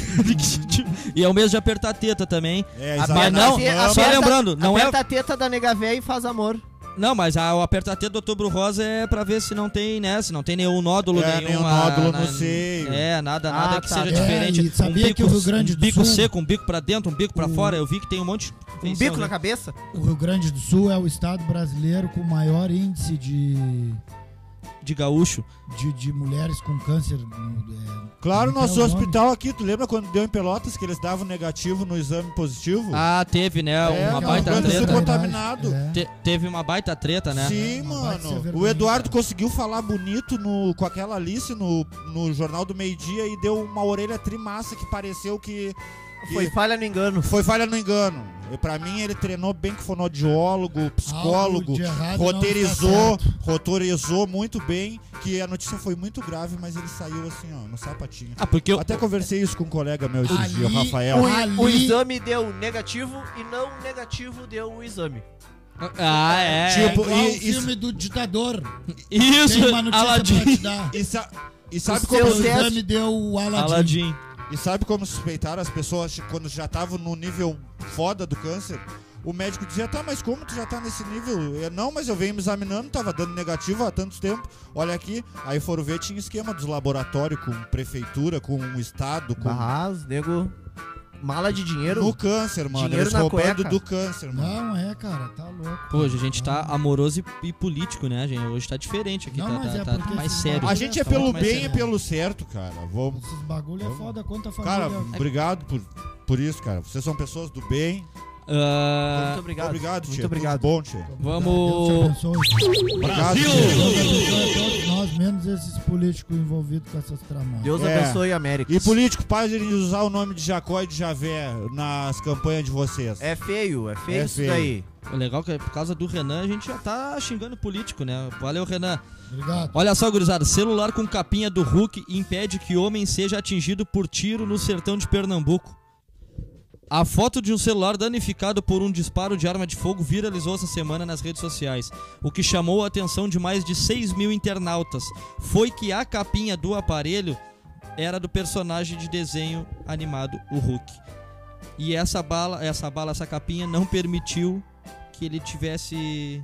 [SPEAKER 2] e é o mesmo de apertar a teta também.
[SPEAKER 3] É,
[SPEAKER 1] Mas
[SPEAKER 3] Isabela
[SPEAKER 2] Mas não,
[SPEAKER 3] Ramos.
[SPEAKER 2] só lembrando, não é-
[SPEAKER 1] aperta a teta da nega véia e faz amor. Um
[SPEAKER 2] Não, mas a, o apertar a teta do Outubro Rosa é pra ver se não tem, né? Se não tem nenhum nódulo
[SPEAKER 3] É,
[SPEAKER 2] nenhum.
[SPEAKER 3] nenhum
[SPEAKER 2] ah,
[SPEAKER 3] nódulo
[SPEAKER 2] na-
[SPEAKER 3] no seio.
[SPEAKER 2] É, nada, nada
[SPEAKER 1] Ah,
[SPEAKER 2] que
[SPEAKER 1] tá.
[SPEAKER 2] seja
[SPEAKER 1] É,
[SPEAKER 2] diferente.
[SPEAKER 4] e sabia que o Rio Grande
[SPEAKER 2] um
[SPEAKER 4] do
[SPEAKER 2] bico
[SPEAKER 4] Sul-
[SPEAKER 2] seco, um bico pra dentro, um bico pra
[SPEAKER 4] O-
[SPEAKER 2] fora. Eu vi que tem um monte de.
[SPEAKER 1] Um
[SPEAKER 2] invenção,
[SPEAKER 1] bico
[SPEAKER 2] né?
[SPEAKER 1] na cabeça?
[SPEAKER 4] O Rio Grande do Sul é o estado brasileiro com o maior índice de,
[SPEAKER 2] de gaúcho.
[SPEAKER 4] de, de mulheres com câncer. no- é,
[SPEAKER 3] Claro,
[SPEAKER 4] como é que
[SPEAKER 3] nosso
[SPEAKER 4] é o nome?
[SPEAKER 3] hospital aqui, tu lembra quando deu em Pelotas que eles davam negativo no exame positivo?
[SPEAKER 2] Ah, teve, né?
[SPEAKER 3] É,
[SPEAKER 2] uma
[SPEAKER 4] que é
[SPEAKER 2] baita
[SPEAKER 3] coisa
[SPEAKER 2] treta.
[SPEAKER 4] barbaridade.
[SPEAKER 2] né?
[SPEAKER 3] contaminado.
[SPEAKER 4] É.
[SPEAKER 2] Te- teve uma baita treta, né?
[SPEAKER 3] Sim,
[SPEAKER 4] Não vai ser
[SPEAKER 3] mano.
[SPEAKER 4] vergonha,
[SPEAKER 3] O Eduardo
[SPEAKER 4] cara.
[SPEAKER 3] conseguiu falar bonito no, com aquela Alice no, no Jornal do Meio Dia e deu uma orelha trimassa que pareceu que
[SPEAKER 1] Foi falha no engano.
[SPEAKER 3] Foi falha no engano. E Pra mim, ele treinou bem com fonodiólogo,
[SPEAKER 4] Algo
[SPEAKER 3] psicólogo,
[SPEAKER 4] Ah, de errado não
[SPEAKER 3] roteirizou,
[SPEAKER 4] está certo.
[SPEAKER 3] roteirizou muito bem, que a notícia foi muito grave, mas ele saiu assim, ó, no sapatinho.
[SPEAKER 2] Ah, porque eu,
[SPEAKER 3] Até conversei isso com um colega meu esses
[SPEAKER 4] Ali-
[SPEAKER 3] dias, o Rafael.
[SPEAKER 4] Ui.
[SPEAKER 1] O, o
[SPEAKER 4] Ali-
[SPEAKER 1] exame deu negativo e não negativo deu o exame.
[SPEAKER 2] Ah, é.
[SPEAKER 3] Tipo,
[SPEAKER 4] Igual
[SPEAKER 3] e-
[SPEAKER 4] o filme do ditador.
[SPEAKER 2] isso,
[SPEAKER 4] Tem uma notícia pra
[SPEAKER 2] Aladim.
[SPEAKER 4] te dar.
[SPEAKER 3] E, sa- e
[SPEAKER 1] Os
[SPEAKER 3] sabe como
[SPEAKER 1] seus
[SPEAKER 4] O
[SPEAKER 1] testes-
[SPEAKER 4] exame deu o Aladim.
[SPEAKER 2] Aladim.
[SPEAKER 3] E sabe como suspeitaram as pessoas quando já estavam no nível foda do câncer? O médico dizia, tá, mas como tu já tá nesse nível? Eu, não, mas eu venho me examinando, tava dando negativo há tanto tempo. Olha aqui, aí foram ver, tinha esquema dos laboratórios com prefeitura, com o estado, com...
[SPEAKER 1] Barras, nego. Mala de dinheiro.
[SPEAKER 3] No câncer, mano.
[SPEAKER 1] Dinheiro
[SPEAKER 3] Eles
[SPEAKER 1] na
[SPEAKER 3] roubando
[SPEAKER 1] cueca.
[SPEAKER 3] do câncer, mano.
[SPEAKER 4] Não, é, cara, tá louco.
[SPEAKER 2] Pô, hoje a gente tá amoroso e, e político, né, gente? Hoje tá diferente aqui,
[SPEAKER 4] Não,
[SPEAKER 2] tá,
[SPEAKER 4] mas
[SPEAKER 2] tá-
[SPEAKER 4] é
[SPEAKER 2] tá
[SPEAKER 4] porque
[SPEAKER 2] mais
[SPEAKER 4] esses
[SPEAKER 2] sério.
[SPEAKER 3] A gente é
[SPEAKER 2] Tá muito
[SPEAKER 3] pelo
[SPEAKER 2] mais
[SPEAKER 3] bem e
[SPEAKER 2] sério.
[SPEAKER 3] pelo certo, cara. Vamos...
[SPEAKER 4] Esses bagulho é foda contra a
[SPEAKER 3] Cara,
[SPEAKER 1] Tá
[SPEAKER 4] família.
[SPEAKER 3] obrigado por, por isso, cara. Vocês são pessoas do bem.
[SPEAKER 2] Ah,
[SPEAKER 1] Muito obrigado.
[SPEAKER 3] obrigado, Tchê.
[SPEAKER 1] Muito
[SPEAKER 3] Tudo
[SPEAKER 1] obrigado.
[SPEAKER 3] bom, Tchê.
[SPEAKER 2] vamos-
[SPEAKER 4] Deus te abençoe.
[SPEAKER 3] Obrigado,
[SPEAKER 2] Brasil!
[SPEAKER 3] Tchê.
[SPEAKER 4] Deus abençoe a todos nós, menos esses políticos envolvidos com essas tramas.
[SPEAKER 1] Deus
[SPEAKER 3] É.
[SPEAKER 1] abençoe a América.
[SPEAKER 3] E político, parem de usar o nome de Jacó e de Javé nas campanhas de vocês.
[SPEAKER 1] É feio, é feio
[SPEAKER 3] É
[SPEAKER 1] isso
[SPEAKER 3] feio.
[SPEAKER 1] daí.
[SPEAKER 2] o legal é que por causa do Renan a gente já tá xingando político, né? Valeu, Renan.
[SPEAKER 4] Obrigado.
[SPEAKER 2] Olha só, gurizada, celular com capinha do Hulk impede que homem seja atingido por tiro no sertão de Pernambuco. A foto de um celular danificado por um disparo de arma de fogo viralizou essa semana nas redes sociais. O que chamou a atenção de mais de 6 mil internautas foi que a capinha do aparelho era do personagem de desenho animado, o Hulk. E essa bala, essa bala, essa capinha não permitiu que ele tivesse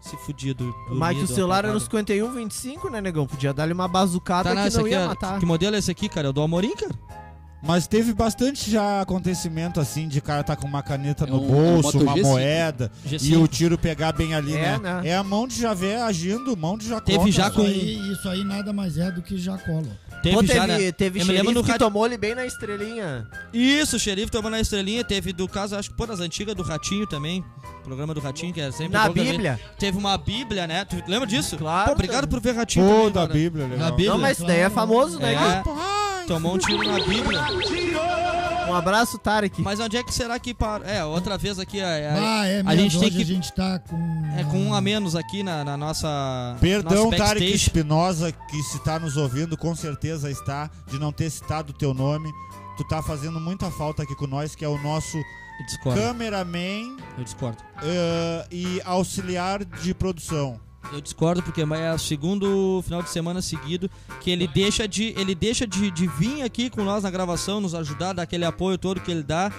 [SPEAKER 2] se fudido.
[SPEAKER 1] Mas que o
[SPEAKER 2] dormido,
[SPEAKER 1] celular era
[SPEAKER 2] apagado.
[SPEAKER 1] no 5125, né, negão? Podia dar-lhe uma bazucada
[SPEAKER 2] Tá, não,
[SPEAKER 1] que
[SPEAKER 2] esse
[SPEAKER 1] Ah, não
[SPEAKER 2] aqui
[SPEAKER 1] ia
[SPEAKER 2] é-
[SPEAKER 1] matar.
[SPEAKER 2] Que modelo é esse aqui, cara? É o do Amorim, cara?
[SPEAKER 3] Mas teve bastante já acontecimento assim de cara tá com uma caneta
[SPEAKER 5] É
[SPEAKER 3] no
[SPEAKER 5] um-
[SPEAKER 3] bolso,
[SPEAKER 5] um Moto
[SPEAKER 3] uma
[SPEAKER 5] G5.
[SPEAKER 3] moeda e o tiro pegar bem ali,
[SPEAKER 1] É,
[SPEAKER 3] né?
[SPEAKER 1] né?
[SPEAKER 3] É a mão de Javé agindo, mão de Jacó. né?
[SPEAKER 2] Teve já
[SPEAKER 3] cara.
[SPEAKER 4] Isso,
[SPEAKER 2] com-
[SPEAKER 4] aí, isso aí nada mais é do que Jacolo.
[SPEAKER 2] Teve,
[SPEAKER 1] Pô,
[SPEAKER 2] já, né?
[SPEAKER 1] teve, teve
[SPEAKER 2] Eu me lembro
[SPEAKER 1] xerife
[SPEAKER 2] no
[SPEAKER 1] que
[SPEAKER 2] rádio-
[SPEAKER 1] tomou ele bem na estrelinha.
[SPEAKER 2] Isso, o xerife tomando a estrelinha. Teve do caso, acho que pô, das antigas, do Ratinho também. Programa do Ratinho, que era sempre.
[SPEAKER 1] na
[SPEAKER 2] bom também.
[SPEAKER 1] Bíblia.
[SPEAKER 2] Teve uma Bíblia, né? Tu lembra disso?
[SPEAKER 1] Claro.
[SPEAKER 2] Pô, obrigado por ver Ratinho.
[SPEAKER 3] Pô,
[SPEAKER 2] também,
[SPEAKER 3] da
[SPEAKER 2] cara.
[SPEAKER 3] Bíblia, legal.
[SPEAKER 2] Na Bíblia.
[SPEAKER 1] Não, mas isso daí é famoso, né?
[SPEAKER 2] É, tomou um tiro na Bíblia.
[SPEAKER 1] Um abraço, Tarek.
[SPEAKER 2] Mas onde é que será que parou? É, outra vez aqui. É, é-
[SPEAKER 4] Ah, é mesmo.
[SPEAKER 2] a gente tem
[SPEAKER 4] hoje
[SPEAKER 2] que-
[SPEAKER 4] a gente tá com...
[SPEAKER 2] é com um a menos aqui na, na nossa.
[SPEAKER 3] Perdão,
[SPEAKER 2] nosso
[SPEAKER 3] Tarek
[SPEAKER 2] backstage.
[SPEAKER 3] Espinosa, que se tá nos ouvindo, com certeza está, de não ter citado o teu nome. Tu tá fazendo muita falta aqui com nós, que é o nosso
[SPEAKER 2] Eu discordo.
[SPEAKER 3] cameraman
[SPEAKER 2] Eu discordo.
[SPEAKER 3] ah, e auxiliar de produção.
[SPEAKER 2] Eu discordo porque é o segundo final de semana seguido que ele deixa de ele deixa de, de vir aqui com nós na gravação, nos ajudar, dar aquele apoio todo que ele dá.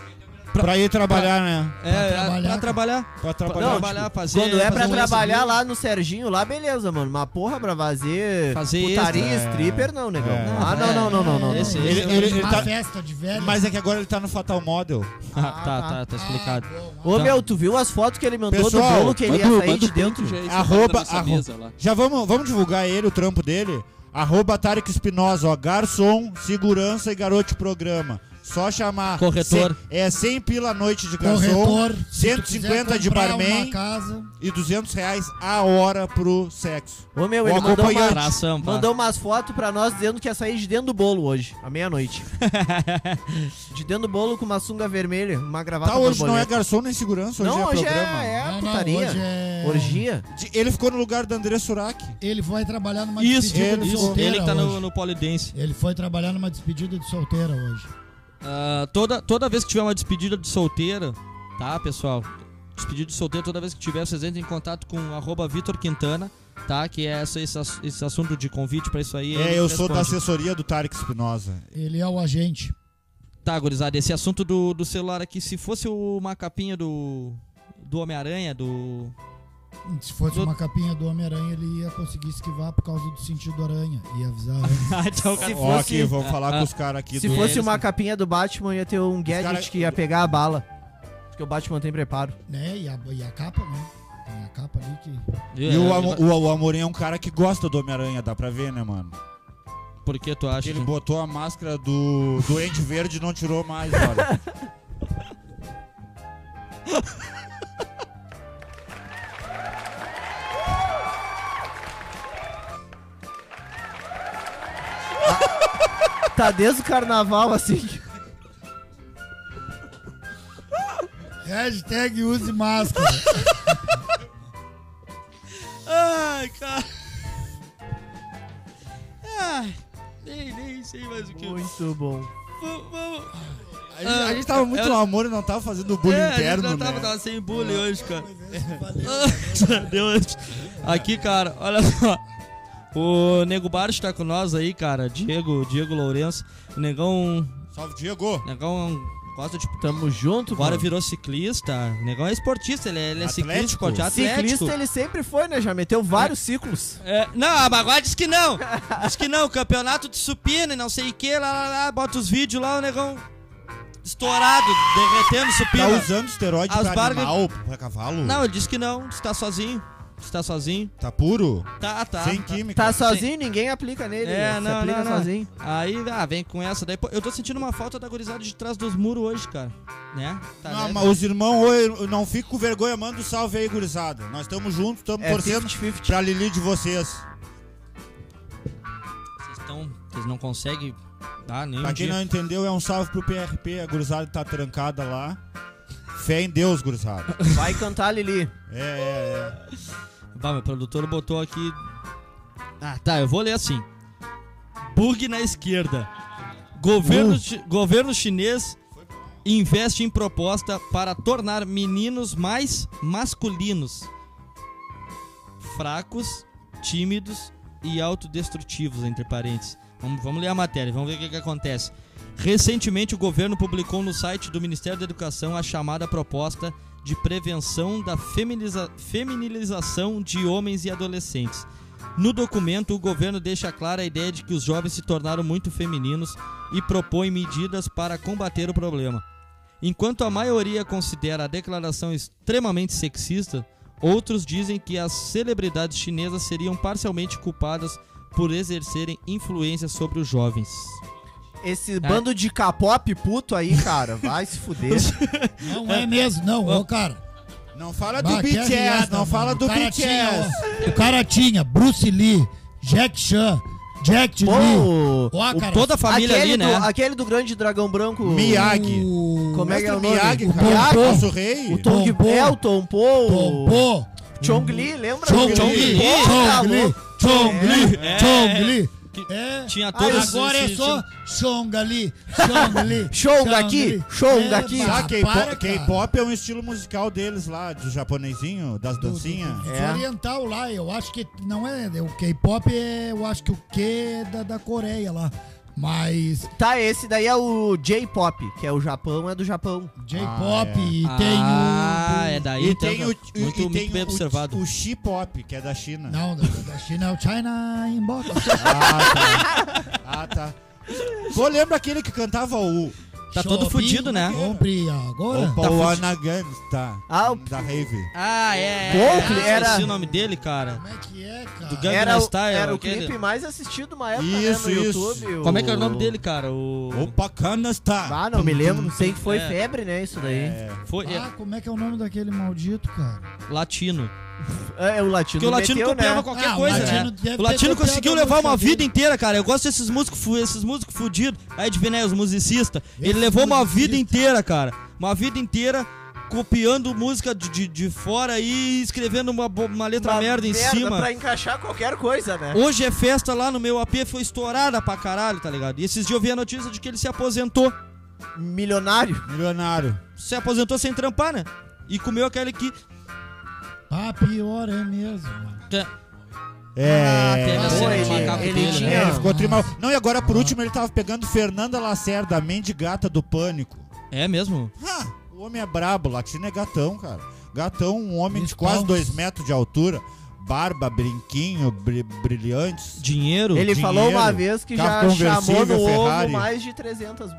[SPEAKER 2] Pra-
[SPEAKER 3] Pra, ir trabalhar, né?
[SPEAKER 2] É, é,
[SPEAKER 4] trabalhar,
[SPEAKER 2] pra
[SPEAKER 4] cara.
[SPEAKER 2] trabalhar.
[SPEAKER 3] Pra
[SPEAKER 2] Pra
[SPEAKER 3] trabalhar. tipo,
[SPEAKER 2] trabalhar, fazer.
[SPEAKER 1] Quando é pra
[SPEAKER 2] fazer um
[SPEAKER 1] trabalhar
[SPEAKER 2] lançamento.
[SPEAKER 1] lá no Serginho, lá beleza, mano. Mas porra, pra fazer,
[SPEAKER 2] Fazer
[SPEAKER 1] putaria,
[SPEAKER 3] extra, é.
[SPEAKER 1] stripper, não, negão.
[SPEAKER 3] É.
[SPEAKER 1] Ah, não, não, não, não, não. não.
[SPEAKER 2] Esse-
[SPEAKER 3] Ele, ele, ele
[SPEAKER 4] Uma
[SPEAKER 3] tá-
[SPEAKER 4] festa de velho.
[SPEAKER 3] Mas é que agora ele tá no Fatal Model.
[SPEAKER 2] Ah, tá, tá, tá explicado.
[SPEAKER 1] Ô, meu, tu viu as fotos que ele mandou
[SPEAKER 3] Pessoal,
[SPEAKER 1] do bolo que ele ia sair de dentro?
[SPEAKER 5] gente,
[SPEAKER 3] Arroba-
[SPEAKER 5] nossa
[SPEAKER 3] arroba-
[SPEAKER 5] mesa lá.
[SPEAKER 3] Já vamos, vamos divulgar ele, o trampo dele? Arroba Tarek Espinosa, ó. Garçom, segurança e garoto de programa. Só chamar.
[SPEAKER 2] Corretor.
[SPEAKER 3] Cem- é 100 pila a noite de garçom
[SPEAKER 4] Corretor, um se tu
[SPEAKER 3] 150
[SPEAKER 4] quiser
[SPEAKER 3] de
[SPEAKER 4] comprar
[SPEAKER 3] barman.
[SPEAKER 4] Uma casa,
[SPEAKER 3] e 200 reais a hora pro sexo.
[SPEAKER 1] Ô, meu,
[SPEAKER 3] O
[SPEAKER 1] ele mandou, uma-
[SPEAKER 3] acompanhante.
[SPEAKER 2] Tração, pá.
[SPEAKER 1] mandou umas fotos pra nós dizendo que ia sair de dentro do bolo hoje, à meia-noite. de dentro do bolo com uma sunga vermelha, uma gravata
[SPEAKER 3] Tá, hoje não é
[SPEAKER 1] borboleta.
[SPEAKER 3] garçom nem segurança, hoje
[SPEAKER 1] Não,
[SPEAKER 3] é
[SPEAKER 1] hoje
[SPEAKER 3] programa.
[SPEAKER 1] é, é
[SPEAKER 4] Não, não,
[SPEAKER 1] putaria.
[SPEAKER 4] hoje é-
[SPEAKER 1] Orgia.
[SPEAKER 3] De- Ele ficou no lugar do André Surak.
[SPEAKER 4] ele vai trabalhar numa
[SPEAKER 2] Isso,
[SPEAKER 4] despedida de
[SPEAKER 2] isso.
[SPEAKER 4] solteira
[SPEAKER 2] Ele que tá
[SPEAKER 4] hoje.
[SPEAKER 2] no, no Polidense.
[SPEAKER 4] Ele foi trabalhar numa despedida de solteira hoje.
[SPEAKER 2] Ah, toda, toda vez que tiver uma despedida de solteiro, tá, pessoal? Despedida de solteiro, toda vez que tiver, vocês entrem em contato com o arroba Vitor Quintana, tá? Que é essa, esse, ass- esse assunto de convite pra isso aí. ele
[SPEAKER 3] É, eu sou da
[SPEAKER 2] responde.
[SPEAKER 3] assessoria do Tarek Espinosa.
[SPEAKER 4] Ele é o agente.
[SPEAKER 2] Tá, gurizada, esse assunto do, do celular aqui, se fosse uma capinha do. Do Homem-Aranha, do.
[SPEAKER 4] Se fosse
[SPEAKER 2] Do-
[SPEAKER 4] uma capinha do Homem-Aranha, ele ia conseguir esquivar por causa do sentido aranha. Ia avisar antes.
[SPEAKER 2] Ah, então,
[SPEAKER 1] Se
[SPEAKER 2] cara.
[SPEAKER 3] Ó,
[SPEAKER 1] fosse-
[SPEAKER 3] aqui, vamos falar
[SPEAKER 2] Ah,
[SPEAKER 3] com os caras aqui
[SPEAKER 1] Se
[SPEAKER 3] do.
[SPEAKER 1] fosse
[SPEAKER 2] eles,
[SPEAKER 1] uma
[SPEAKER 2] né?
[SPEAKER 1] capinha do Batman, ia ter um gadget
[SPEAKER 3] cara-
[SPEAKER 1] que ia pegar a bala. Porque o Batman tem preparo.
[SPEAKER 4] né? E a, e a capa, né? Tem a capa ali que.
[SPEAKER 2] É,
[SPEAKER 3] E o, Amo- o, o Amorim é um cara que gosta do Homem-Aranha, dá pra ver, né, mano?
[SPEAKER 2] Por que tu acha? né?
[SPEAKER 3] Ele
[SPEAKER 2] gente?
[SPEAKER 3] botou a máscara do Doente Verde e não tirou mais, olha.
[SPEAKER 1] Tá desde o carnaval, assim.
[SPEAKER 4] Hashtag use máscara.
[SPEAKER 2] Ai, cara. Ai, Ah, nem, nem sei mais o que eu.
[SPEAKER 1] Muito bom.
[SPEAKER 2] Vamos- vamos-
[SPEAKER 3] A gente, a gente tava muito
[SPEAKER 2] eu-
[SPEAKER 3] no amor e não tava fazendo bullying
[SPEAKER 2] É, a gente
[SPEAKER 3] interno,
[SPEAKER 2] não tava,
[SPEAKER 3] né?
[SPEAKER 2] tava sem bullying hoje, cara. Deus. Aqui, cara, olha só. O Nego Barros tá com nós aí, cara. Diego, Diego Lourenço. O Negão.
[SPEAKER 3] Salve, Diego! Tá
[SPEAKER 2] Negão gosta de.
[SPEAKER 1] Tamo junto,
[SPEAKER 2] Agora
[SPEAKER 1] mano.
[SPEAKER 2] virou ciclista. O Negão é esportista, ele é, ele é
[SPEAKER 3] Uhum. Atlético.
[SPEAKER 2] ciclista, esporte é atlético.
[SPEAKER 1] Ciclista ele sempre foi, né? Já meteu vários ciclos.
[SPEAKER 2] É, não, a Baguá diz que não. Diz que não, campeonato de supina e não sei o que, lá, lá, lá, bota os vídeos lá, o negão estourado, derretendo
[SPEAKER 3] Tá
[SPEAKER 2] supina.
[SPEAKER 3] usando esteroide
[SPEAKER 2] As
[SPEAKER 3] pra
[SPEAKER 2] barcas-
[SPEAKER 3] animal, pra cavalo?
[SPEAKER 2] Não, ele disse que não, disse que tá sozinho, disse que tá sozinho,
[SPEAKER 3] Tá puro?
[SPEAKER 2] tá, tá.
[SPEAKER 3] Sem
[SPEAKER 2] tá.
[SPEAKER 3] química?
[SPEAKER 1] Tá sozinho, ninguém aplica nele.
[SPEAKER 2] É,
[SPEAKER 1] Se
[SPEAKER 2] não,
[SPEAKER 1] aplica
[SPEAKER 2] não, não.
[SPEAKER 1] sozinho.
[SPEAKER 2] Aí, ah, vem com essa daí. Pô, eu tô sentindo uma falta da gurizada de trás dos muros hoje, cara. Né? Tá,
[SPEAKER 3] Não,
[SPEAKER 2] né?
[SPEAKER 3] mas os irmãos, oi, não fico com vergonha, manda um salve aí, gurizada. Nós estamos juntos, estamos
[SPEAKER 1] É
[SPEAKER 3] torcendo
[SPEAKER 1] 50-50.
[SPEAKER 3] pra Lili de vocês.
[SPEAKER 2] Vocês estão. Vocês não conseguem dar nem um
[SPEAKER 3] Pra quem
[SPEAKER 2] dia.
[SPEAKER 3] não entendeu, é um salve pro PRP, a gurizada tá trancada lá. Fé em Deus, gurizada.
[SPEAKER 1] Vai cantar, Lili.
[SPEAKER 3] É, é,
[SPEAKER 2] Bah, meu produtor botou aqui. Ah, tá, eu vou ler assim. Bug na esquerda. Governo, chi- governo chinês investe em proposta para tornar meninos mais masculinos. Fracos, tímidos e autodestrutivos, entre parênteses. Vamos, vamos ler a matéria, vamos ver o que, que acontece. Recentemente, o governo publicou no site do Ministério da Educação a chamada proposta de prevenção da feminiza- feminilização de homens e adolescentes. No documento, o governo deixa clara a ideia de que os jovens se tornaram muito femininos e propõe medidas para combater o problema. Enquanto a maioria considera a declaração extremamente sexista, outros dizem que as celebridades chinesas seriam parcialmente culpadas por exercerem influência sobre os jovens.
[SPEAKER 1] Esse bando de capop puto aí, cara, vai se fuder.
[SPEAKER 4] Não é mesmo, não, ô cara.
[SPEAKER 3] é. Não fala do
[SPEAKER 4] Bah, que
[SPEAKER 3] BTS,
[SPEAKER 4] arriada,
[SPEAKER 3] não
[SPEAKER 4] mano.
[SPEAKER 3] fala
[SPEAKER 4] O
[SPEAKER 3] do
[SPEAKER 4] cara
[SPEAKER 3] BTS.
[SPEAKER 4] tinha, ó, o cara tinha Bruce Lee, Jack Chan, Jack Lee.
[SPEAKER 1] Bom,
[SPEAKER 4] Ó,
[SPEAKER 2] O-
[SPEAKER 4] cara,
[SPEAKER 2] toda a família
[SPEAKER 1] aquele,
[SPEAKER 2] ali, né?
[SPEAKER 1] do, aquele do grande dragão branco.
[SPEAKER 3] Miyagi.
[SPEAKER 4] o
[SPEAKER 1] Como é que é o nome?
[SPEAKER 3] Miyagi,
[SPEAKER 1] O
[SPEAKER 3] cara.
[SPEAKER 1] Miyagi.
[SPEAKER 3] nosso rei.
[SPEAKER 1] O Tong
[SPEAKER 4] Tom Po.
[SPEAKER 1] É, o Tom Po.
[SPEAKER 4] Tom Po,
[SPEAKER 1] Chong Li, lembra?
[SPEAKER 2] é
[SPEAKER 4] Chong
[SPEAKER 1] Chong
[SPEAKER 4] Li,
[SPEAKER 1] Li, tá
[SPEAKER 4] Chong Li,
[SPEAKER 1] louco?
[SPEAKER 4] Chong Li, Chong Li,
[SPEAKER 2] que
[SPEAKER 4] É.
[SPEAKER 2] tinha
[SPEAKER 4] Aí
[SPEAKER 2] todos
[SPEAKER 4] agora é
[SPEAKER 2] esses-
[SPEAKER 4] só chonga ali, chonga ali.
[SPEAKER 1] Chonga aqui, chonga aqui.
[SPEAKER 4] pá, É,
[SPEAKER 3] Já
[SPEAKER 4] para,
[SPEAKER 3] K-pop-
[SPEAKER 4] cara.
[SPEAKER 3] K-pop é um estilo musical deles lá, do japonesinho, das
[SPEAKER 4] Do- do-
[SPEAKER 3] dancinhas.
[SPEAKER 4] do- do
[SPEAKER 1] É.
[SPEAKER 4] oriental lá, eu acho que não é. O K-pop é. Eu acho que o Q é da, da Coreia lá. Mas
[SPEAKER 1] Tá, esse daí é o J-pop, que é o Japão, é do Japão.
[SPEAKER 4] J-pop
[SPEAKER 3] Ah, é.
[SPEAKER 4] e tem um o.
[SPEAKER 2] Ah, é daí.
[SPEAKER 3] um- E
[SPEAKER 2] então,
[SPEAKER 3] tem o,
[SPEAKER 2] muito,
[SPEAKER 3] e
[SPEAKER 2] muito
[SPEAKER 3] tem
[SPEAKER 2] bem
[SPEAKER 3] o-
[SPEAKER 2] observado.
[SPEAKER 3] O X-pop, que é da China.
[SPEAKER 4] Não, da, da China é o China Inbox.
[SPEAKER 3] Ah, tá. ah, tá. Pô, lembra aquele que cantava o
[SPEAKER 2] Tá todo fudido, né?
[SPEAKER 4] Compre agora.
[SPEAKER 3] Opa,
[SPEAKER 2] Tá
[SPEAKER 3] o
[SPEAKER 2] fudi-
[SPEAKER 3] Anagan, tá.
[SPEAKER 1] Ah, o-
[SPEAKER 3] Da Rave.
[SPEAKER 2] Ah, é.
[SPEAKER 1] Pô,
[SPEAKER 2] é,
[SPEAKER 1] ele
[SPEAKER 2] é,
[SPEAKER 1] era-
[SPEAKER 2] Esqueci o nome dele, cara.
[SPEAKER 4] Como é que é,
[SPEAKER 2] Do
[SPEAKER 4] cara?
[SPEAKER 2] Gangnam
[SPEAKER 1] Era, o-
[SPEAKER 2] Style.
[SPEAKER 1] era o
[SPEAKER 2] aquele.
[SPEAKER 1] clipe mais assistido uma época né, no
[SPEAKER 3] Isso, isso.
[SPEAKER 1] YouTube.
[SPEAKER 2] Como é que era o nome dele, cara? O...
[SPEAKER 3] Opa, Canasta.
[SPEAKER 1] Ah, não me lembro. Não sei que foi
[SPEAKER 2] É.
[SPEAKER 1] febre, né, isso daí. É,
[SPEAKER 2] Foi é,
[SPEAKER 4] Ah, como é que é o nome daquele maldito, cara?
[SPEAKER 2] Latino.
[SPEAKER 1] É, o latino
[SPEAKER 2] Porque o latino
[SPEAKER 1] meteu,
[SPEAKER 2] copiava
[SPEAKER 1] né?
[SPEAKER 2] qualquer
[SPEAKER 4] Ah, o
[SPEAKER 2] coisa,
[SPEAKER 4] latino
[SPEAKER 2] né?
[SPEAKER 4] deve
[SPEAKER 2] O latino
[SPEAKER 4] ter copiado
[SPEAKER 2] conseguiu
[SPEAKER 4] a
[SPEAKER 2] levar uma
[SPEAKER 4] música
[SPEAKER 2] vida
[SPEAKER 4] dele.
[SPEAKER 2] inteira, cara. Eu gosto desses músicos, fu- esses músicos fudidos. Aí de né, os musicistas. Ele
[SPEAKER 4] Esses
[SPEAKER 2] levou uma
[SPEAKER 4] musicistas.
[SPEAKER 2] vida inteira, cara. Uma vida inteira copiando música de, de, de fora e escrevendo uma, bo- uma letra
[SPEAKER 1] Uma
[SPEAKER 2] merda em cima.
[SPEAKER 1] pra encaixar qualquer coisa, né?
[SPEAKER 2] Hoje é festa lá no meu AP, foi estourada pra caralho, tá ligado? E esses dias eu vi a notícia de que ele se aposentou.
[SPEAKER 1] Milionário.
[SPEAKER 3] Milionário.
[SPEAKER 2] Se aposentou sem trampar, né? E comeu aquele que.
[SPEAKER 4] Ah, pior é mesmo. mano.
[SPEAKER 3] É.
[SPEAKER 2] Ah, teve a cena do
[SPEAKER 1] ele-
[SPEAKER 2] macaco
[SPEAKER 1] ele
[SPEAKER 2] dele,
[SPEAKER 1] tinha-
[SPEAKER 2] né?
[SPEAKER 3] É, ficou trimal. Não, e agora por último ele tava pegando Fernanda Lacerda, a mendigata do pânico.
[SPEAKER 2] É mesmo?
[SPEAKER 3] Ah, o homem é brabo, latino é gatão, cara. Gatão, um homem de
[SPEAKER 4] Isso,
[SPEAKER 3] quase
[SPEAKER 2] Então-
[SPEAKER 4] bom.
[SPEAKER 3] dois metros de altura, barba, brinquinho, bri- brilhantes.
[SPEAKER 2] Dinheiro?
[SPEAKER 1] Ele
[SPEAKER 3] dinheiro,
[SPEAKER 1] falou uma vez que já
[SPEAKER 3] carro
[SPEAKER 1] chamou no
[SPEAKER 3] conversível,
[SPEAKER 1] ovo
[SPEAKER 3] Ferrari.
[SPEAKER 1] mais de 300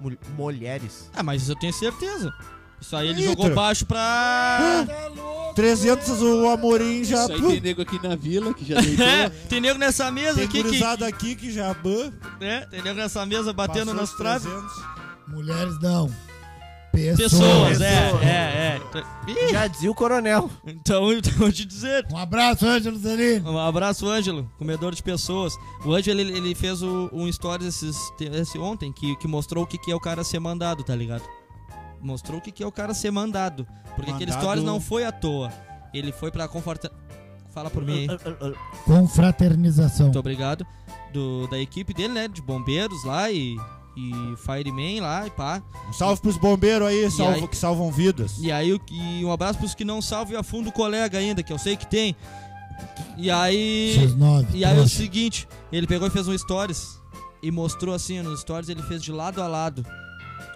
[SPEAKER 1] mul- mulheres.
[SPEAKER 2] Ah, mas isso eu tenho certeza. Isso aí ele
[SPEAKER 3] Ih,
[SPEAKER 2] jogou
[SPEAKER 3] tra-
[SPEAKER 2] baixo pra.
[SPEAKER 3] 300 o Amorim já.
[SPEAKER 5] Isso aí tem nego aqui na vila que já deitou.
[SPEAKER 2] É, tem nego nessa mesa
[SPEAKER 3] Tem
[SPEAKER 2] aqui que.
[SPEAKER 3] gurizada aqui que já ban,
[SPEAKER 2] É, tem nego nessa mesa batendo
[SPEAKER 3] passou
[SPEAKER 2] nos
[SPEAKER 3] os
[SPEAKER 2] traves.
[SPEAKER 3] 300.
[SPEAKER 4] Mulheres não. Pessoas.
[SPEAKER 2] Pessoas, é,
[SPEAKER 1] Pessoas.
[SPEAKER 2] é, é. Ih,
[SPEAKER 1] Já dizia o coronel.
[SPEAKER 2] Então, então, vou te dizer.
[SPEAKER 4] Um abraço, Ângelo Zanini.
[SPEAKER 2] Um abraço, Ângelo, comedor de pessoas. O Ângelo, ele, ele fez o, um stories esses, te- esse ontem que, que mostrou o que, que é o cara ser mandado, tá ligado? Mostrou o que, que é o cara ser mandado. Porque aquele
[SPEAKER 3] Mandado.
[SPEAKER 2] stories não foi à toa. Ele foi pra confortar. Fala por
[SPEAKER 1] Ah,
[SPEAKER 2] mim aí.
[SPEAKER 4] Confraternização.
[SPEAKER 2] Muito obrigado. Do, da equipe dele, né? De bombeiros lá e. E Fireman lá e pá.
[SPEAKER 3] Um salve pros bombeiros aí, salvo,
[SPEAKER 2] aí?
[SPEAKER 3] que salvam vidas.
[SPEAKER 2] E aí, o- e um abraço pros que não salvam e afundam o colega ainda, que eu sei que tem. E aí.
[SPEAKER 4] X9.
[SPEAKER 2] E aí é o
[SPEAKER 4] trouxa.
[SPEAKER 2] seguinte, ele pegou e fez um stories e mostrou assim, nos stories ele fez de lado a lado.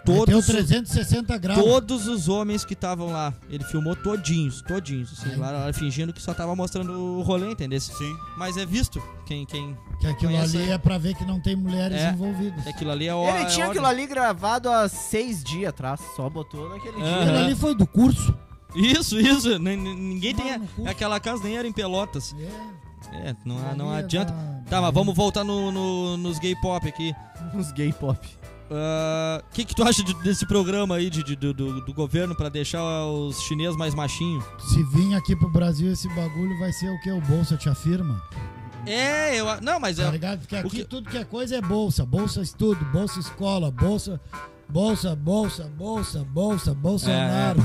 [SPEAKER 4] Meteu
[SPEAKER 2] Todos,
[SPEAKER 4] 360 graus.
[SPEAKER 2] todos os homens que estavam lá. Ele filmou todinhos, todinhos. Assim,
[SPEAKER 4] Ai,
[SPEAKER 2] lá, lá, fingindo que só tava mostrando o rolê, entendeu?
[SPEAKER 3] Sim.
[SPEAKER 2] Mas é visto quem, quem.
[SPEAKER 4] Que aquilo
[SPEAKER 2] Conhece-
[SPEAKER 4] ali é pra ver que não tem mulheres
[SPEAKER 2] É.
[SPEAKER 4] envolvidas.
[SPEAKER 2] Aquilo ali é
[SPEAKER 1] Ele tinha aquilo
[SPEAKER 2] aquilo
[SPEAKER 1] ali gravado há seis dias atrás. Só botou naquele
[SPEAKER 2] Aham.
[SPEAKER 4] Aquilo
[SPEAKER 1] dia.
[SPEAKER 4] ali foi do curso.
[SPEAKER 2] Isso, isso. nem- nem- Ninguém tem.
[SPEAKER 4] Mano, puxa.
[SPEAKER 2] Aquela casa nem era em Pelotas. É, não, não
[SPEAKER 4] Ali é
[SPEAKER 2] adianta.
[SPEAKER 4] da-
[SPEAKER 2] Tá, mas vamos voltar no- no- nos gay pop aqui.
[SPEAKER 1] Uns né? gay pop.
[SPEAKER 2] O que, que tu acha de- desse programa aí de, de- do, do- do governo pra deixar os chineses mais machinhos?
[SPEAKER 4] Se vir aqui pro Brasil esse bagulho, vai ser o que? O Bolsa te afirma?
[SPEAKER 2] É, eu. a- Não, mas
[SPEAKER 4] Tá
[SPEAKER 2] é.
[SPEAKER 4] ligado? Porque
[SPEAKER 2] O
[SPEAKER 4] aqui
[SPEAKER 2] que-
[SPEAKER 4] tudo que é coisa é bolsa. Bolsa estudo, bolsa escola, bolsa. Bolsa, bolsa, bolsa, bolsa, Bolsonaro.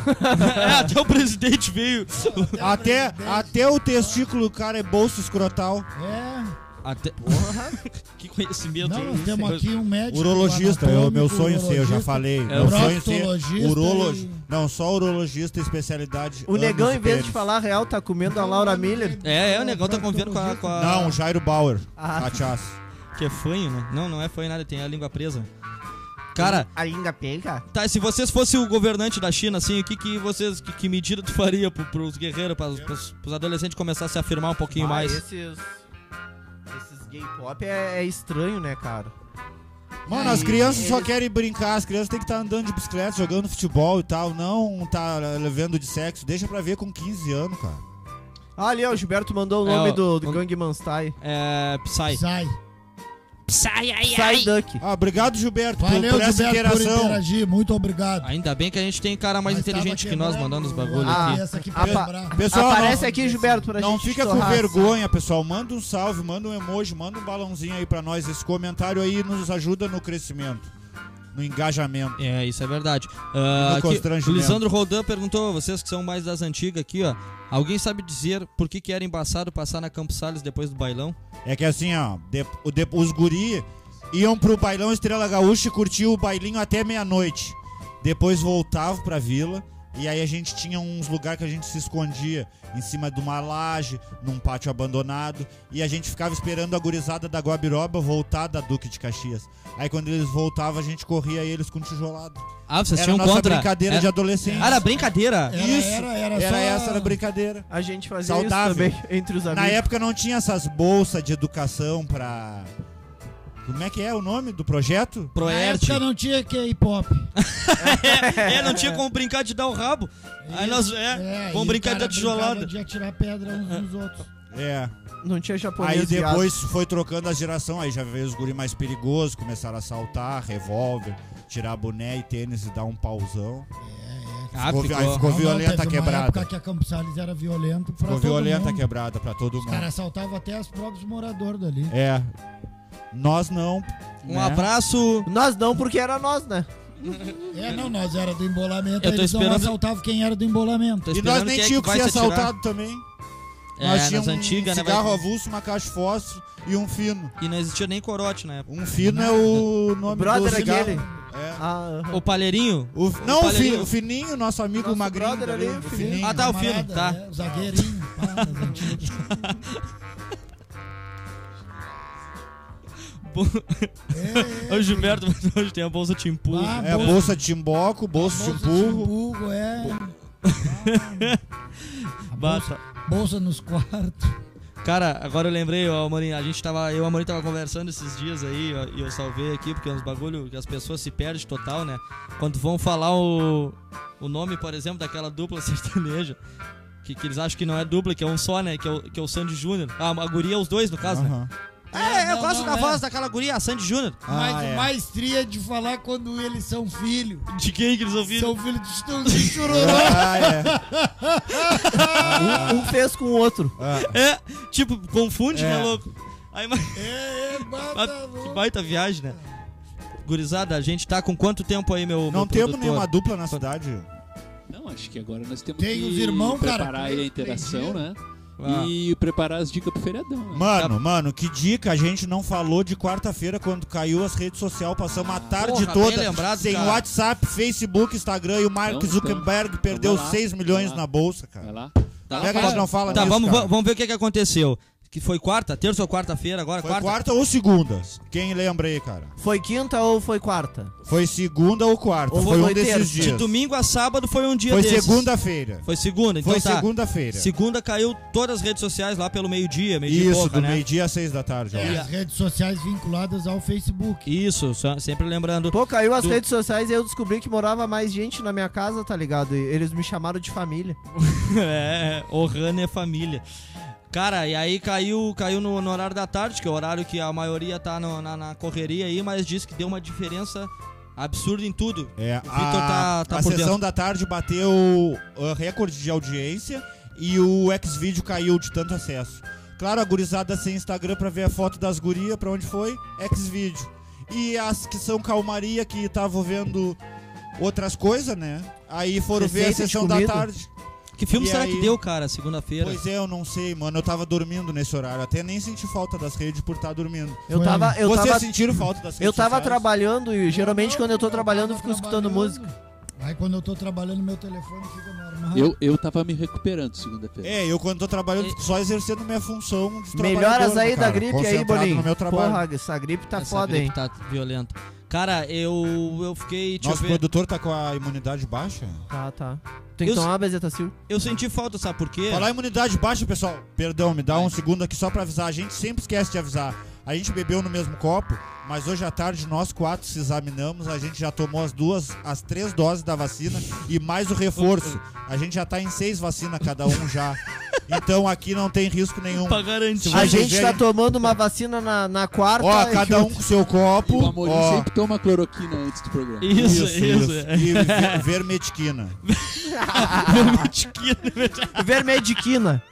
[SPEAKER 2] é, até o presidente veio.
[SPEAKER 3] Até, até o testículo do cara é bolso escrotal.
[SPEAKER 4] É.
[SPEAKER 2] Até... que conhecimento. é
[SPEAKER 4] Não,
[SPEAKER 2] hein?
[SPEAKER 4] nós temos aqui um médico.
[SPEAKER 3] Urologista, é o meu sonho ser, eu já
[SPEAKER 4] anatômico,
[SPEAKER 3] falei.
[SPEAKER 2] É,
[SPEAKER 3] meu sonho ser
[SPEAKER 4] um proctologista
[SPEAKER 3] urologista.
[SPEAKER 4] e-
[SPEAKER 3] Não, só urologista, especialidade.
[SPEAKER 1] O
[SPEAKER 3] ânus
[SPEAKER 1] negão,
[SPEAKER 3] e
[SPEAKER 1] em vez
[SPEAKER 3] pênis.
[SPEAKER 1] de falar real, tá comendo a Laura Miller.
[SPEAKER 2] É, é, o negão tá convivendo com a. Com a...
[SPEAKER 3] Não, Jairo Bauer.
[SPEAKER 1] Ah.
[SPEAKER 3] Cachaça.
[SPEAKER 2] Que é fanho, né? Não, não é fanho nada, tem a língua presa. Cara,
[SPEAKER 1] A Inga pega.
[SPEAKER 2] tá, e se vocês fossem o governante da China, assim, o que, que vocês. Que, que medida tu faria pro, pros guerreiros, pra, pros, pros adolescentes começar a se afirmar um pouquinho
[SPEAKER 1] Ah,
[SPEAKER 2] mais?
[SPEAKER 1] Esses, esses gay pop é, é estranho, né, cara?
[SPEAKER 3] Mano,
[SPEAKER 1] Aí,
[SPEAKER 3] as crianças só
[SPEAKER 1] eles-
[SPEAKER 3] querem brincar, as crianças têm que estar andando de bicicleta, jogando futebol e tal. Não tá levando de sexo. Deixa pra ver com 15 anos, cara.
[SPEAKER 1] Ah, ali, ó, o Gilberto mandou o
[SPEAKER 2] É,
[SPEAKER 1] nome
[SPEAKER 2] ó,
[SPEAKER 1] do, do
[SPEAKER 2] o-
[SPEAKER 1] Gangnam Style.
[SPEAKER 2] É. Psy.
[SPEAKER 4] Sai.
[SPEAKER 1] Psy Duck.
[SPEAKER 3] Ah, obrigado, Gilberto, por-
[SPEAKER 4] Valeu,
[SPEAKER 3] por, essa
[SPEAKER 4] Gilberto, por
[SPEAKER 3] interação.
[SPEAKER 4] interagir. Muito obrigado.
[SPEAKER 2] Ainda bem que a gente tem cara mais
[SPEAKER 4] Nós
[SPEAKER 2] inteligente
[SPEAKER 4] tava
[SPEAKER 2] que nós
[SPEAKER 4] quebrando
[SPEAKER 2] mandando os bagulho
[SPEAKER 4] a
[SPEAKER 1] Ah,
[SPEAKER 2] aqui.
[SPEAKER 4] cabeça aqui pra
[SPEAKER 1] apa-
[SPEAKER 4] lembrar.
[SPEAKER 3] Pessoal,
[SPEAKER 1] Aparece
[SPEAKER 3] não,
[SPEAKER 1] aqui, Gilberto, pra
[SPEAKER 3] não
[SPEAKER 1] gente
[SPEAKER 3] fica com
[SPEAKER 1] estourar.
[SPEAKER 3] vergonha, pessoal. Manda um salve, manda um emoji, manda um balãozinho aí pra nós. Esse comentário aí nos ajuda no crescimento. no engajamento.
[SPEAKER 2] É, isso é verdade. Ah,
[SPEAKER 3] No
[SPEAKER 2] aqui,
[SPEAKER 3] constrangimento.
[SPEAKER 2] o Lisandro Rodan perguntou, vocês que são mais das antigas aqui, ó. Alguém sabe dizer por que, que era embaçado passar na Campos Salles depois do bailão?
[SPEAKER 3] É que assim, ó, de- o de- os guri iam pro bailão Estrela Gaúcha e curtiam o bailinho até meia-noite. Depois voltavam pra vila e aí a gente tinha uns lugares que a gente se escondia em cima de uma laje, num pátio abandonado, e a gente ficava esperando a gurizada da Guabiroba voltar da Duque de Caxias. Aí quando eles voltavam, a gente corria eles com tijolado.
[SPEAKER 2] Ah,
[SPEAKER 4] Tá
[SPEAKER 2] vocês
[SPEAKER 3] Era a
[SPEAKER 2] tinham
[SPEAKER 3] nossa
[SPEAKER 2] contra.
[SPEAKER 3] brincadeira
[SPEAKER 2] era,
[SPEAKER 3] de adolescente.
[SPEAKER 2] Ah, era brincadeira.
[SPEAKER 4] É? Era,
[SPEAKER 3] Isso,
[SPEAKER 4] era, era,
[SPEAKER 3] Era
[SPEAKER 4] só...
[SPEAKER 3] essa era a brincadeira.
[SPEAKER 1] A gente fazia
[SPEAKER 3] Saudável.
[SPEAKER 1] isso também entre os
[SPEAKER 2] Tá
[SPEAKER 1] amigos.
[SPEAKER 3] Na época não tinha essas bolsas de educação pra. Como é que é o nome do projeto?
[SPEAKER 4] Na
[SPEAKER 2] Proerte.
[SPEAKER 4] época não tinha K-pop.
[SPEAKER 2] É, não tinha como brincar de dar o rabo. Aí nós,
[SPEAKER 4] É,
[SPEAKER 2] é, vamos
[SPEAKER 4] e
[SPEAKER 2] brincar
[SPEAKER 4] o
[SPEAKER 2] de
[SPEAKER 4] cara
[SPEAKER 2] tijolada.
[SPEAKER 4] brincava De atirar pedra uns nos outros.
[SPEAKER 3] É.
[SPEAKER 1] Não tinha japonês
[SPEAKER 3] Aí
[SPEAKER 1] viado.
[SPEAKER 3] depois foi trocando a geração, aí já veio os guri mais perigosos, começaram a assaltar, revólver, tirar boné e tênis e dar um pauzão.
[SPEAKER 2] Ah,
[SPEAKER 3] Ficou vi- aí
[SPEAKER 2] ficou.
[SPEAKER 4] Não,
[SPEAKER 3] ficou
[SPEAKER 4] não,
[SPEAKER 3] violenta
[SPEAKER 4] teve uma
[SPEAKER 3] quebrada.
[SPEAKER 4] época que a Campos Salles era violento pra
[SPEAKER 3] Ficou
[SPEAKER 4] todo
[SPEAKER 3] violenta
[SPEAKER 4] mundo.
[SPEAKER 3] quebrada pra todo
[SPEAKER 4] Os
[SPEAKER 3] mundo.
[SPEAKER 4] caras assaltavam até os próprios moradores dali.
[SPEAKER 3] É. Nós não.
[SPEAKER 2] Um
[SPEAKER 3] né?
[SPEAKER 2] abraço.
[SPEAKER 1] Nós não, porque era nós, né?
[SPEAKER 4] É, não, nós era do embolamento,
[SPEAKER 2] Eu
[SPEAKER 4] aí
[SPEAKER 2] tô
[SPEAKER 4] eles não
[SPEAKER 2] esperando-
[SPEAKER 4] assaltavam quem era do embolamento.
[SPEAKER 2] Tô
[SPEAKER 3] E
[SPEAKER 2] esperando
[SPEAKER 3] nós nem
[SPEAKER 2] quem é
[SPEAKER 3] tínhamos
[SPEAKER 2] que
[SPEAKER 3] que,
[SPEAKER 2] vai
[SPEAKER 3] ser
[SPEAKER 2] se atirar.
[SPEAKER 3] assaltado também. nós
[SPEAKER 2] É, nas
[SPEAKER 3] tínhamos um
[SPEAKER 2] antigas, né? vai-
[SPEAKER 3] cigarro avulso, uma caixa de fósforo e um fino.
[SPEAKER 2] E não existia nem corote né? na época.
[SPEAKER 3] Um fino é o nome
[SPEAKER 1] brother
[SPEAKER 3] do cigarro.
[SPEAKER 1] aquele.
[SPEAKER 3] É.
[SPEAKER 1] Ah, aham.
[SPEAKER 2] O palheirinho?
[SPEAKER 3] O, não, o,
[SPEAKER 2] Palheirinho.
[SPEAKER 3] fi- o Fininho, nosso amigo
[SPEAKER 1] Nosso
[SPEAKER 3] magrinho.
[SPEAKER 1] brother
[SPEAKER 3] ali,
[SPEAKER 1] ali,
[SPEAKER 3] o
[SPEAKER 1] o
[SPEAKER 3] Fininho.
[SPEAKER 2] Ah, tá, o filho,
[SPEAKER 4] Camarada,
[SPEAKER 2] tá.
[SPEAKER 4] né, o zagueirinho. pá, das antigas. É,
[SPEAKER 2] o Gilberto hoje tem a bolsa te empurra.
[SPEAKER 4] Ah,
[SPEAKER 3] É, bolsa de timboco, bolsa de
[SPEAKER 4] bolsa de
[SPEAKER 3] empurro.
[SPEAKER 4] burro, é. A bolsa,
[SPEAKER 2] Bata.
[SPEAKER 4] bolsa nos quartos.
[SPEAKER 2] Cara, agora eu lembrei, ó, Amorim, a gente tava, eu e o Amorim tava conversando esses dias aí, ó, e eu salvei aqui, porque é uns bagulho que as pessoas se perdem total, né? Quando vão falar o, o nome, por exemplo, daquela dupla sertaneja, que, que eles acham que não é dupla, que é um só, né? Que é o, que é o Sandy Júnior. Ah, a guria é os dois, no caso, né?
[SPEAKER 3] Aham.
[SPEAKER 2] É,
[SPEAKER 4] É,
[SPEAKER 2] eu
[SPEAKER 4] não,
[SPEAKER 2] gosto
[SPEAKER 4] não,
[SPEAKER 2] da
[SPEAKER 4] é.
[SPEAKER 2] voz daquela guria, a Sandy Júnior.
[SPEAKER 3] Ah,
[SPEAKER 4] mas
[SPEAKER 3] é.
[SPEAKER 4] o maestria de falar quando eles são filhos.
[SPEAKER 2] De quem que eles ouviram?
[SPEAKER 4] São filhos de Chitãozinho e Chororó.
[SPEAKER 3] Ah, é.
[SPEAKER 1] Um, um fez com o outro.
[SPEAKER 2] É, tipo, confunde,
[SPEAKER 3] É.
[SPEAKER 2] né, louco? Aí, mas...
[SPEAKER 4] É, é,
[SPEAKER 2] Ah,
[SPEAKER 4] bata,
[SPEAKER 2] Que
[SPEAKER 4] louco.
[SPEAKER 2] baita viagem, né? Gurizada, a gente tá com quanto tempo aí, meu meu
[SPEAKER 3] Não temos
[SPEAKER 2] produtor?
[SPEAKER 3] nenhuma dupla na cidade.
[SPEAKER 5] Não, acho que agora nós temos
[SPEAKER 4] Tem
[SPEAKER 5] que
[SPEAKER 4] os irmão, cara,
[SPEAKER 5] preparar aí a
[SPEAKER 4] três
[SPEAKER 5] interação,
[SPEAKER 4] dias.
[SPEAKER 5] né?
[SPEAKER 2] Ah.
[SPEAKER 5] E preparar as dicas pro feriadão. Né?
[SPEAKER 3] Mano, mano, que dica. A gente não falou de quarta-feira quando caiu as redes sociais. Passamos a tarde
[SPEAKER 2] porra,
[SPEAKER 3] toda
[SPEAKER 2] bem lembrado,
[SPEAKER 3] sem
[SPEAKER 2] cara.
[SPEAKER 3] WhatsApp, Facebook, Instagram. E o Mark
[SPEAKER 5] Então,
[SPEAKER 3] Zuckerberg perdeu
[SPEAKER 5] vai lá,
[SPEAKER 3] 6 milhões
[SPEAKER 5] vai lá.
[SPEAKER 3] na bolsa,
[SPEAKER 5] Vai
[SPEAKER 3] cara.
[SPEAKER 5] lá.
[SPEAKER 2] Tá,
[SPEAKER 3] Como é que a gente não fala
[SPEAKER 2] tá
[SPEAKER 3] nisso,
[SPEAKER 2] vamos,
[SPEAKER 3] cara?
[SPEAKER 2] va- vamos ver o que, que aconteceu. Que foi quarta, terça ou quarta-feira agora?
[SPEAKER 3] Foi
[SPEAKER 2] quarta?
[SPEAKER 3] quarta ou segunda? Quem lembra aí, cara?
[SPEAKER 1] Foi quinta ou foi quarta?
[SPEAKER 3] Foi segunda ou quarta?
[SPEAKER 1] Ou
[SPEAKER 3] foi
[SPEAKER 1] foi
[SPEAKER 3] um desses
[SPEAKER 1] terça.
[SPEAKER 2] De
[SPEAKER 3] dias.
[SPEAKER 2] domingo a sábado foi um dia
[SPEAKER 3] Foi
[SPEAKER 2] desses.
[SPEAKER 3] segunda-feira.
[SPEAKER 2] Foi segunda, então
[SPEAKER 3] Foi
[SPEAKER 2] tá.
[SPEAKER 3] segunda-feira.
[SPEAKER 2] Segunda caiu todas as redes sociais lá pelo meio-dia, meio-dia e
[SPEAKER 3] Isso,
[SPEAKER 2] pouca,
[SPEAKER 3] do
[SPEAKER 2] né?
[SPEAKER 3] meio-dia às seis da tarde. ó.
[SPEAKER 4] As redes sociais vinculadas ao Facebook.
[SPEAKER 2] Isso, só- sempre lembrando.
[SPEAKER 1] Pô, caiu as
[SPEAKER 2] Do-
[SPEAKER 1] redes sociais e eu descobri que morava mais gente na minha casa, tá ligado? E eles me chamaram de família.
[SPEAKER 2] é, Ohana é família. Cara, e aí caiu, caiu no, no horário da tarde, que é o horário que a maioria tá no- na, na correria aí, mas diz que deu uma diferença absurda em tudo.
[SPEAKER 3] É, a,
[SPEAKER 2] Victor tá- tá
[SPEAKER 3] a
[SPEAKER 2] por
[SPEAKER 3] sessão
[SPEAKER 2] dentro.
[SPEAKER 3] da tarde bateu uh, recorde de audiência e o Xvideo caiu de tanto acesso. Claro, a gurizada sem Instagram pra ver a foto das gurias, pra onde foi? Xvideo. E as que são calmaria, que estavam vendo outras coisas, né? Aí foram ver a
[SPEAKER 1] Receita de
[SPEAKER 3] sessão da
[SPEAKER 1] comida.
[SPEAKER 3] tarde.
[SPEAKER 2] Que filme
[SPEAKER 3] E
[SPEAKER 2] será
[SPEAKER 3] aí?
[SPEAKER 2] que deu, cara, segunda-feira?
[SPEAKER 3] Pois é, eu não sei, mano. Eu tava dormindo nesse horário. Até nem senti falta das redes por estar dormindo.
[SPEAKER 1] Eu
[SPEAKER 4] Foi.
[SPEAKER 1] tava. Eu
[SPEAKER 3] Vocês
[SPEAKER 1] tava,
[SPEAKER 3] sentiram falta das redes
[SPEAKER 1] eu tava
[SPEAKER 3] sociais?
[SPEAKER 1] trabalhando e geralmente
[SPEAKER 4] Não,
[SPEAKER 1] quando eu tô trabalhando eu
[SPEAKER 4] tava
[SPEAKER 1] fico escutando
[SPEAKER 4] trabalhando.
[SPEAKER 1] música.
[SPEAKER 4] Aí quando eu tô trabalhando, meu telefone fica no armário.
[SPEAKER 5] Eu, eu tava me recuperando segunda-feira.
[SPEAKER 3] É, eu quando tô trabalhando,
[SPEAKER 2] E-
[SPEAKER 3] fico só exercendo minha função de
[SPEAKER 1] Melhoras
[SPEAKER 3] trabalhador, né,
[SPEAKER 1] aí
[SPEAKER 3] cara,
[SPEAKER 1] da gripe aí,
[SPEAKER 3] concentrado
[SPEAKER 1] Bolinho.
[SPEAKER 3] no meu trabalho.
[SPEAKER 1] Porra, essa gripe tá
[SPEAKER 2] Essa
[SPEAKER 1] foda,
[SPEAKER 2] gripe
[SPEAKER 1] hein?
[SPEAKER 2] Tá violento. Cara, eu, eu fiquei. Deixa eu
[SPEAKER 3] Nosso
[SPEAKER 2] ver.
[SPEAKER 3] produtor tá com a imunidade baixa?
[SPEAKER 1] Tá, tá. Tem que
[SPEAKER 2] Eu
[SPEAKER 1] tomar uma bezetacil.
[SPEAKER 2] Eu senti falta, sabe por quê?
[SPEAKER 3] Falar imunidade baixa, pessoal. Perdão, me dá
[SPEAKER 2] Vai.
[SPEAKER 3] um segundo aqui só pra avisar. A gente sempre esquece de avisar. A gente bebeu no mesmo copo, mas hoje à tarde nós quatro se examinamos. A gente já tomou as duas, as três doses da vacina e mais o reforço. A gente já tá em seis vacinas cada um já. Então aqui não tem risco nenhum.
[SPEAKER 2] Pra garantir.
[SPEAKER 1] A
[SPEAKER 3] Vocês
[SPEAKER 1] gente tá
[SPEAKER 3] verem-
[SPEAKER 1] tomando uma vacina na, na quarta.
[SPEAKER 3] Ó,
[SPEAKER 1] e-
[SPEAKER 3] cada um com seu
[SPEAKER 4] É,
[SPEAKER 5] E o
[SPEAKER 3] copo.
[SPEAKER 5] Amorim
[SPEAKER 3] ó.
[SPEAKER 5] sempre toma cloroquina antes do programa.
[SPEAKER 2] Isso, é. isso.
[SPEAKER 3] E ver- vermetiquina. um-
[SPEAKER 2] Tiquinho, né?
[SPEAKER 1] Vermediquina.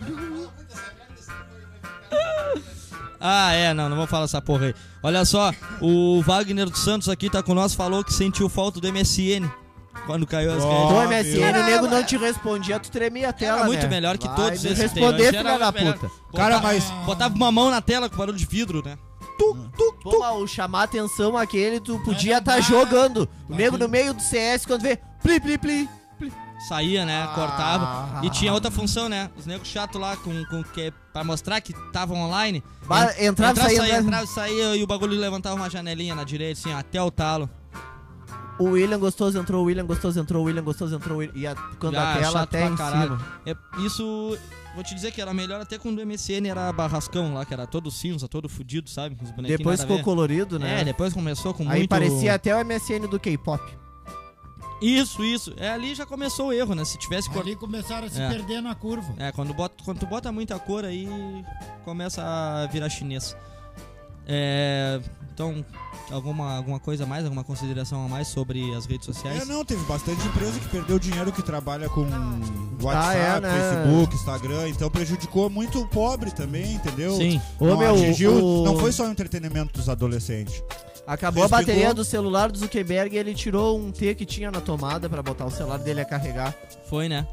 [SPEAKER 2] Ah, é, não, não vou falar essa porra aí. Olha só, o Wagner dos Santos aqui tá com nós, falou que sentiu falta do MSN quando caiu as redes.
[SPEAKER 1] Do
[SPEAKER 3] Óbvio.
[SPEAKER 1] MSN, o nego não te respondia, tu tremia a tela,
[SPEAKER 2] Era muito
[SPEAKER 1] né?
[SPEAKER 2] melhor que
[SPEAKER 1] Vai
[SPEAKER 2] todos
[SPEAKER 1] me
[SPEAKER 2] esses
[SPEAKER 1] responder,
[SPEAKER 2] tem, antes era
[SPEAKER 1] filha da
[SPEAKER 2] muito melhor.
[SPEAKER 1] puta.
[SPEAKER 3] Cara,
[SPEAKER 2] Botava-
[SPEAKER 3] mas-
[SPEAKER 2] Botava uma mão na tela com barulho de vidro, né?
[SPEAKER 1] Pô, mas o chamar atenção aquele, tu podia
[SPEAKER 4] não
[SPEAKER 1] estar
[SPEAKER 4] dá.
[SPEAKER 1] jogando. O nego no meio do CS, quando vê, pli, pli, pli.
[SPEAKER 2] Saía, né?
[SPEAKER 1] Ah.
[SPEAKER 2] Cortava. E tinha outra função, né? Os negros chatos lá com, com que, pra mostrar que estavam online.
[SPEAKER 1] Ba- entrava,
[SPEAKER 2] entrava,
[SPEAKER 1] saía, né?
[SPEAKER 2] saía,
[SPEAKER 1] entrava.
[SPEAKER 2] entrava, saía e o bagulho levantava uma janelinha na direita, assim, ó, até o talo.
[SPEAKER 1] O William gostoso entrou, o William gostoso entrou, o William gostoso entrou. o William- E a, quando
[SPEAKER 2] Ah,
[SPEAKER 1] a tela
[SPEAKER 2] chato
[SPEAKER 1] até
[SPEAKER 2] pra
[SPEAKER 1] em
[SPEAKER 2] caralho.
[SPEAKER 1] cima.
[SPEAKER 2] É, isso, vou te dizer que era melhor até quando o MSN era barrascão lá, que era todo cinza, todo fudido, sabe? Com os bonequinhos
[SPEAKER 1] Depois
[SPEAKER 2] nada a
[SPEAKER 1] ficou colorido,
[SPEAKER 2] ver. É,
[SPEAKER 1] né?
[SPEAKER 2] depois começou com
[SPEAKER 1] Aí
[SPEAKER 2] muito...
[SPEAKER 1] parecia até o MSN do K-pop.
[SPEAKER 2] Isso, isso. É, ali já começou o erro, né? Se tivesse... cor-
[SPEAKER 4] Ali começaram a se
[SPEAKER 2] É.
[SPEAKER 4] perder na curva.
[SPEAKER 2] É, quando, bota, quando tu bota muita cor aí, começa a virar chinês. É, então, alguma, alguma coisa a mais, alguma consideração a mais sobre as redes sociais?
[SPEAKER 3] É, não, teve bastante empresa que perdeu dinheiro que trabalha com WhatsApp,
[SPEAKER 1] é, né?
[SPEAKER 3] Facebook, Instagram, então prejudicou muito o pobre também, entendeu?
[SPEAKER 2] Sim.
[SPEAKER 1] Ô,
[SPEAKER 3] não,
[SPEAKER 1] meu,
[SPEAKER 3] atingiu-
[SPEAKER 1] o-
[SPEAKER 3] não foi só o entretenimento dos adolescentes.
[SPEAKER 1] Acabou a
[SPEAKER 3] Explicou.
[SPEAKER 1] bateria do celular do Zuckerberg e ele tirou um T que tinha na tomada pra botar o celular dele a carregar.
[SPEAKER 2] Foi, né?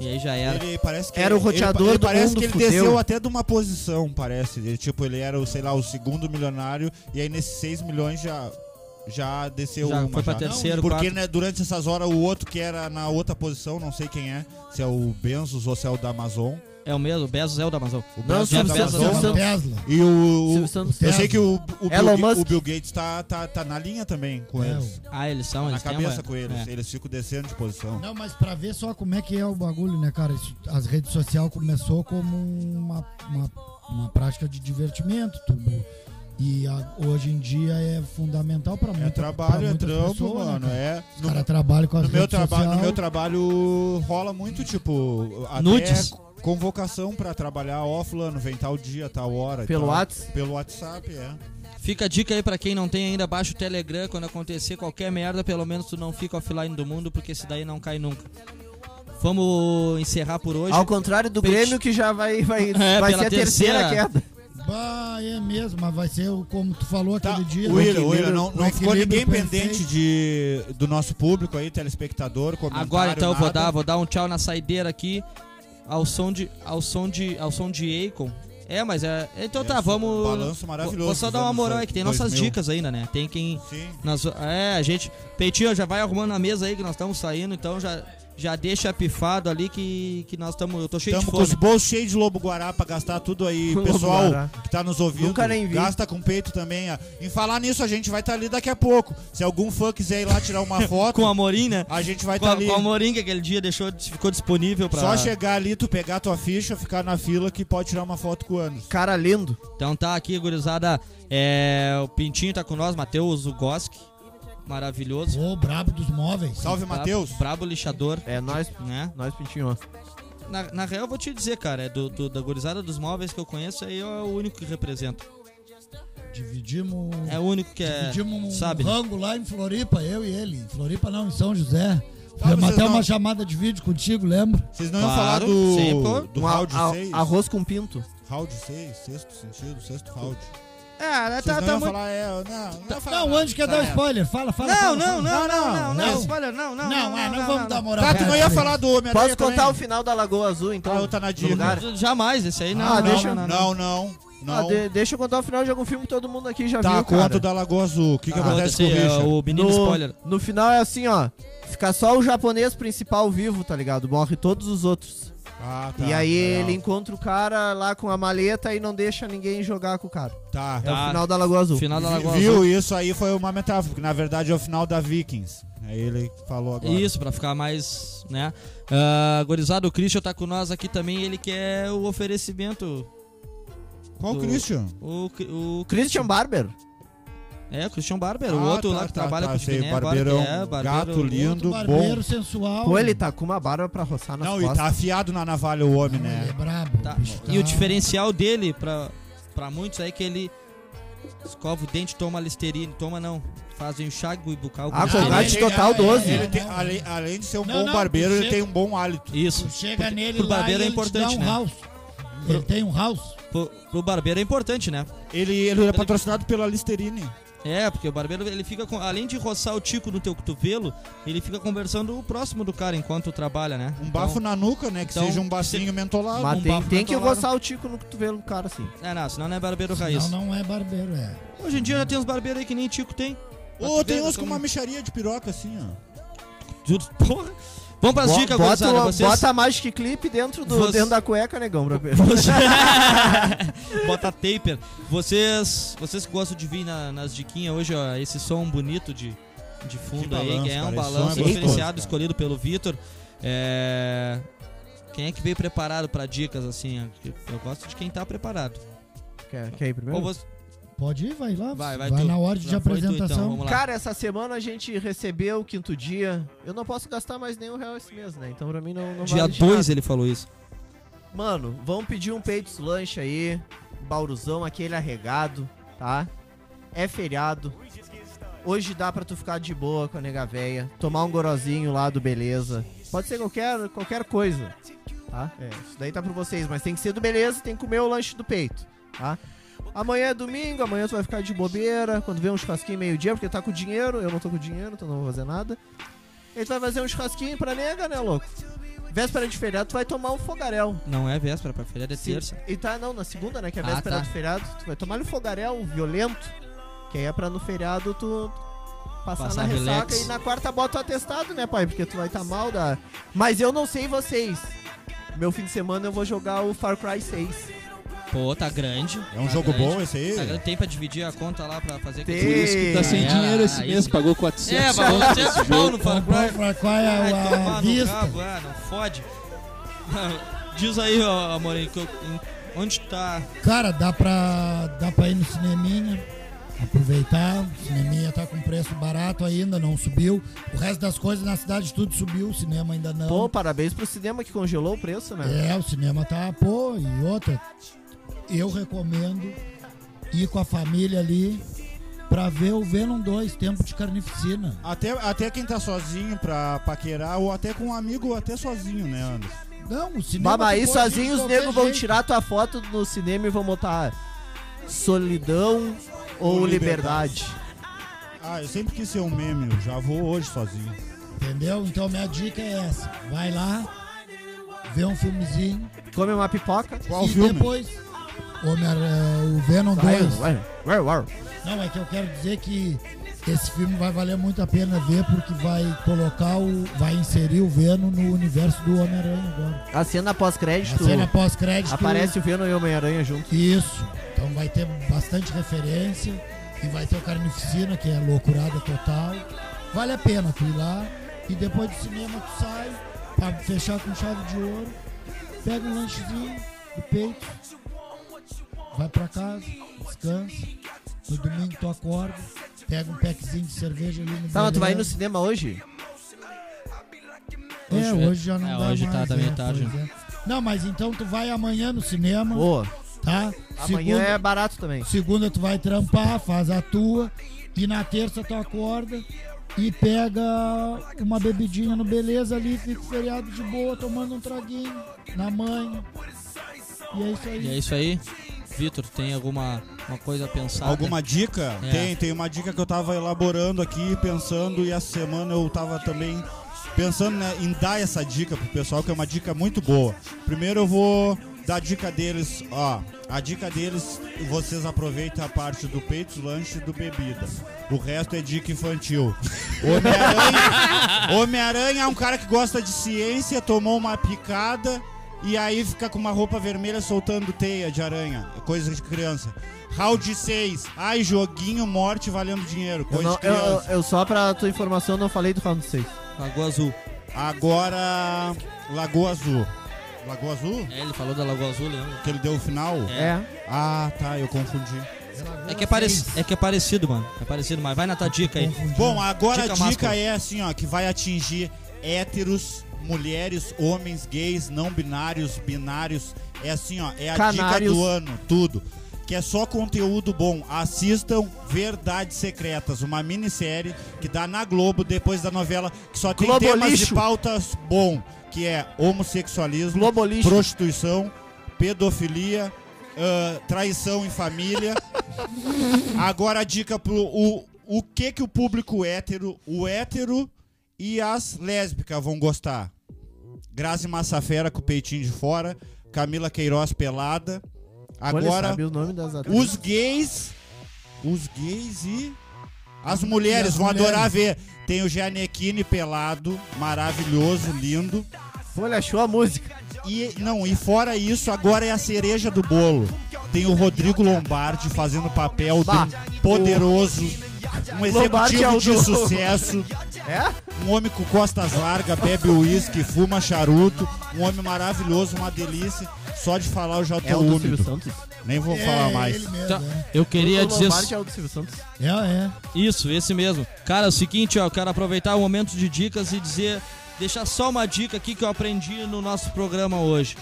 [SPEAKER 2] E aí já era.
[SPEAKER 3] Ele parece que
[SPEAKER 1] Era o
[SPEAKER 3] ele-
[SPEAKER 1] roteador
[SPEAKER 3] ele
[SPEAKER 1] do
[SPEAKER 3] parece
[SPEAKER 1] mundo,
[SPEAKER 3] que ele
[SPEAKER 1] fudeu.
[SPEAKER 3] desceu até de uma posição, parece. Ele, tipo, ele era, o, sei lá, o segundo milionário e aí nesses 6 milhões já já desceu
[SPEAKER 2] Já
[SPEAKER 3] uma
[SPEAKER 2] foi pra
[SPEAKER 3] já.
[SPEAKER 2] terceiro,
[SPEAKER 3] porque
[SPEAKER 2] quarto.
[SPEAKER 3] né, durante essas horas o outro que era na outra posição, não sei quem é, se é o Benzos ou se é o da Amazon.
[SPEAKER 2] É o mesmo, o Bezos é o da Amazon.
[SPEAKER 3] O
[SPEAKER 1] Não,
[SPEAKER 3] Bezos é o da
[SPEAKER 1] Silvio
[SPEAKER 2] Bezos,
[SPEAKER 1] Santos.
[SPEAKER 3] Amazon.
[SPEAKER 4] Tesla.
[SPEAKER 1] Silvio
[SPEAKER 4] Tesla.
[SPEAKER 1] Santos.
[SPEAKER 3] E o,
[SPEAKER 1] Silvio
[SPEAKER 3] o
[SPEAKER 1] Santos.
[SPEAKER 3] eu sei que o, o,
[SPEAKER 1] Elon
[SPEAKER 3] Bill, Ga-
[SPEAKER 1] Musk.
[SPEAKER 3] o Bill Gates tá, tá, tá na linha também com
[SPEAKER 4] É,
[SPEAKER 3] eles.
[SPEAKER 2] Ah, eles são,
[SPEAKER 3] Na
[SPEAKER 2] eles têm,
[SPEAKER 3] cabeça
[SPEAKER 2] ué.
[SPEAKER 3] com eles.
[SPEAKER 2] É.
[SPEAKER 3] Eles ficam descendo de posição.
[SPEAKER 4] Não, mas pra ver só como é que é o bagulho, né, cara? Isso- as redes sociais começou como uma, uma, uma prática de divertimento, tudo. E a- hoje em dia é fundamental pra muita-
[SPEAKER 3] É
[SPEAKER 4] pra
[SPEAKER 3] trabalho, é
[SPEAKER 4] muitas
[SPEAKER 3] trampo,
[SPEAKER 4] pessoas, né,
[SPEAKER 3] mano.
[SPEAKER 4] cara?
[SPEAKER 3] É.
[SPEAKER 4] Os
[SPEAKER 3] No,
[SPEAKER 4] caras trabalham com as
[SPEAKER 3] no meu
[SPEAKER 4] redes
[SPEAKER 3] traba no
[SPEAKER 4] sociais.
[SPEAKER 3] meu trabalho rola muito, tipo, até
[SPEAKER 2] Nudes.
[SPEAKER 3] convocação pra trabalhar offline, vem tal dia, tal hora. e
[SPEAKER 1] Pelo
[SPEAKER 2] Tá.
[SPEAKER 3] tal.
[SPEAKER 1] WhatsApp?
[SPEAKER 3] Pelo WhatsApp, é.
[SPEAKER 2] Fica a dica aí pra quem não tem ainda, baixa o Telegram. Quando acontecer qualquer merda, pelo menos tu não fica offline do mundo, porque esse daí não cai nunca. Vamos encerrar por hoje.
[SPEAKER 1] Ao contrário do
[SPEAKER 2] Peixe.
[SPEAKER 1] Grêmio que já vai, vai,
[SPEAKER 2] É,
[SPEAKER 1] vai
[SPEAKER 2] pela
[SPEAKER 1] ser a terceira,
[SPEAKER 2] terceira.
[SPEAKER 1] queda.
[SPEAKER 4] Bah, é mesmo, mas vai ser o- como tu falou
[SPEAKER 3] Tá,
[SPEAKER 4] aquele dia. né?
[SPEAKER 3] William, William, não,
[SPEAKER 4] o
[SPEAKER 3] não ficou
[SPEAKER 4] equilíbrio
[SPEAKER 3] ninguém
[SPEAKER 4] perfeito.
[SPEAKER 3] pendente de, do nosso público aí, telespectador, comentário,
[SPEAKER 2] Agora então eu vou
[SPEAKER 3] nada.
[SPEAKER 2] dar, vou dar um tchau na saideira aqui ao som de ao som de ao som de Akon. É, mas é, então tá,
[SPEAKER 3] Esse
[SPEAKER 2] vamos
[SPEAKER 3] balanço maravilhoso
[SPEAKER 2] Vou só
[SPEAKER 3] dos
[SPEAKER 2] dar uma
[SPEAKER 3] anos
[SPEAKER 2] moral aí que tem nossas
[SPEAKER 3] 2000.
[SPEAKER 2] dicas ainda, né? Tem quem
[SPEAKER 3] Sim.
[SPEAKER 2] nós, é, a gente Peitinho já vai arrumando a mesa aí que nós estamos saindo, então já já deixa pifado ali que que nós estamos, eu tô cheio
[SPEAKER 3] Estamos
[SPEAKER 2] de
[SPEAKER 3] com os
[SPEAKER 2] fome.
[SPEAKER 3] bolsos cheios de lobo guará pra gastar tudo aí,
[SPEAKER 1] Lobo
[SPEAKER 3] pessoal
[SPEAKER 1] guará.
[SPEAKER 3] que tá nos ouvindo.
[SPEAKER 1] Nunca nem vi.
[SPEAKER 3] Gasta com peito também. ó. Em falar nisso, a gente vai estar ali daqui a pouco. Se algum fã quiser ir lá tirar uma foto,
[SPEAKER 2] Com a Morim, né?
[SPEAKER 3] a gente vai
[SPEAKER 2] Com
[SPEAKER 3] estar
[SPEAKER 2] a,
[SPEAKER 3] ali.
[SPEAKER 2] com a Morim que aquele dia deixou ficou disponível pra
[SPEAKER 3] Só chegar ali, tu pegar tua ficha, ficar na fila que pode tirar uma foto com o Anderson.
[SPEAKER 1] Cara lindo.
[SPEAKER 2] Então tá aqui, gurizada. É, o Pintinho tá com nós, Matheus Ugoski. Maravilhoso.
[SPEAKER 4] Ô, brabo dos móveis.
[SPEAKER 3] Salve,
[SPEAKER 2] Brabo-
[SPEAKER 3] Matheus.
[SPEAKER 2] Brabo lixador,
[SPEAKER 1] É, nós,
[SPEAKER 2] né?
[SPEAKER 1] nós pintinho. ó.
[SPEAKER 3] Um
[SPEAKER 2] Na, na real, eu vou te dizer, cara, é do, do- da gurizada dos móveis que eu conheço, aí eu é o único que representa.
[SPEAKER 4] Dividimos. um,
[SPEAKER 2] É o único que é.
[SPEAKER 4] Dividimos um
[SPEAKER 2] sabe, né?
[SPEAKER 4] rango lá em Floripa, eu e ele. Em Floripa não, em São José.
[SPEAKER 3] Tá,
[SPEAKER 4] Fizemos
[SPEAKER 3] vocês
[SPEAKER 4] até
[SPEAKER 3] não-
[SPEAKER 4] uma chamada de vídeo contigo, lembra?
[SPEAKER 3] Vocês não iam
[SPEAKER 2] Claro,
[SPEAKER 3] falar do,
[SPEAKER 2] sim, pô.
[SPEAKER 3] do
[SPEAKER 1] Um a-
[SPEAKER 3] round
[SPEAKER 1] a-
[SPEAKER 3] 6?
[SPEAKER 1] arroz com pinto.
[SPEAKER 3] Round 6, sexto sentido, sexto round.
[SPEAKER 2] É, né,
[SPEAKER 3] Vocês
[SPEAKER 2] tá,
[SPEAKER 3] não
[SPEAKER 2] tá
[SPEAKER 3] iam
[SPEAKER 2] muito.
[SPEAKER 3] falar, é, não, não, ia falar
[SPEAKER 4] Tá, Não,
[SPEAKER 3] nada. Tá
[SPEAKER 4] onde quer dar spoiler? Fala, fala.
[SPEAKER 2] Não,
[SPEAKER 4] fala,
[SPEAKER 2] não, não,
[SPEAKER 4] fala.
[SPEAKER 2] não, não, não,
[SPEAKER 4] não.
[SPEAKER 2] espalha, não, não,
[SPEAKER 4] Não,
[SPEAKER 2] não, é,
[SPEAKER 4] ah, não
[SPEAKER 2] não,
[SPEAKER 4] vamos
[SPEAKER 2] não,
[SPEAKER 4] dar
[SPEAKER 2] não.
[SPEAKER 4] moral.
[SPEAKER 3] Tá, tu
[SPEAKER 4] pra
[SPEAKER 3] não ia
[SPEAKER 4] ele.
[SPEAKER 3] falar do Homem-Aranha
[SPEAKER 1] Posso contar o
[SPEAKER 3] também?
[SPEAKER 1] final da Lagoa Azul, então?
[SPEAKER 3] Ah, eu tá na
[SPEAKER 1] do
[SPEAKER 3] dica.
[SPEAKER 1] lugar?
[SPEAKER 2] Jamais, esse aí não.
[SPEAKER 1] Ah,
[SPEAKER 2] não,
[SPEAKER 1] deixa-
[SPEAKER 2] não, não, não.
[SPEAKER 3] Não, não, não.
[SPEAKER 1] Ah, de- deixa eu contar o final de algum filme que todo mundo aqui já
[SPEAKER 3] Tá,
[SPEAKER 1] viu, cara.
[SPEAKER 3] conta o da Lagoa Azul. O que, que
[SPEAKER 2] Ah, esse
[SPEAKER 3] acontece com o
[SPEAKER 2] aí é
[SPEAKER 3] Richard?
[SPEAKER 2] o menino spoiler.
[SPEAKER 1] No, no final é assim, ó. Fica só o japonês principal vivo, tá ligado? Morre todos os outros.
[SPEAKER 3] Ah, tá.
[SPEAKER 1] e aí
[SPEAKER 3] Legal.
[SPEAKER 1] ele encontra o cara lá com a maleta e não deixa ninguém jogar com o cara.
[SPEAKER 3] Tá.
[SPEAKER 1] É
[SPEAKER 2] Tá.
[SPEAKER 1] o final da Lagoa Azul.
[SPEAKER 2] Final da Lagoa
[SPEAKER 3] Viu?
[SPEAKER 2] Azul.
[SPEAKER 3] Isso aí foi uma metáfora, porque na verdade é o final da Vikings. Aí ele falou agora.
[SPEAKER 2] Isso, pra ficar mais, né? Ah, gurizada, o Christian tá com nós aqui também, ele quer o oferecimento.
[SPEAKER 3] Qual o
[SPEAKER 2] Do-
[SPEAKER 3] Christian?
[SPEAKER 2] O, Cri- o
[SPEAKER 1] Christian Barber.
[SPEAKER 2] É, o Christian Barber,
[SPEAKER 3] Ah,
[SPEAKER 2] o outro
[SPEAKER 3] tá,
[SPEAKER 2] lá que
[SPEAKER 3] tá,
[SPEAKER 2] trabalha
[SPEAKER 3] tá,
[SPEAKER 2] com o
[SPEAKER 3] sei,
[SPEAKER 2] Diviné agora,
[SPEAKER 3] barbeirão,
[SPEAKER 2] que é
[SPEAKER 3] gato lindo,
[SPEAKER 4] Muito
[SPEAKER 3] bom.
[SPEAKER 4] barbeiro sensual.
[SPEAKER 1] Pô, ele tá com uma barba pra roçar nas
[SPEAKER 3] Não, e
[SPEAKER 1] costas.
[SPEAKER 3] tá afiado na navalha o homem,
[SPEAKER 4] Não, ele é
[SPEAKER 3] né?
[SPEAKER 4] brabo.
[SPEAKER 2] Tá.
[SPEAKER 4] bicho,
[SPEAKER 2] E o
[SPEAKER 4] tá-
[SPEAKER 2] diferencial dele, pra, pra muitos, é que ele escova o dente, toma listerine, toma não, faz enxágue bucal. com
[SPEAKER 1] Ah,
[SPEAKER 2] listerine.
[SPEAKER 1] Colgate
[SPEAKER 3] ele-
[SPEAKER 1] total
[SPEAKER 3] ele-
[SPEAKER 1] 12.
[SPEAKER 3] Ele tem, além, além de ser um
[SPEAKER 4] Não,
[SPEAKER 3] bom
[SPEAKER 4] não,
[SPEAKER 3] barbeiro, ele
[SPEAKER 4] você-
[SPEAKER 3] tem um bom hálito.
[SPEAKER 2] Isso.
[SPEAKER 4] Tu Chega nele
[SPEAKER 2] pro
[SPEAKER 4] lá
[SPEAKER 2] barbeiro
[SPEAKER 4] e
[SPEAKER 2] é
[SPEAKER 4] ele te dá
[SPEAKER 2] importante,
[SPEAKER 4] um
[SPEAKER 2] né?
[SPEAKER 4] house. Ele tem um house?
[SPEAKER 2] Pro, pro barbeiro é importante, né?
[SPEAKER 3] Ele, ele é patrocinado pela Listerine. Um
[SPEAKER 2] É, porque o barbeiro, ele fica com- Além de roçar o tico no teu cotovelo, ele fica conversando próximo do cara enquanto trabalha, né?
[SPEAKER 3] Um
[SPEAKER 2] Então,
[SPEAKER 3] bafo na nuca, né? Que
[SPEAKER 2] então,
[SPEAKER 3] seja um bacinho mentolado.
[SPEAKER 1] Mas
[SPEAKER 3] um
[SPEAKER 1] tem,
[SPEAKER 3] bafo
[SPEAKER 1] tem que
[SPEAKER 3] mentolado.
[SPEAKER 1] roçar o tico no cotovelo do cara, assim.
[SPEAKER 2] É, não, senão não é barbeiro raiz.
[SPEAKER 4] Não, não é barbeiro, é.
[SPEAKER 2] Hoje em dia já tem uns barbeiros aí que nem tico tem.
[SPEAKER 3] Ô, tem uns com uma
[SPEAKER 2] como
[SPEAKER 3] mexaria de piroca, assim, ó.
[SPEAKER 2] Porra. Vamos pras
[SPEAKER 1] Bo-
[SPEAKER 2] dicas,
[SPEAKER 1] bota,
[SPEAKER 2] gurizada.
[SPEAKER 1] uma-
[SPEAKER 2] Vocês...
[SPEAKER 1] bota a Magic Clip dentro, do,
[SPEAKER 2] Você-
[SPEAKER 1] dentro da cueca, negão, pra ver.
[SPEAKER 2] Bota taper. Vocês, vocês que gostam de vir na- nas diquinhas hoje, ó, esse som bonito de, de fundo
[SPEAKER 3] Que
[SPEAKER 2] aí,
[SPEAKER 3] balanço,
[SPEAKER 2] que é um
[SPEAKER 3] cara, esse som é
[SPEAKER 2] balanço
[SPEAKER 3] gostoso,
[SPEAKER 2] diferenciado
[SPEAKER 3] cara.
[SPEAKER 2] escolhido pelo Vitor. É, Quem é que veio preparado pra dicas assim? ó? Eu gosto de quem tá preparado.
[SPEAKER 1] Quer, quer ir primeiro?
[SPEAKER 2] Ou você-
[SPEAKER 4] Pode ir, vai lá.
[SPEAKER 2] Vai, vai,
[SPEAKER 4] vai
[SPEAKER 2] tu.
[SPEAKER 4] na ordem de
[SPEAKER 2] Já foi tu, então,
[SPEAKER 4] apresentação.
[SPEAKER 2] vamos lá.
[SPEAKER 1] Cara, essa semana a gente recebeu o quinto dia. Eu não posso gastar mais nenhum real esse mês, né? Então pra mim não, não
[SPEAKER 2] Dia
[SPEAKER 1] vale de
[SPEAKER 2] 2
[SPEAKER 1] nada.
[SPEAKER 2] ele falou isso.
[SPEAKER 1] Mano, vamos pedir um peito lanche aí. Bauruzão, aquele arregado, tá? É feriado. Hoje dá pra tu ficar de boa com a nega véia. Tomar um gorozinho lá do beleza. Pode ser qualquer, qualquer coisa, tá? É, isso daí tá pra vocês, mas tem que ser do beleza e tem que comer o lanche do peito, tá? Amanhã é domingo, amanhã tu vai ficar de bobeira. Quando vê um churrasquinho meio-dia, porque tá com dinheiro. Eu não tô com dinheiro, então não vou fazer nada. Ele vai fazer um churrasquinho pra nega, né, louco? Véspera de feriado, tu vai tomar um fogaréu.
[SPEAKER 2] Não é véspera pra feriado, é
[SPEAKER 1] Se-
[SPEAKER 2] terça.
[SPEAKER 1] E tá, não, na segunda, né? Que é a
[SPEAKER 2] Ah,
[SPEAKER 1] véspera
[SPEAKER 2] tá.
[SPEAKER 1] do feriado. Tu vai tomar um fogaréu violento. Que aí é pra no feriado tu passar,
[SPEAKER 2] Passar
[SPEAKER 1] na ressaca.
[SPEAKER 2] relax.
[SPEAKER 1] E na quarta bota o atestado, né, pai? Porque tu vai tá mal da. Mas eu não sei vocês. Meu fim de semana eu vou jogar o Far Cry 6.
[SPEAKER 2] Pô, tá grande.
[SPEAKER 3] É um jogo bom esse
[SPEAKER 2] Tá grande.
[SPEAKER 3] aí?
[SPEAKER 2] Tem pra dividir a conta lá pra fazer...
[SPEAKER 1] Tem.
[SPEAKER 5] Por isso que tá sem
[SPEAKER 2] Ah,
[SPEAKER 5] dinheiro
[SPEAKER 2] é,
[SPEAKER 5] esse
[SPEAKER 2] aí-
[SPEAKER 5] mês, pagou 400
[SPEAKER 2] É, mas
[SPEAKER 5] reais
[SPEAKER 2] você
[SPEAKER 5] nesse
[SPEAKER 2] é pau
[SPEAKER 5] jogo.
[SPEAKER 2] no Far Cry.
[SPEAKER 4] Comprou pra qual é
[SPEAKER 2] Vai
[SPEAKER 4] a- a,
[SPEAKER 2] tomar no
[SPEAKER 4] vista?
[SPEAKER 2] cabo, ah, não fode. Ah, Diz aí, ó, Amorim, que eu- em- onde tá?
[SPEAKER 4] Cara, dá pra, dá pra ir no cineminha, aproveitar. O cineminha tá com preço barato ainda, não subiu. O resto das coisas na cidade tudo subiu, o cinema ainda não.
[SPEAKER 1] Pô, parabéns pro cinema que congelou o preço, né?
[SPEAKER 4] É, o cinema tá, pô, e outra. Eu recomendo ir com a família ali pra ver o Venom 2, Tempo de Carnificina.
[SPEAKER 3] Até, até quem tá sozinho pra paquerar, ou até com um amigo, ou até sozinho, né, Anderson?
[SPEAKER 4] Não, o cinema.
[SPEAKER 1] Baba,
[SPEAKER 4] tu
[SPEAKER 1] aí
[SPEAKER 4] pode ir de
[SPEAKER 1] sozinhos os
[SPEAKER 4] qualquer
[SPEAKER 1] negros vão
[SPEAKER 4] jeito.
[SPEAKER 1] tirar tua foto no cinema e vão botar solidão ou
[SPEAKER 3] Ou
[SPEAKER 1] liberdade.
[SPEAKER 3] Ah, eu sempre quis ser um meme, eu já vou hoje sozinho.
[SPEAKER 4] Entendeu? Então minha dica é essa. Vai lá, vê um filmezinho.
[SPEAKER 1] Come uma pipoca.
[SPEAKER 3] Qual
[SPEAKER 4] e
[SPEAKER 3] filme?
[SPEAKER 4] depois. Homer, eh, o Venom 2.
[SPEAKER 1] Vai, vai, vai.
[SPEAKER 4] Não, é que eu quero dizer que esse filme vai valer muito a pena ver porque vai colocar o. vai inserir o Venom no universo do Homem-Aranha agora.
[SPEAKER 1] A cena
[SPEAKER 4] A
[SPEAKER 1] pós-crédito.
[SPEAKER 4] cena pós-crédito.
[SPEAKER 1] Aparece o Venom e o Homem-Aranha junto.
[SPEAKER 4] Isso. Então vai ter bastante referência. E vai ter o Carnificina, que é loucurada total. Vale a pena tu ir lá. E depois do cinema tu sai, pra fechar com chave de ouro, pega um lanchezinho do peito, vai pra casa, descansa. No domingo tu acorda, pega um packzinho de cerveja ali no
[SPEAKER 1] Tá, mas tu vai ir no
[SPEAKER 4] banheiro.
[SPEAKER 1] cinema hoje?
[SPEAKER 4] É,
[SPEAKER 2] Hoje-
[SPEAKER 4] hoje já não
[SPEAKER 2] é,
[SPEAKER 4] dá
[SPEAKER 2] hoje tá-
[SPEAKER 4] mais.
[SPEAKER 2] tá meio
[SPEAKER 4] é,
[SPEAKER 2] tarde.
[SPEAKER 4] pois é. Não, mas então tu vai amanhã no cinema,
[SPEAKER 1] Ô,
[SPEAKER 4] tá?
[SPEAKER 1] amanhã
[SPEAKER 4] Segunda-
[SPEAKER 1] é barato também.
[SPEAKER 4] Segunda tu vai trampar, faz a tua. E na terça tu acorda e pega uma bebidinha no Beleza ali, fica o feriado de boa, tomando um traguinho na manha. E é isso aí.
[SPEAKER 2] E é isso aí. Vitor, tem alguma uma coisa pensada?
[SPEAKER 3] Alguma dica?
[SPEAKER 2] É.
[SPEAKER 3] Tem, tem uma dica que eu tava elaborando aqui, pensando, e essa semana eu tava também pensando né, em dar essa dica pro pessoal, que é uma dica muito boa. Primeiro eu vou dar a dica deles, ó. A dica deles, vocês aproveitam a parte do peito, lanche e do bebida. O resto é dica infantil. Homem-Aranha Homem-Aranha é um cara que gosta de ciência, tomou uma picada e aí fica com uma roupa vermelha soltando teia de aranha. É Coisa de criança. Round 6. Ai, joguinho, morte valendo dinheiro.
[SPEAKER 1] Eu,
[SPEAKER 3] Coisa
[SPEAKER 1] não-
[SPEAKER 3] de
[SPEAKER 1] eu-
[SPEAKER 3] criança.
[SPEAKER 1] eu- eu só pra tua informação não falei do round 6.
[SPEAKER 2] Lagoa Azul.
[SPEAKER 3] Agora, Lagoa Azul. Lagoa Azul?
[SPEAKER 2] É, ele falou da Lagoa Azul, lembra?
[SPEAKER 3] Que ele deu o final?
[SPEAKER 1] É.
[SPEAKER 3] Ah, tá, eu confundi.
[SPEAKER 2] É que é, parec- é que é parecido, mano. É parecido, mas vai na tua dica aí.
[SPEAKER 3] Bom, agora
[SPEAKER 2] Dica
[SPEAKER 3] a dica
[SPEAKER 2] máscara.
[SPEAKER 3] é assim, ó, que vai atingir héteros, mulheres, homens, gays, não binários, binários. É assim, ó, é a
[SPEAKER 1] Canários.
[SPEAKER 3] dica do ano, tudo. Que é só conteúdo bom. Assistam Verdades Secretas, uma minissérie que dá na Globo depois da novela, que só tem
[SPEAKER 1] Globo
[SPEAKER 3] temas
[SPEAKER 1] lixo.
[SPEAKER 3] de pautas bom, que é homossexualismo,
[SPEAKER 1] Globo lixo.
[SPEAKER 3] prostituição, pedofilia, ah, traição em família. Agora a dica pro o, o que que o público hétero, o hétero e as lésbicas vão gostar. Grazi Massafera com o peitinho de fora, Camila Queiroz pelada.
[SPEAKER 1] Olha,
[SPEAKER 3] Agora
[SPEAKER 1] sabe o nome das atrizes.
[SPEAKER 3] os gays, os gays e as mulheres vão adorar ver. Tem o Gianecchini pelado, maravilhoso, lindo.
[SPEAKER 1] Pô, ele achou a música.
[SPEAKER 3] E não, e fora isso, agora é a cereja do bolo. Tem o Rodrigo Lombardi fazendo o papel de
[SPEAKER 1] Bah,
[SPEAKER 3] um poderoso, um
[SPEAKER 1] Lombardi é
[SPEAKER 3] executivo
[SPEAKER 1] o
[SPEAKER 3] de
[SPEAKER 1] do-
[SPEAKER 3] sucesso,
[SPEAKER 1] É?
[SPEAKER 3] um homem com costas largas, bebe uísque, fuma charuto, um homem maravilhoso, uma delícia. Só de falar eu já tô
[SPEAKER 1] É o do Silvio
[SPEAKER 3] úmido.
[SPEAKER 1] Santos.
[SPEAKER 3] Nem vou
[SPEAKER 4] É,
[SPEAKER 3] falar mais.
[SPEAKER 4] Ele mesmo,
[SPEAKER 2] Tá.
[SPEAKER 4] é.
[SPEAKER 2] Eu queria
[SPEAKER 1] o
[SPEAKER 2] dizer.
[SPEAKER 1] Lombardi é o do Silvio Santos.
[SPEAKER 4] É, é.
[SPEAKER 2] Isso, esse mesmo. Cara, é o seguinte, ó, eu quero aproveitar o momento de dicas e dizer, deixar só uma dica aqui que eu aprendi no nosso programa hoje.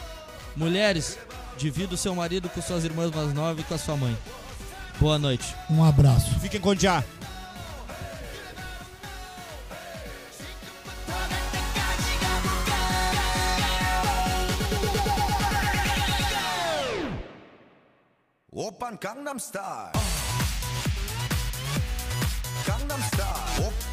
[SPEAKER 2] Mulheres, divida o seu marido com suas irmãs mais novas e com a sua mãe. Boa noite.
[SPEAKER 4] Um abraço.
[SPEAKER 3] Fiquem com o dia.
[SPEAKER 8] 오빤 강남스타일 강남스타일 오빤